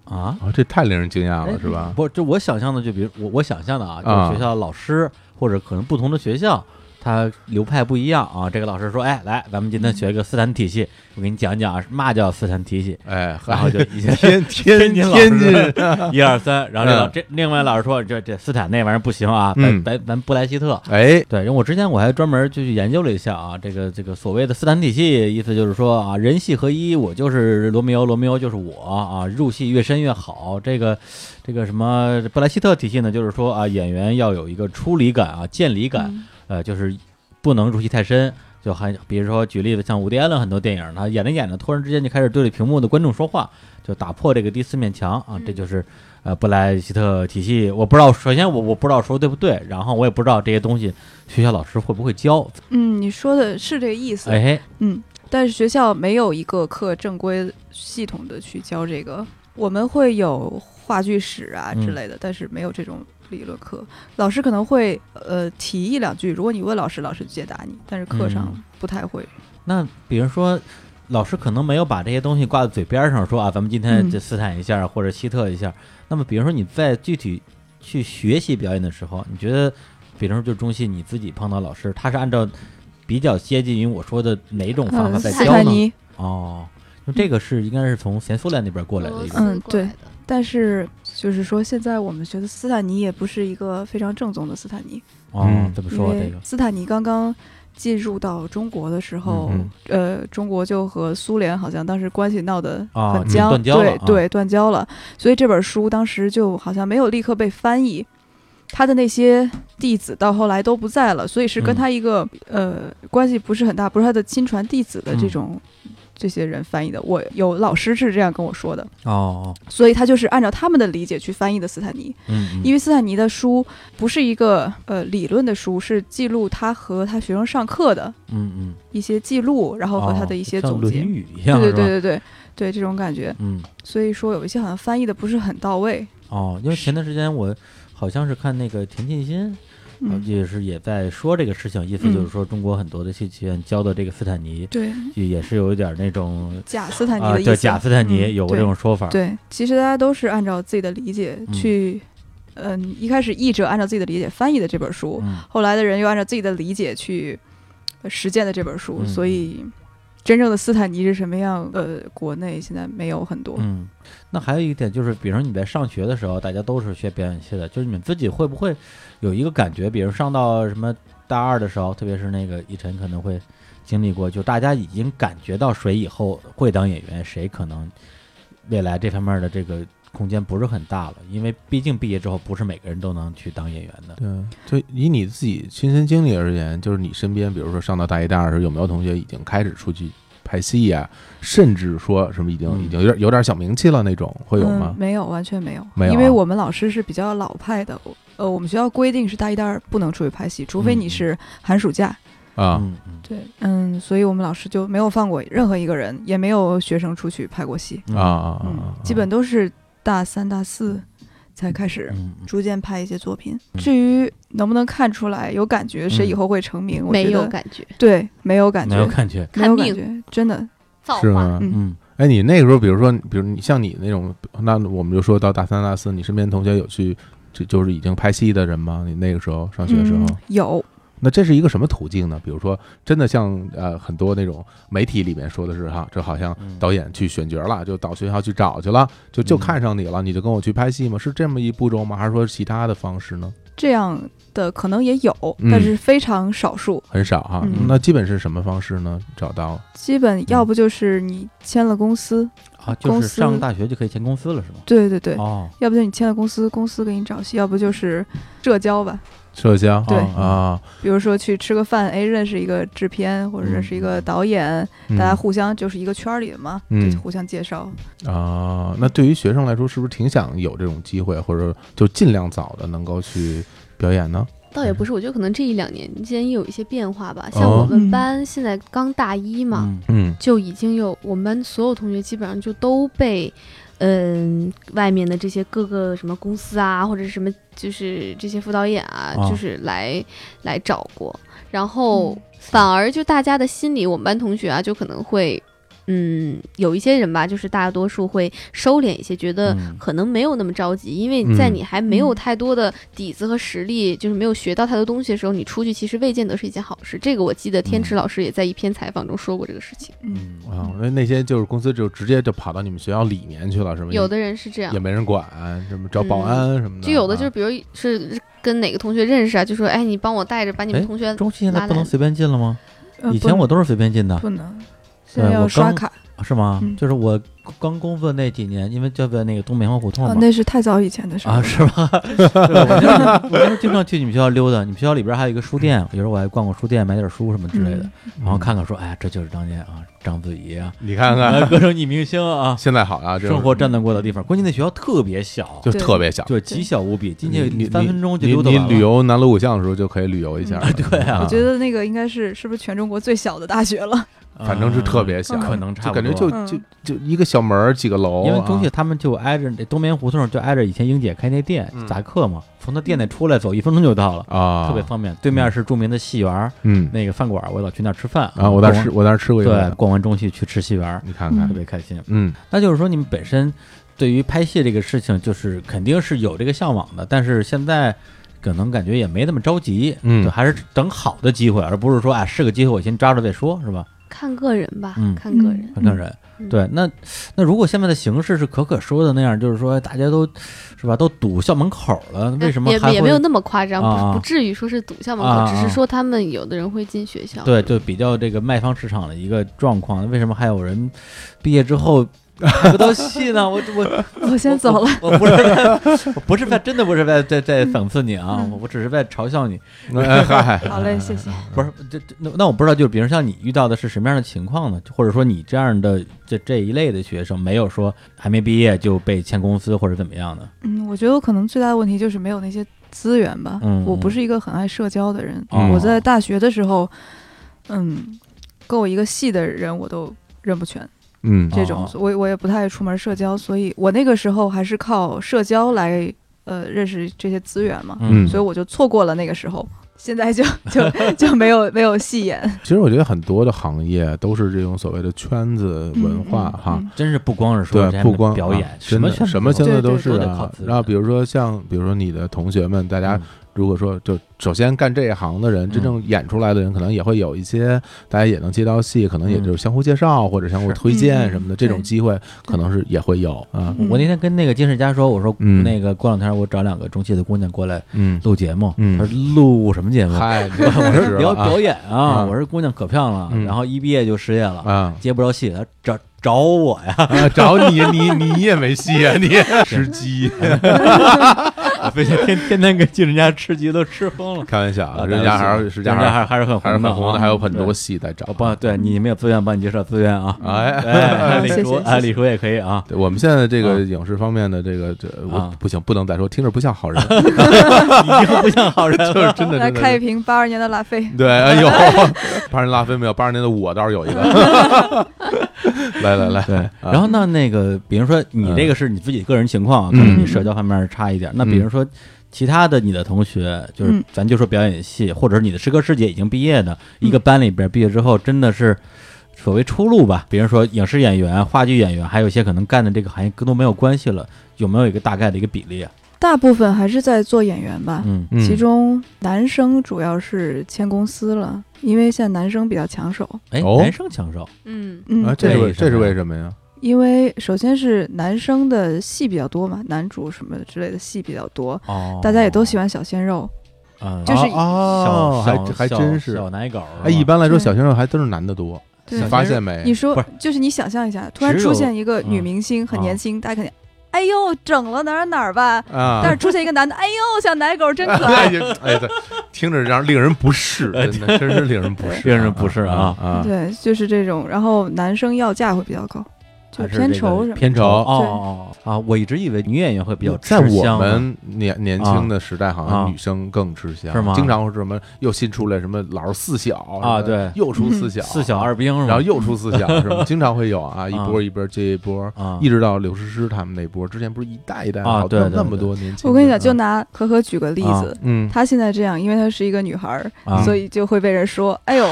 S3: 啊，
S4: 啊，这太令人惊讶了，
S3: 哎
S4: 是 吧？
S3: 不，就我想象的，就比如我我想象的啊，
S4: 啊
S3: 就是学校老师或者可能不同的学校，他流派不一样啊。这个老师说，哎，来，咱们今天学一个斯坦体系，我给你讲讲啊，嘛叫斯坦 体系，
S4: 哎，
S3: 然后就一些
S4: 天天
S3: 天津老
S4: 天
S3: 师
S4: 津，
S3: 一二三，然后这老
S4: 嗯
S3: 这另外老师说，这这斯坦那玩意儿不行啊，
S4: 嗯
S3: 咱咱咱布莱希特。
S4: 哎，
S3: 对，因为我之前我还专门就去研究了一下啊，这个这个所谓的斯坦体系，意思就是说啊，人系合一，我就是罗密欧，罗密欧就是我啊，入戏越深越好。这个这个什么布莱希特体系呢，就是说啊，演员要有一个出离感啊，见离感，呃，就是不能入戏太深。就还比如说举例子，像伍迪·艾伦很多电影，他演着演着，突然之间就开始对着屏幕的观众说话，就打破这个第四面墙啊，这就是呃布莱希特体系。我不知道，首先我我不知道说对不对，然后我也不知道这些东西学校老师会不会教。
S6: 嗯，你说的是这个意思，
S3: 哎，
S6: 嗯，但是学校没有一个课正规系统的去教这个，我们会有话剧史啊之
S3: 嗯
S6: 类的，但是没有这种理论课。老师可能会呃提一两句，如果你问老师，老师解答你，但是课上
S3: 嗯
S6: 不太会。
S3: 那比如说。老师可能没有把这些东西挂在嘴边上说啊，咱们今天
S6: 嗯
S3: 就斯坦一下、或者希特一下。那么，比如说你在具体去学习表演的时候，你觉得，比如说就中戏你自己碰到老师，他是按照比较接近于我说的哪种方法
S6: 嗯，
S3: 在
S6: 斯
S3: 教
S6: 坦
S3: 呢？
S6: 尼，
S3: 哦，那这个是应该是从前苏联那边过来的一个，
S6: 嗯对但是就是说现在我们学的斯坦尼也不是一个非常正宗的斯坦尼，
S3: 哦，怎么
S6: 嗯因
S3: 说这
S6: 为
S3: 个？
S6: 斯坦尼刚刚进入到中国的时候，
S4: 嗯
S6: 呃，中国就和苏联好像当时关系闹得
S3: 啊
S6: 很僵，
S3: 断交了
S6: 对
S3: 啊
S6: 对，断交了。所以这本书当时就好像没有立刻被翻译，他的那些弟子到后来都不在了，所以是跟
S3: 嗯
S6: 他一个、呃关系不是很大，不是他的亲传弟子的这
S3: 嗯
S6: 种。这些人翻译的，我有老师是这样跟我说的，
S3: 哦，
S6: 所以他就是按照他们的理解去翻译的斯坦尼。
S3: 嗯，
S6: 因
S3: 为
S6: 为斯坦尼的书不是一个呃理论的书，是记录他和他学生上课的
S3: 嗯嗯，哦
S6: 一些记录，然后和他的一些总结。
S3: 像《论语》一
S6: 对
S3: 样，
S6: 对对
S3: 是吧？
S6: 对对对，这种感觉。
S3: 嗯，
S6: 所以说有一些好像翻译的不是很到位。
S3: 哦，因为前段时间我好像是看那个田沁鑫，呃
S6: 嗯，
S3: 也是也在说这个事情，意思就是
S6: 嗯
S3: 说中国很多的戏剧院教的这个斯坦尼，
S6: 对，
S3: 就也是有一点那种
S6: 假斯坦尼
S3: 啊，
S6: 的意思。
S3: 叫假斯坦尼，
S6: 嗯
S3: 有过这种说法，
S6: 对。对，其实大家都是按照自己的理解
S3: 嗯
S6: 去，嗯、一开始译者按照自己的理解翻译的这本书，
S3: 嗯，
S6: 后来的人又按照自己的理解去呃实践的这本书，
S3: 嗯
S6: 所以真正的斯坦尼是什么样？呃，国内现在没有很多。
S3: 嗯，那还有一点就是，比如说你在上学的时候，大家都是学表演系的，就是你们自己会不会有一个感觉，比如上到什么大二的时候，特别是那个一晨可能会经历过，就大家已经感觉到谁以后会当演员，谁可能未来这方面的这个空间不是很大了，因为毕竟毕业之后不是每个人都能去当演员的。
S4: 对，嗯就以你自己亲身经历而言，就是你身边，比如说上到大一、大二的时候，有没有同学已经开始出去拍戏呀、甚至说什么已经、
S3: 嗯
S4: 已经有点有点小名气了那种，会有吗
S6: 嗯？？没有，完全没有，
S4: 没有啊
S6: 因为我们老师是比较老派的，呃，我们学校规定是大一、大二不能出去拍戏，除非
S3: 嗯
S6: 你是寒暑假。
S4: 啊、
S3: 嗯嗯
S6: 对，嗯，所以我们老师就没有放过任何一个人，也没有学生出去拍过戏，
S3: 嗯
S4: 啊啊啊
S6: 嗯，
S4: 啊！嗯
S6: 基本都是大三、大四才开始。
S3: 嗯，嗯
S6: 逐渐拍一些作品。
S3: 嗯
S6: 至于能不能看出来有感觉
S4: 嗯
S6: 谁以后会成名，我
S5: 没
S6: 觉
S5: 有
S6: 得
S5: 感觉，
S6: 对，没有感
S3: 没有
S6: 觉，
S3: 感觉，
S6: 没有感
S5: 看
S6: 觉，真的，
S5: 造
S4: 是
S5: 化。
S4: 吗？
S6: 嗯
S3: 嗯
S4: 哎，你那个时候，比如说，比如你像你那种，那我们就说到大三、大四，你身边同学有去，就就是已经拍戏的人吗？你那个时候上学的时候，
S6: 嗯有，
S4: 那这是一个什么途径呢？比如说，真的像呃很多那种媒体里面说的是哈，这好像
S3: 嗯
S4: 导演去选角了，就到学校去找去了，就就
S3: 嗯
S4: 看上你了，你就跟我去拍戏吗？是这么一步骤吗？还是说其他的方式呢？
S6: 这样的可能也有，
S4: 嗯
S6: 但是非常少数。
S4: 很少哈，
S6: 嗯
S4: 那基本是什么方式呢？找到
S6: 基
S3: 嗯
S6: 本要不就是你签了公司，
S3: 啊，就
S6: 公
S3: 是
S6: 司
S3: 上大学就可以签公司了，是吗？
S6: 对对对，
S3: 哦，
S6: 要不就你签了公司，公司给你找戏，要不就是社交吧，
S4: 社交
S6: 对
S3: 啊，
S4: 啊，
S6: 比如说去吃个饭，哎，认识一个制片或者认识一个导演，
S4: 嗯
S6: 大家互相就是一个圈儿里的嘛，
S4: 嗯
S6: 就互相介绍。
S4: 啊，那对于学生来说，是不是挺想有这种机会，或者就尽量早的能够去表演呢？
S5: 倒也不是，我觉得可能这一两年间有一些变化吧。像
S4: 哦
S5: 我
S6: 嗯
S5: 们班现在刚大一嘛，
S3: 嗯
S4: 嗯
S5: 就已经有我们班所有同学基本上就都被，嗯，外面的这些各个什么公司啊，或者是什么，就是这些副导演啊，
S3: 啊
S5: 就是来来找过，然后反而就大家的心里，我们班同学啊，就可能会。嗯，有一些人吧，就是大多数会收敛一些，觉得
S3: 嗯
S5: 可能没有那么着急，因为在
S4: 嗯
S5: 你还没有
S6: 嗯
S5: 太多的底子和实力，就是没有学到太多东西的时候，你出去其实未见得是一件好事。这个我记得天
S3: 嗯
S5: 池老师也在一篇采访中说过这个事情。
S6: 嗯，
S3: 嗯
S4: 啊，那那些就是公司就直接就跑到你们学校里面去了，是吗？
S5: 有的人是这样
S4: 也，没人管，什么找保安什么的，
S5: 就有的就是
S4: 啊
S5: 比如是跟哪个同学认识啊，就说哎，你帮我带着把你们
S3: 哎
S5: 同学
S3: 中戏现在
S5: 拉
S3: 不能
S5: 来
S3: 随便进了吗？
S6: 呃
S3: 以前我
S6: 不
S3: 都是随便进的，
S6: 不能，现
S3: 对
S6: 在
S3: 我
S6: 要刷
S3: 刚
S6: 卡。
S3: 啊是吗？
S6: 嗯
S3: 就是我刚工作那几年，因为就在那个东北棉花胡同
S6: 哦
S3: 嘛，，
S6: 那是太早以前的事儿
S3: 啊，
S6: 了
S3: 是吧？对 我就是我就是经常去你们学校溜达，你们学校里边还有一个书店，有时候我还逛逛书店，买点书什么之类
S6: 嗯
S4: 嗯
S3: 的，然后看看说，哎呀，这就是当年啊，章子怡啊，
S4: 你看
S3: 啊
S4: 看，
S3: 各种女明星啊，
S4: 现在好了，这
S3: 生活战斗过的地方。关键那学校特别小，
S4: 就特别小，
S3: 就是极小无比，进
S4: 你
S3: 去三分钟就
S4: 你
S3: 溜达
S4: 你
S3: 完了。
S4: 旅游南锣鼓巷的时候就可以旅游一下了，嗯对
S3: 啊
S6: 我觉得那个应该是是不是全中国最小的大学了？
S3: 啊，
S4: 反正是特别小，
S3: 可能差
S4: 就
S3: 不
S4: 感觉
S3: 多。
S4: 就
S6: 嗯
S4: 就就一个小门儿几个楼，
S3: 因为中戏
S4: 啊
S3: 他们就挨着那东棉胡同，就挨着以前英姐开那店
S4: 嗯
S3: 杂客嘛，从她店里出来走一分钟就到了，
S4: 啊
S3: 特别方便。对面是著名的戏园儿，
S4: 嗯
S3: 那个饭馆儿，我老去那儿吃饭
S4: 啊，我当时
S3: 吃，
S4: 我当时吃过一
S3: 对，
S4: 个，
S3: 逛完中戏去吃戏园儿，
S4: 你看看
S3: 特，别开心。
S4: 嗯
S3: 那就是说，你们本身对于拍戏这个事情，就是肯定是有这个向往的，但是现在可能感觉也没那么着急，
S4: 嗯
S3: 就还是等好的机会，而不是说啊是个机会我先抓住再说，是吧？
S5: 看个人吧，
S3: 嗯
S5: 看个人。
S3: 很感人。
S5: 嗯
S3: 对，那那如果现在的形势是可可说的那样，就是说大家都是吧，都堵校门口了，为什么
S5: 哎也
S3: 还
S5: 也没有
S3: 会？
S5: 那么夸张，
S3: 啊啊
S5: 不不至于说是堵校门口，
S3: 啊啊
S5: 只是说他们有的人会进学校。
S3: 对，就比较这个卖方市场的一个状况，为什么还有人毕业之后拍不到戏呢？我我
S6: 我先走了，
S3: 我不是在，我不是在，真的不是在在在讽刺你啊，
S6: 嗯
S3: 我只是在嘲笑你。
S4: 哎嗨，
S6: 好嘞，谢谢。
S3: 不是，这这那那我不知道，就是比如像你遇到的是什么样的情况呢？或者说你这样的这这一类的学生，没有说还没毕业就被签公司或者怎么样的？
S6: 嗯，我觉得我可能最大的问题就是没有那些资源吧。
S3: 嗯
S6: 我不是一个很爱社交的人，
S3: 哦
S6: 我在大学的时候，嗯，跟我一个系的人我都认不全，
S4: 嗯
S6: 这种、
S3: 哦
S6: 我我也不太爱出门社交，所以我那个时候还是靠社交来呃认识这些资源嘛，
S4: 嗯
S6: 所以我就错过了那个时候。现 在就就就没有没有戏演
S4: 其实我觉得很多的行业都是这种所谓的圈子文化
S6: 嗯嗯
S4: 哈
S6: 嗯，
S3: 真是不光是说这
S4: 对，
S3: 样的
S4: 不光
S3: 表演，
S4: 啊
S3: 什
S4: 真
S3: 么
S4: 的
S3: 圈子
S4: 什么圈
S3: 都有
S4: 子
S6: 对
S4: 都
S6: 对
S4: 是
S3: 都得靠
S4: 啊
S3: 自。己
S4: 然后比如说像比如说你的同学们，大家
S3: 嗯
S4: 如果说就首先干这一行的人，真正演出来的人，可能也会有一些，大家也能接到戏，可能也就是相互介绍或者相互
S2: 是
S4: 推荐什么的，这种
S6: 对
S4: 机会可能是也会有啊。
S3: 我那天跟那个金世佳说，我说
S4: 嗯
S3: 那个过两天我找两个中戏的姑娘过来
S4: 嗯，
S3: 录节目，
S4: 嗯
S3: 她说录什么节目？
S4: 嗨，你
S3: 我说你要表演啊，
S4: 啊
S3: 我说姑娘可漂亮了，
S4: 嗯
S3: 然后一毕业就失业了，
S4: 啊
S3: 接不着戏，她找找我呀，
S4: 啊，找你你你也啊没戏啊，你时机。
S3: 非得天天天跟金世佳吃鸡都吃疯了。
S4: 开玩笑
S3: 啊
S4: 啊，人家还是人
S3: 金
S4: 家
S3: 世佳还
S4: 还
S3: 是还是很
S4: 还是
S3: 的
S4: 很红的，
S3: 啊
S4: 还有很多
S3: 对
S4: 戏在找
S3: 我。帮对你没有资源，帮你介绍资源啊。
S4: 哎，
S3: 哎， 李
S5: 谢谢
S3: 叔，
S5: 谢谢
S3: 哎，李叔也可以啊。
S4: 对我们现在这
S3: 啊
S4: 个影视方面的这个这我
S3: 啊
S4: 不行，不能再说，听着不像 好人，
S3: 已经不像好人了。
S4: 就是真的
S6: 来
S4: 真的
S6: 开一瓶八二年的拉菲。
S4: 对，哎呦，八十年拉菲没有，八十年的我倒是有一个。 来来来，
S3: 对，然后那那个，比如说你这个是你自己个人情况啊，可
S4: 嗯
S3: 能你社交方面差一点。那比如说其他的你的同学，就是
S6: 嗯
S3: 咱就说表演系，或者是你的师哥师姐已经毕业的，一个班里边毕业之后，真的是所谓出路吧？比如说影视演员、话剧演员，还有一些可能干的这个行业跟都没有关系了，有没有一个大概的一个比例啊？
S6: 大部分还是在做演员吧，
S3: 嗯
S4: 嗯
S6: 其中男生主要是签公司了，因为现在男生比较抢手。
S3: 哎，
S4: 哦
S3: 男生抢手，
S5: 嗯，
S6: 嗯，
S4: 啊，这是
S3: 为
S4: 为这
S3: 什
S4: 是
S3: 么呀
S4: 为什么呀？
S6: 因为首先是男生的戏比较多嘛，男主什么之类的戏比较多，
S3: 哦
S6: 大家也都喜欢小鲜肉。
S3: 欢
S6: 就是
S3: 啊小
S4: 哦，还
S3: 小
S4: 还真是
S3: 小。奶狗儿嘛。
S4: 哎，一般来说，
S6: 对
S4: 小鲜肉还都是男的多，
S6: 对
S4: 你发现没
S6: 你？说
S3: 不是
S6: 就是你想象一下，突然
S3: 只
S6: 出
S3: 有
S6: 现一个女
S3: 嗯
S6: 明星，很
S3: 啊
S6: 年轻，大家肯定，哎呦整了哪儿哪儿吧。
S4: 啊，
S6: 但是出现一个男的，哎呦小奶狗真 可
S4: 哎
S6: 爱。
S4: 呀，哎，对，听着让令人不适，真的，真是令人不适，
S3: 哎 令人 不适啊
S4: 啊！
S6: 对，就是这种。然后男生要价会比较高，就
S3: 还是
S6: 片
S3: 这个
S6: 酬什么的。
S4: 片酬
S3: 哦哦哦啊！我一直以为女演员会比较吃
S4: 在我
S3: 香呢
S4: 们年年轻的时代，好
S3: 啊
S4: 像女生更吃香，
S3: 是吗啊
S4: 经常会什么又新出来什么老是四小什么
S3: 对
S4: 又出 四小，啊
S3: 四小二兵是吗？
S4: 然后又出四小，是 吗？经常会有啊，一波
S3: 啊
S4: 一波接一波，
S3: 啊
S4: 一直到刘诗诗他们那波，之前不是一代一代
S3: 啊
S4: 好
S3: 对
S4: 多
S3: 对
S4: 那么
S3: 对
S4: 多年轻人啊。
S6: 我跟你讲，就拿可可举个例
S3: 嗯啊
S6: 子，
S4: 嗯，
S6: 她现在这样，因为她是一个女孩儿，
S3: 啊
S6: 所以就会被 人说：“哎呦，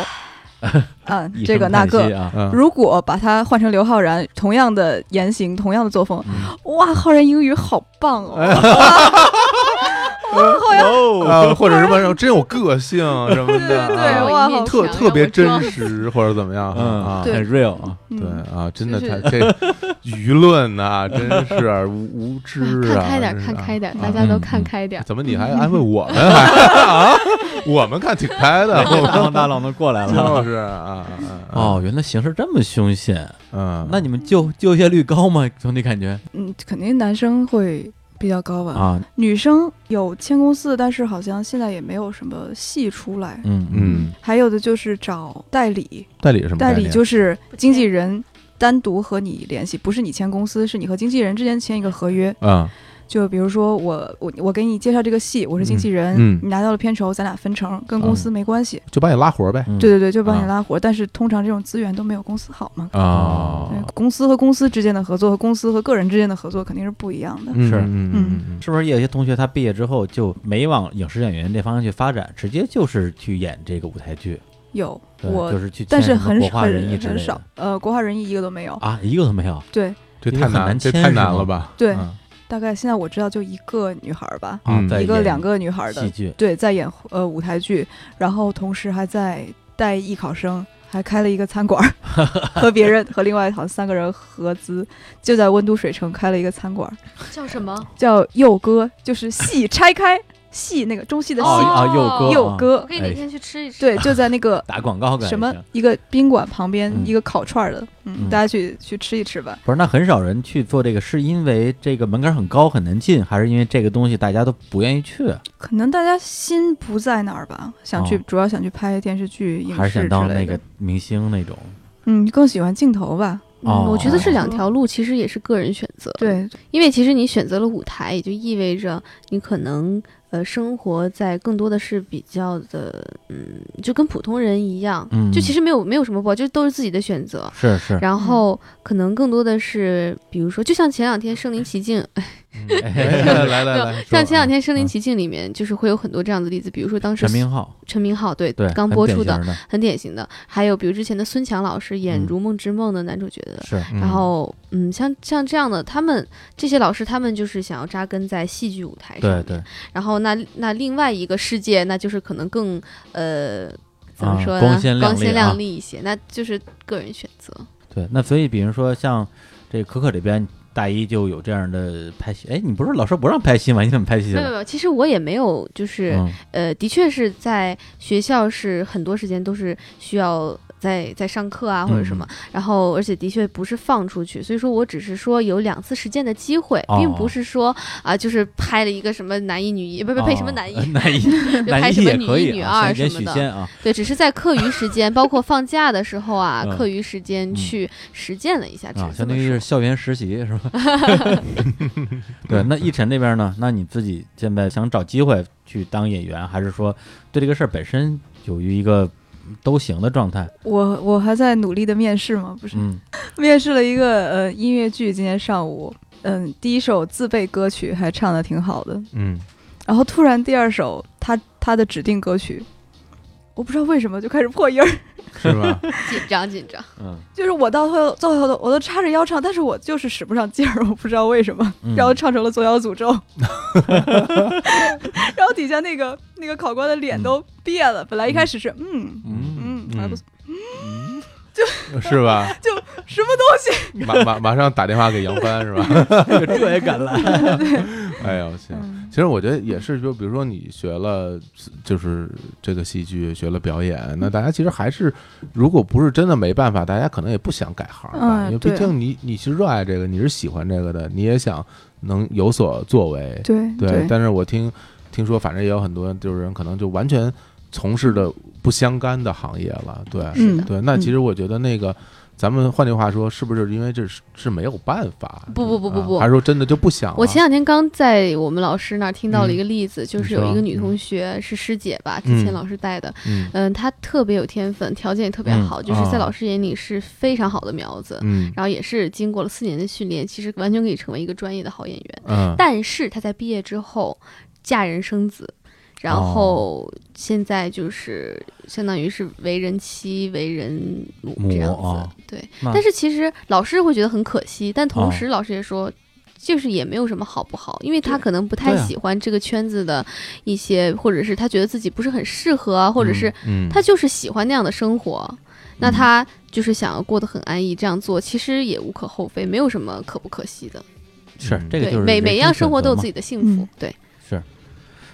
S6: 啊，
S3: 一
S6: 这
S3: 声
S6: 个那
S3: 叹息
S6: 个。
S3: 啊，
S4: 嗯
S6: 如果把她换成刘昊然，同样的言行，同样的作风，
S3: 嗯
S6: 哇，昊然英语好棒 哦！ 哇，好呀，
S4: 啊，或者什么真有个性什么的
S6: 对
S4: 啊，
S6: 哇好
S4: 特
S5: 强
S4: 特别真。
S5: 让我撞
S4: 实或者怎么样
S3: 嗯
S4: 啊？
S6: 对
S3: 很 real 啊，
S6: 嗯
S4: 对啊，真的
S5: 就
S4: 太
S5: 是
S4: 这舆论呐，真是无无知啊！
S5: 看开点，
S4: 真是
S5: 看开点，
S4: 啊
S5: 大家都
S3: 嗯
S5: 看
S3: 嗯
S5: 开点。
S4: 怎么你还安慰我们啊？我们看挺开 的，我
S3: 大浪大浪都过来了。
S4: 就是啊啊啊
S3: 哦，原来形势这么凶险，
S4: 嗯，
S3: 那你们就就业率高吗？总体感觉
S6: 嗯，肯定男生会比较高吧。
S3: 啊，
S6: 女生有签公司，但是好像现在也没有什么戏出来。
S3: 嗯
S4: 嗯，
S6: 还有的就是找代理，
S4: 代理是什么
S6: 代
S4: 概
S6: 理
S4: 念？
S6: 就是经纪人单独和你联系，不是你签公司，是你和经纪人之间签一个合约。
S4: 嗯
S6: 就比如说我我我给你介绍这个戏，我是经纪人，
S4: 嗯嗯
S6: 你拿到了片酬，咱俩分成，跟公司没关系。
S4: 就把你拉活儿呗
S3: 嗯
S6: 对对对，就帮
S4: 啊
S6: 你拉活。但是通常这种资源都没有公司好嘛。
S4: 啊
S3: 哦
S6: 对公司和公司之间的合作和公司和个人之间的合作肯定是不一样的。
S4: 嗯
S3: 是
S4: 嗯嗯嗯
S3: 是不是也有些同学他毕业之后就没往影视演员这方向去发展，直接就是去演这个舞台剧？
S6: 有
S3: 对
S6: 我，
S3: 就是去
S6: 但
S3: 签
S6: 是
S3: 什么
S6: 很
S3: 国画人艺
S6: 很
S3: 之类
S6: 很
S3: 的
S6: 少，呃，国画人艺一个都没有。
S3: 啊，一个都没有。
S6: 对
S4: 这
S3: 因为
S4: 太
S3: 很
S4: 难，
S3: 难
S4: 这
S3: 签
S4: 太
S3: 是吗
S4: 难了吧？
S6: 对，
S4: 嗯
S6: 大概现在我知道就一个女孩儿吧，
S3: 啊
S4: 嗯，
S3: 在
S6: 一个
S3: 演
S6: 两个女孩儿的
S3: 戏，剧
S6: 对，在演呃舞台剧，然后同时还在带艺考生，还开了一个餐馆儿， 和别人和另外好像三个人合资，就在温都水城开了一个餐馆儿，
S5: 叫什么？
S6: 叫佑哥，就是戏拆开戏那个中戏的
S5: 哦
S6: 戏，
S3: 啊，佑哥，。
S6: 佑
S5: 我
S6: 哥，
S5: 可以哪天去吃一吃。
S6: 对，就在那个
S3: 打广告感
S6: 什么
S3: 觉
S6: 一个宾馆旁边
S3: 嗯
S6: 一个烤串儿的，
S3: 嗯
S6: 嗯，大家去去吃一吃吧。
S3: 不是，那很少人去做这个，是因为这个门槛很高，很难进，还是因为这个东西大家都不愿意去，
S6: 可能大家心不在那儿吧，想去
S3: 哦
S6: 主要想去拍电视剧、影
S3: 还是
S6: 视
S3: 想
S6: 之
S3: 当那
S6: 类
S3: 个
S6: 的。
S3: 明星那种？
S6: 嗯，更喜欢镜头吧。
S3: 哦
S5: 嗯，我觉得这两条路其实也是个人选择。，
S3: 嗯
S6: 对，
S5: 因为其实你选择了舞台，也就意味着你可能呃生活在更多的是比较的，嗯，就跟普通人一样，
S3: 嗯
S5: 就其实没有没有什么不好，就都是自己的选 择。
S3: 是是，
S5: 然后可能更多的是，比如说，就像前两天身临其境，哎
S4: 来来来来，
S5: 像前两天《身临
S3: 嗯
S5: 其境》里面，就是会有很多这样的例子，比如说当时
S3: 陈明昊，
S5: 陈明昊对
S3: 对，
S5: 刚
S3: 很
S5: 播
S3: 典
S5: 出的
S3: 型的，
S5: 很典型的，还有比如之前的孙强老师演
S3: 嗯
S5: 《如梦之梦》的男主角的
S3: 是
S4: 嗯
S5: 然后，嗯，像像这样的，他们这些老师，他们就是想要扎根在戏剧舞台上
S3: 对
S5: 面。
S3: 对，
S5: 然后那那另外一个世界，那就是可能更呃，怎
S3: 啊
S5: 么说呢？
S3: 光鲜亮丽啊
S5: 亮丽一些，那就是个人选择。
S3: 对，那所以比如说像这可可这边大一就有这样的拍戏，哎，你不是老师不让拍戏吗？你怎么拍戏
S5: 没有没
S3: 了？
S5: 有，其实我也没有，就是、
S3: 嗯，
S5: 呃，的确是在学校是很多时间都是需要在在上课啊或者什
S3: 嗯
S5: 么，然后而且的确不是放出去，所以说我只是说有两次实践的机会，
S3: 哦
S5: 并不是说啊、就是拍了一个什么男一女一，不是不是配什么男一，
S3: 哦男 一，
S5: 拍
S3: 男
S5: 什
S3: 一
S5: 么
S3: 也
S5: 女
S3: 可
S5: 一
S3: 以
S5: 女
S3: 啊，像
S5: 二什
S3: 演
S5: 么
S3: 许
S5: 的
S3: 仙啊，
S5: 对，只是在课余时间，包括放假的时候啊，
S3: 嗯
S5: 课余时间
S3: 嗯
S5: 去实践了一下，只
S3: 啊，相
S5: 是这
S3: 当
S5: 么
S3: 于是
S5: 说。
S3: 校园实习是吧？对，那奕晨那边呢？那你自己现在想找机会去当演员，还是说对这个事儿本身有一个都行的状态？
S6: 我我还在努力的面试嘛，不是、
S3: 嗯，
S6: 面试了一个呃音乐剧，今天上午，嗯，第一首自备歌曲还唱的挺好的，
S4: 嗯，
S6: 然后突然第二首他他的指定歌曲，我不知道为什么就开始破音儿，
S4: 是吧？
S5: 紧张紧张，
S3: 嗯，
S6: 就是我到最后最后都我都叉着腰唱，但是我就是使不上劲儿， 我不知道为什么，
S3: 嗯
S6: 然后唱成了《左摇诅咒》 然后底下那个那个考官的脸都变了，本来一开始是嗯
S4: 嗯
S6: 嗯还不错，
S4: 是吧？
S6: 就什么东西。
S4: 马马马上打电话给杨帆是吧？
S3: 这也敢
S5: 嗯
S3: 来？
S4: 哎呦，行。
S6: 嗯
S4: 其实我觉得也是，就比如说你学了就是这个戏剧，学了表演，
S5: 嗯
S4: 那大家其实还是，如果不是真的没办法，大家可能也不想改行吧，
S6: 嗯
S4: 因为毕
S6: 对
S4: 竟你你是热爱这个，你是喜欢这个的，你也想能有所作为。
S6: 对
S4: 对，但是我听听说，反正也有很多就是人可能就完全从事的不相干的行业了。对，
S5: 是的
S6: 嗯，
S4: 对，那
S6: 嗯
S4: 其实我觉得那个，咱们换句话说，是不是因为这是是没有办法？
S5: 不不不不
S4: 啊
S5: 不
S4: 还是说真的就不想了？
S5: 我前两天刚在我们老师那儿听到了一个例子，就是有
S4: 嗯你
S5: 一
S4: 说
S5: 个女同学是师姐吧，
S4: 嗯
S5: 之前老师带的，
S4: 嗯
S5: 嗯，她特别有天分，条件也特别
S3: 嗯
S5: 好，就是在
S4: 啊
S5: 老师眼里是非常好的苗子，
S4: 嗯
S5: 然后也是经过了四年的训练，其实完全可以成为一个专业的好演员。
S4: 嗯，
S5: 但是她在毕业之后嫁人生子，然
S3: 哦
S5: 后现在就是相当于是为人妻、为人母
S3: 母
S5: 这样子。
S3: 啊
S5: 对，
S3: 那
S5: 但是其实老师会觉得很可惜，但
S3: 哦
S5: 同时老师也说。就是也没有什么好不好，因为他可能不太
S3: 对啊
S5: 喜欢这个圈子的一些，或者是他觉得自己不是很适合啊，或者是
S4: 嗯，
S5: 他就是喜欢那样的生活，
S3: 嗯
S5: 那他就是想要过得很安逸，这样做其实也无可厚非，没有什么可不可惜的。
S3: 是
S4: 嗯
S3: 这个
S5: 对，
S3: 就是
S5: 每
S3: 人
S5: 每
S3: 生
S5: 样
S3: 选
S5: 生活
S3: 择
S5: 都有
S3: 嘛
S5: 自己的幸福。
S6: 嗯
S5: 对，
S3: 是，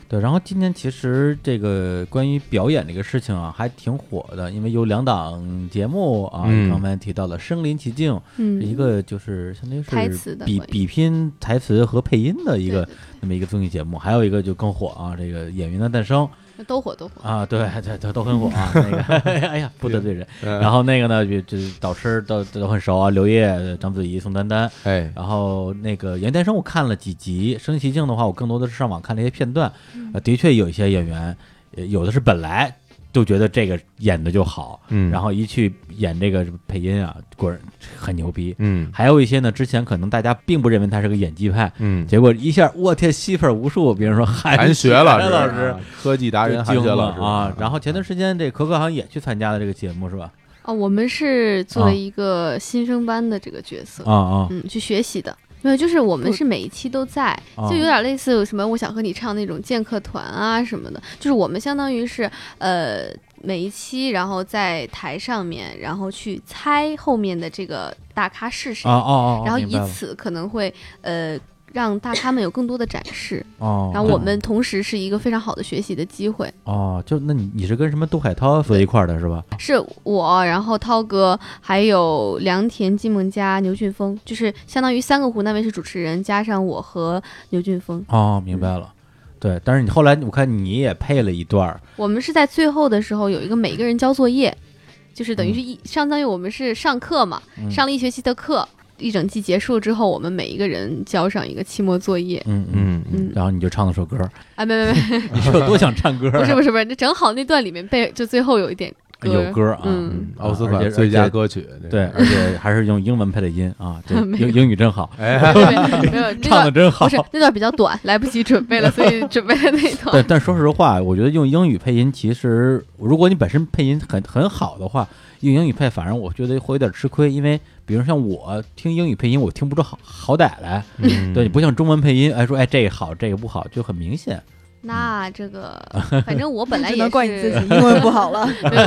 S3: 对。然后今年其实这个关于表演这个事情啊，还挺火的，因为有两档节目啊，
S4: 嗯
S3: 刚才提到了《身临其境》，
S5: 嗯，
S3: 是一个就是相当于
S5: 台
S3: 是
S5: 词的
S3: 比
S5: 关于
S3: 比拼台词和配音的一
S5: 对
S3: 个
S5: 对
S3: 那么一个综艺节目，还有一个就更火啊，这个《演员的诞生》
S5: 对都火都火。
S3: 啊，对 对对，都很火 啊。那个， 哎呀，不得罪人。
S4: 嗯
S3: 然后那个呢，就就导师都都很熟啊，刘烨、章子怡、宋丹丹。
S4: 哎，
S3: 然后那个《演员诞生》我看了几集，《身临其境》的话，我更多的是上网看了一些片段，
S4: 嗯
S3: 呃，的确有一些演员，呃有的是本来就觉得这个演的就好，
S4: 嗯，
S3: 然后一去演这个配音啊，果然很牛逼。
S4: 嗯
S3: 还有一些呢，之前可能大家并不认为他是个演技派，
S4: 嗯，
S3: 结果一下我天吸粉无数，比如说 韩
S4: 韩学
S3: 老
S4: 老
S3: 师，
S4: 师，
S3: 老师
S4: 啊科技达人韩
S3: 就
S4: 学
S3: 惊
S4: 老师
S3: 了啊。然后前段时间这可可好像也去参加了这个节目是吧？
S5: 啊，我们是作
S3: 啊
S5: 为一个新生班的这个角色，
S3: 啊啊
S5: 嗯，去学习的。没有，就是我们
S6: 不
S5: 是每一期都在，
S3: 啊
S5: 就有点类似有什么我想和你唱那种剑客团啊什么的，就是我们相当于是呃每一期，然后在台上面，然后去猜后面的这个大咖是谁，
S3: 啊哦哦，
S5: 然后
S3: 明白
S5: 以
S3: 了
S5: 此可能会呃让大咖们有更多的展示，
S3: 哦，
S5: 然后我
S3: 对
S5: 们同时是一个非常好的学习的机会。
S3: 哦，就那你你是跟什么杜海涛坐一块儿的是吧？
S5: 是我，然后涛哥，还有梁田、金梦佳、牛俊峰，就是相当于三个湖南卫视主持人加上我和牛俊峰。
S3: 哦，明白了。对，但是你后来我看你也配了一段儿
S5: 我们是在最后的时候有一个每个人交作业，就是等于是一相当于我们是上课嘛，
S3: 嗯
S5: 上了一学期的课，一整季结束之后，我们每一个人交上一个期末作业。
S3: 嗯嗯，
S4: 嗯嗯
S5: 嗯，
S3: 然后你就唱了首歌儿，
S5: 啊，没没没，
S3: 你是有多想唱歌儿啊？
S5: 不是不是不是，正好那段里面被就最后有一点歌，
S3: 有歌啊，
S5: 嗯，，
S4: 奥斯
S3: 而
S4: 卡
S3: 且
S4: 最佳。
S3: 而且
S4: 歌曲，这个
S3: 对，而且还是用英文配的音啊，对
S5: 没有
S3: 英英语真好，
S4: 哎，
S5: 对没有那
S3: 嗯 唱的
S5: 段
S3: 真好
S5: 不。是那段比较短，来不及准备了，所以准备了那一
S3: 但
S5: 段。
S3: 但说实话，我觉得用英语配音，其实如果你本身配音很很好的话，用英语配，反正我觉得会有点吃亏，因为比如像我听英语配音，我听不出好好歹来，
S4: 嗯
S3: 对你不像中文配音，哎说哎这个好，这个不好，就很明显。
S5: 那 这个，反正我本来
S6: 只
S5: 也
S6: 能
S5: 是，
S6: 怪你自己英文不好了。
S5: 对对对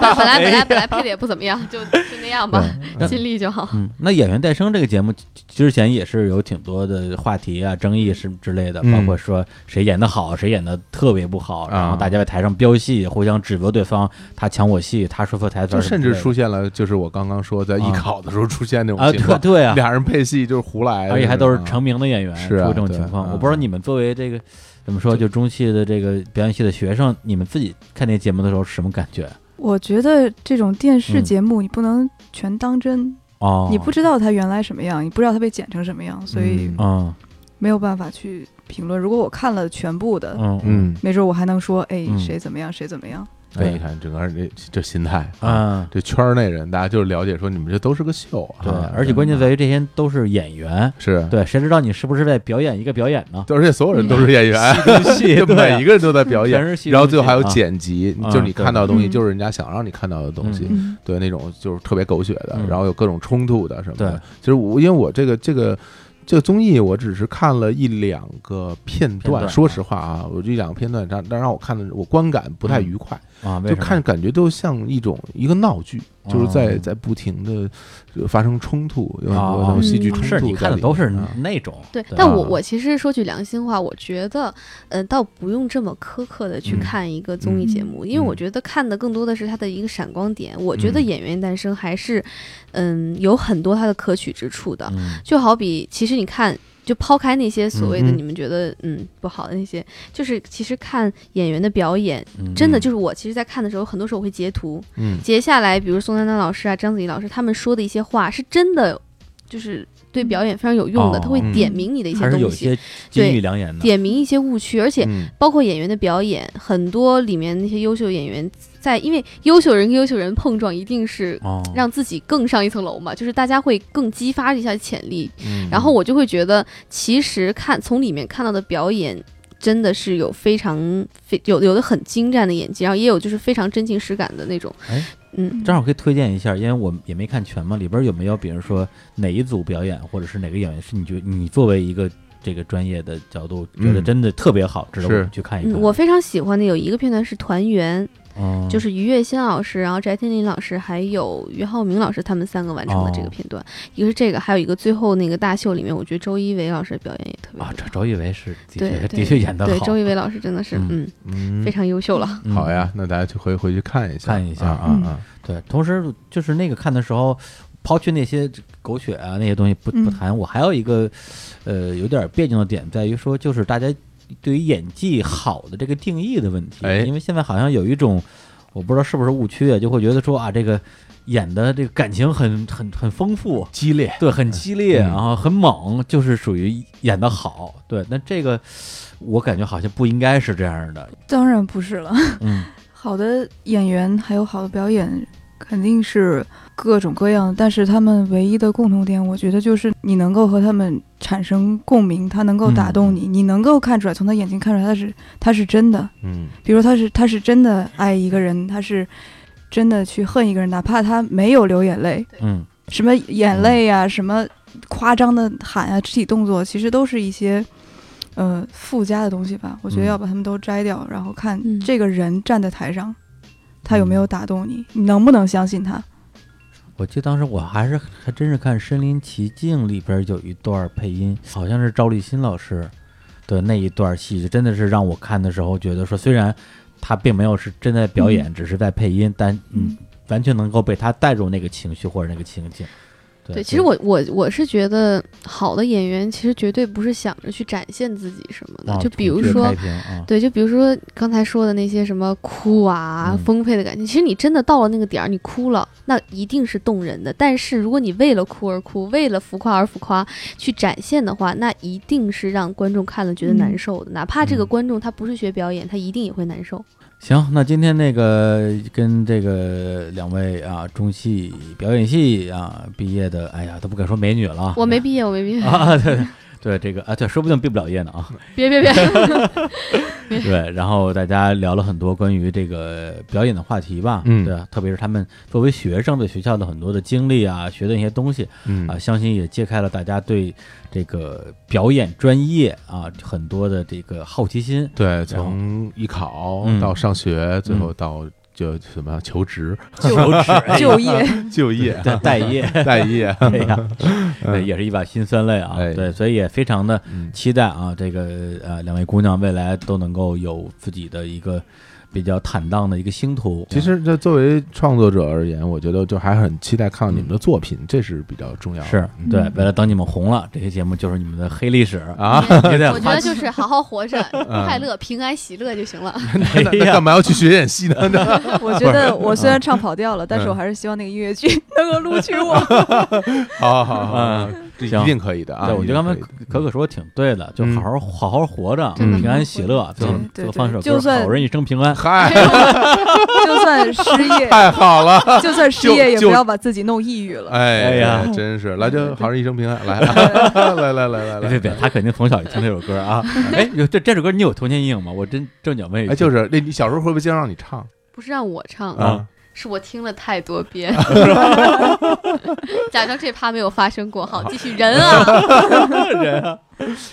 S5: 本本来本来本来配的也不怎么样，就就那样吧，
S3: 对
S5: 尽力就好。
S3: 嗯，那《演员诞生》这个节目之之前也是有挺多的话题啊、争议是之类的，
S4: 嗯
S3: 包括说谁演的好，谁演的特别不好，然后
S4: 啊
S3: 大家在台上飙戏，互相指责对方，他抢我戏，他说错台词
S4: 就
S3: 儿什
S4: 甚
S3: 么之类
S4: 至
S3: 的，
S4: 出现了，就是我刚刚说在艺考的时候出现那
S3: 啊，
S4: 种情
S3: 对
S4: 况，
S3: 对啊，
S4: 俩人配戏就是胡来的那种啊，
S3: 而且还都是成名的演员，
S4: 是
S3: 出
S4: 啊
S3: 这种
S4: 对
S3: 情况，
S4: 啊
S3: 我不知道你们作为这个怎么嗯说，就中戏的这个表演系的学生，你们自己看那节目的时候是什么感觉？
S6: 我觉得这种电视
S3: 嗯
S6: 节目你不能全当真，
S3: 哦，
S6: 你不知道它原来什么样，你不知道它被剪成什么样，所以
S4: 嗯
S3: 嗯
S6: 没有办法去评论。如果我看了全部的，
S3: 嗯嗯
S4: 嗯，
S6: 没准我还能说，哎
S3: 嗯，
S6: 谁怎么样，谁怎么样。
S4: 哎，
S3: 对
S4: 你看整个这这心态啊，
S3: 啊，
S4: 这圈儿内人大家就了解说你们这都是个秀啊，
S3: 对，而且关键在于这些人都是演员，
S4: 是，
S3: 对，谁知道你是不是在表演一个表演呢？
S4: 而且所有人
S6: 嗯
S4: 都是演员，
S3: 戏
S4: 就每一
S3: 个
S4: 个人都在表演
S3: 全是戏，
S4: 然后最后还有
S3: 中戏
S4: 剪辑，
S3: 啊
S4: 就是你看到的东西
S6: 嗯
S4: 就是人家想让你看到的东西，
S6: 嗯，
S4: 对那种就是特别狗血的，
S3: 嗯
S4: 然后有各种冲突的什么
S3: 对
S4: 的。其实我因为我这个这个这个综艺，我只是看了一两个片段，
S3: 片段
S4: 说实话啊，我这一两个片段让让让我看的我观感不太愉快，
S3: 啊，为
S4: 就
S3: 什么
S4: 看感觉就像一种一个闹剧，就是在
S3: 哦
S4: 在不停的发生冲突，有很多
S3: 哦
S4: 那种戏剧冲突在
S3: 是
S4: 里面、
S3: 你看的都是
S4: 啊
S3: 那种，
S5: 对
S3: 对，
S5: 但我
S4: 啊
S5: 我其实说句良心话，我觉得，呃，倒不用这么苛刻的去
S4: 嗯
S5: 看一个综艺节目，因为我
S4: 嗯
S5: 觉得看的更多的是它的一个闪光点。我觉得《
S4: 嗯
S5: 演员诞生》还是，嗯，有很多它的可取之处的。
S3: 嗯
S5: 就好比，其实你看，就抛开那些所谓的
S4: 嗯
S5: 你们觉得嗯不好的那些，就是其实看演员的表演，
S3: 嗯
S5: 真的就是我其实，在看的时候，很多时候我会截图，
S4: 嗯
S5: 截下来，比如宋丹丹老师啊、章子怡老师他们说的一些话，是真的，就是对表演非常有用的，
S3: 哦
S5: 他会
S4: 嗯
S5: 点明你的一
S3: 还
S5: 些
S3: 是有
S5: 东
S3: 一
S5: 西，
S3: 些金玉良言的，
S5: 点明一些误区，而且
S4: 嗯
S5: 包括演员的表演，很多里面那些优秀演员在，因为优秀人跟优秀人碰撞，一定是
S3: 哦，
S5: 让自己更上一层楼嘛，就是大家会更激发一下潜力，
S4: 嗯
S5: 然后我就会觉得，其实看从里面看到的表演，真的是有非常非有有的很精湛的演技，然后也有就是非常真情实感的那种。
S3: 哎
S5: 嗯，
S3: 正好可以推荐一下，因为我也没看全嘛，里边有没有比如说哪一组表演，或者是哪个演员是你觉得你作为一个这个专业的角度觉得
S4: 嗯
S3: 真的特别好，值得我
S4: 是
S3: 们去看一
S5: 嗯，
S3: 看。
S5: 我非常喜欢的有一个片段是团圆，
S3: 嗯
S5: 就是于月仙老师，然后翟天临老师，还有俞灏明老师他们三个完成的这个
S3: 哦
S5: 片段。一个是这个，还有一个最后那个大秀里面，我觉得周一围老师的表演也特别
S3: 啊
S5: 好。，
S3: 周周一围是的
S5: 对
S3: 确
S5: 对
S3: 的确演的
S5: 对，
S3: 好，
S5: 周一围老师真的是
S3: 嗯
S5: 嗯
S4: 嗯
S5: 非常优秀了。
S3: 嗯
S4: 好。呀，那大家就回回去看一下，
S3: 看一下
S4: 啊
S6: 嗯
S4: 啊啊，
S3: 对，同时就是那个看的时候，抛去那些狗血啊那些东西不
S6: 嗯
S3: 不谈，我还有一个呃有点别扭的点在于说，就是大家对于演技好的这个定义的问题，
S4: 哎
S3: 因为现在好像有一种我不知道是不是误区啊，就会觉得说啊这个演的这个感情很很很丰富，
S4: 激烈，
S3: 对，很激烈，
S4: 嗯
S3: 然后很猛，就是属于演的好。对，那这个我感觉好像不应该是这样的。
S6: 当然不是了，
S3: 嗯
S6: 好的演员还有好的表演肯定是各种各样，但是他们唯一的共同点，我觉得就是你能够和他们产生共鸣，他能够打动你，嗯你能够看出来，从他眼睛看出来他是他是真的，
S4: 嗯
S6: 比如他是他是真的爱一个人，他是真的去恨一个人，哪怕他没有流眼泪，
S3: 嗯，
S6: 什么眼泪呀、什么夸张的喊啊，肢体动作，其实都是一些呃附加的东西吧。我觉得
S3: 嗯
S6: 要把它们都摘掉，然后看
S5: 嗯
S6: 这个人站在台上，他有没有打动你，你能不能相信他？
S3: 我记得当时我还是还真是看《身临其境》里边有一段配音，好像是赵立新老师的那一段戏，就真的是让我看的时候觉得说，虽然他并没有是真在表
S5: 嗯
S3: 演，只是在配音，但嗯，完全能够被他带入那个情绪或者那个情景。对，
S5: 对，其实我我我是觉得，好的演员其实绝对不是想着去展现自己什么的，
S3: 啊
S5: 就比如
S3: 孔雀
S5: 说
S3: 开，屏啊，
S5: 对，就比如说刚才说的那些什么哭啊、
S3: 嗯
S5: 丰沛的感情，其实你真的到了那个点儿，你哭了，那一定是动人的。但是如果你为了哭而哭，为了浮夸而浮夸去展现的话，那一定是让观众看了觉得难
S6: 嗯
S5: 受的，哪怕这个
S3: 嗯
S5: 观众他不是学表演，他一定也会难受。
S3: 行，那今天那个跟这个两位啊，中戏表演系啊毕业的，哎呀，都不敢说美女了啊，
S5: 我没毕业，我没 毕业，
S3: 啊，对对对，这个啊，对，说不定毕不了业呢啊，
S5: 别别别，
S3: 对，然后大家聊了很多关于这个表演的话题吧，
S4: 嗯
S3: 对，啊特别是他们作为学生对学校的很多的经历啊，学的一些东西
S4: 嗯
S3: 啊，相信也揭开了大家对这个表演专业啊很多的这个好奇心，
S4: 对，从艺考
S3: 嗯
S4: 到上学，最后到就什么 求职、
S3: 求职
S4: 哎
S6: 就业，
S4: 就业、
S3: 对待 业。
S4: 待 业，嗯
S3: 对呀，对，也是一把辛酸泪啊。
S4: 哎
S3: 对，所以也非常的
S4: 嗯
S3: 期待啊，这个呃，两位姑娘未来都能够有自己的一个比较坦荡的一个星途。
S4: 其实，这作为创作者而言，我觉得就还很期待看到你们的作品，这是比较重要的。
S3: 嗯是
S4: 嗯
S3: 对，为了等你们红了，这些节目就是你们的黑历史。
S4: 啊，
S3: 也得
S5: 我觉得就是好好活 着，
S3: 嗯
S5: 快乐、平安、喜乐就行了。
S4: 那那干嘛要去学演 戏呢？
S6: 我觉得我虽然唱跑调了，但是我还是希望那个音乐剧能够录取我。
S4: 好好好好，这
S3: 嗯行
S4: 一定可以的啊！
S3: 对，我觉得
S4: 一
S3: 刚
S4: 定可
S3: 才
S4: 以的
S3: 可可说的挺对的，就
S4: 嗯
S3: 好好好好活着，
S4: 嗯
S3: 平安喜乐，最后最
S6: 对对
S3: 后放首
S6: 就
S3: 歌，
S6: 算
S3: 好人一生平安。
S4: 嗨，
S6: 就算失业，
S4: 太好了！
S6: 就算失
S4: 就
S6: 业，也
S4: 哎就
S6: 不要把自己弄抑郁了。
S4: 哎
S3: 哎呀
S4: 真是来就好人一生平安，来 来来
S3: 别
S4: 来来
S3: 别
S4: 来
S3: 别
S4: 来，，
S3: 他肯定从小就听这首歌 啊！哎，有这这首歌你有童年阴影吗？我真正经问一句，
S4: 哎，就是那你小时候会不会经常让你唱
S5: 不是让我唱，
S4: 啊？
S5: 是我听了太多 遍， 假装这趴没有发生过。好，继续人 啊，
S3: 人啊。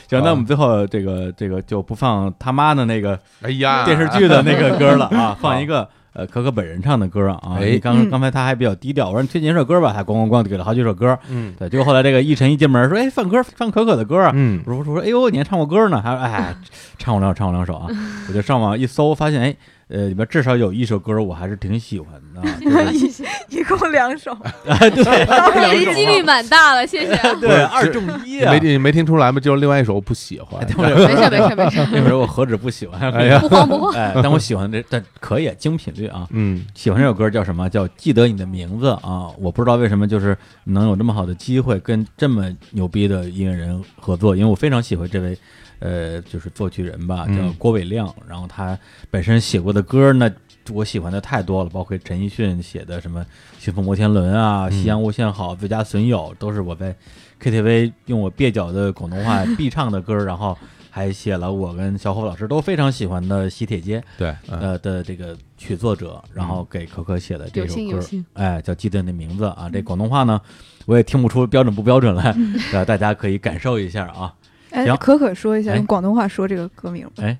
S3: 行，那我们最后这个这个就不放他妈的那个
S4: 哎呀，
S3: 电视剧的那个歌了 啊，放一个呃可可本人唱的歌啊。
S4: 哎
S3: 你刚
S6: 嗯
S3: 刚才他还比较低调，我说你推荐一首歌吧，他咣咣咣给了好几首歌。
S4: 嗯
S3: 对，结果后来这个一晨一进门说，哎，放歌放可可的歌啊。
S4: 嗯
S3: 我说我说，哎呦，你还唱过歌呢？还说哎，唱过两首，唱过两首啊。我就上网一搜，发现哎，呃，里面至少有一首歌我还是挺喜欢的啊。就是
S6: 一共两首，
S3: 哎对
S5: 我这
S6: 啊
S5: 几率蛮大了，谢谢啊。
S3: 对，二中一啊
S4: 没。你没听出来吗？就是另外一首我不喜欢，
S5: 没事没事没事，
S3: 那会儿我何止不喜欢，
S4: 哎呀
S5: 不慌不 慌。
S3: 哎，但我喜欢这，但可以精品率啊。
S4: 嗯
S3: 喜欢这首歌叫什么？叫《记得你的名字》啊！我不知道为什么，就是能有这么好的机会跟这么牛逼的音乐人合作，因为我非常喜欢这位，呃，就是作曲人吧，
S4: 嗯
S3: 叫郭伟亮。然后他本身写过的歌呢，我喜欢的太多了，包括陈奕迅写的什么《旋风摩天轮》啊，《夕阳无限好》《最佳损友》，都是我在 KTV 用我蹩脚的广东话必唱的歌。然后还写了我跟小虎老师都非常喜欢的《喜帖街》。
S4: 对，嗯
S3: 呃的这个曲作者，然后给可可写的这
S5: 有
S3: 首
S5: 幸
S3: 歌
S5: 有幸，嗯
S3: 哎，叫《记得你的名字》啊。这广东话呢，我也听不出标准不标准来， 呃，大家可以感受一下啊。
S6: 哎
S3: 行，
S6: 可可说一下，
S3: 哎
S6: 用广东话说这个歌名。
S3: 哎，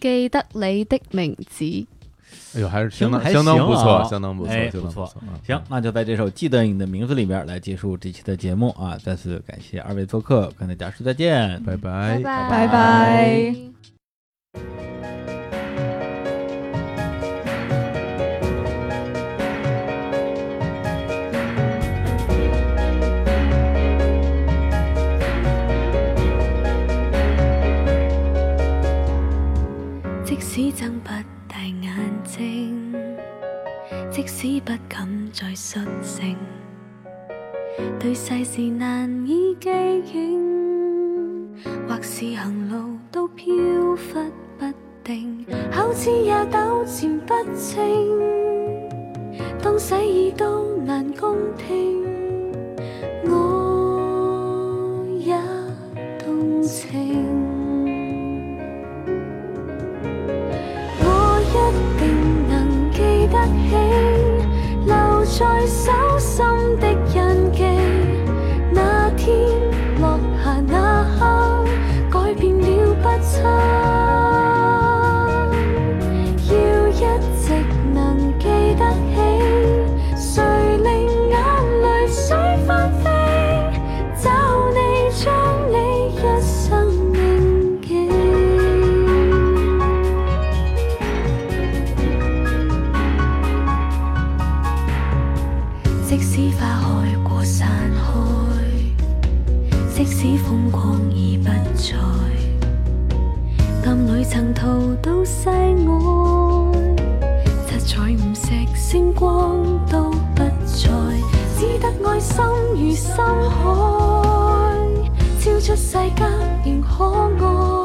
S5: 记得你的名字。
S4: 哎呦，还是相当
S3: 行
S4: 相当不
S3: 还行
S4: 错，
S3: 啊
S4: 相当不错，
S3: 哎
S4: 相当
S3: 不错
S4: 错。嗯
S3: 行，那就在这首《记得你的名字》里边来结束这期的节目啊。再次感谢二位做客，跟大家说再见，
S4: 拜拜。
S6: 拜拜。
S7: 即使睜不大眼睛，即使不敢再率性，對世事難以記憶，或是行路都飄忽不定，口齒也糾纏不清，當洗耳都難恭聽，我也動情。我一定能記得起，留在手心的印記。那天落下那刻，改變了不親。要一直能記得起，誰令眼淚水紛飛？找你，將你一生銘記。即使花開過散開，即使風光已不再，暗裏曾逃到世外，七彩五色星光都不再，只得愛心如深海，超出世間仍可愛。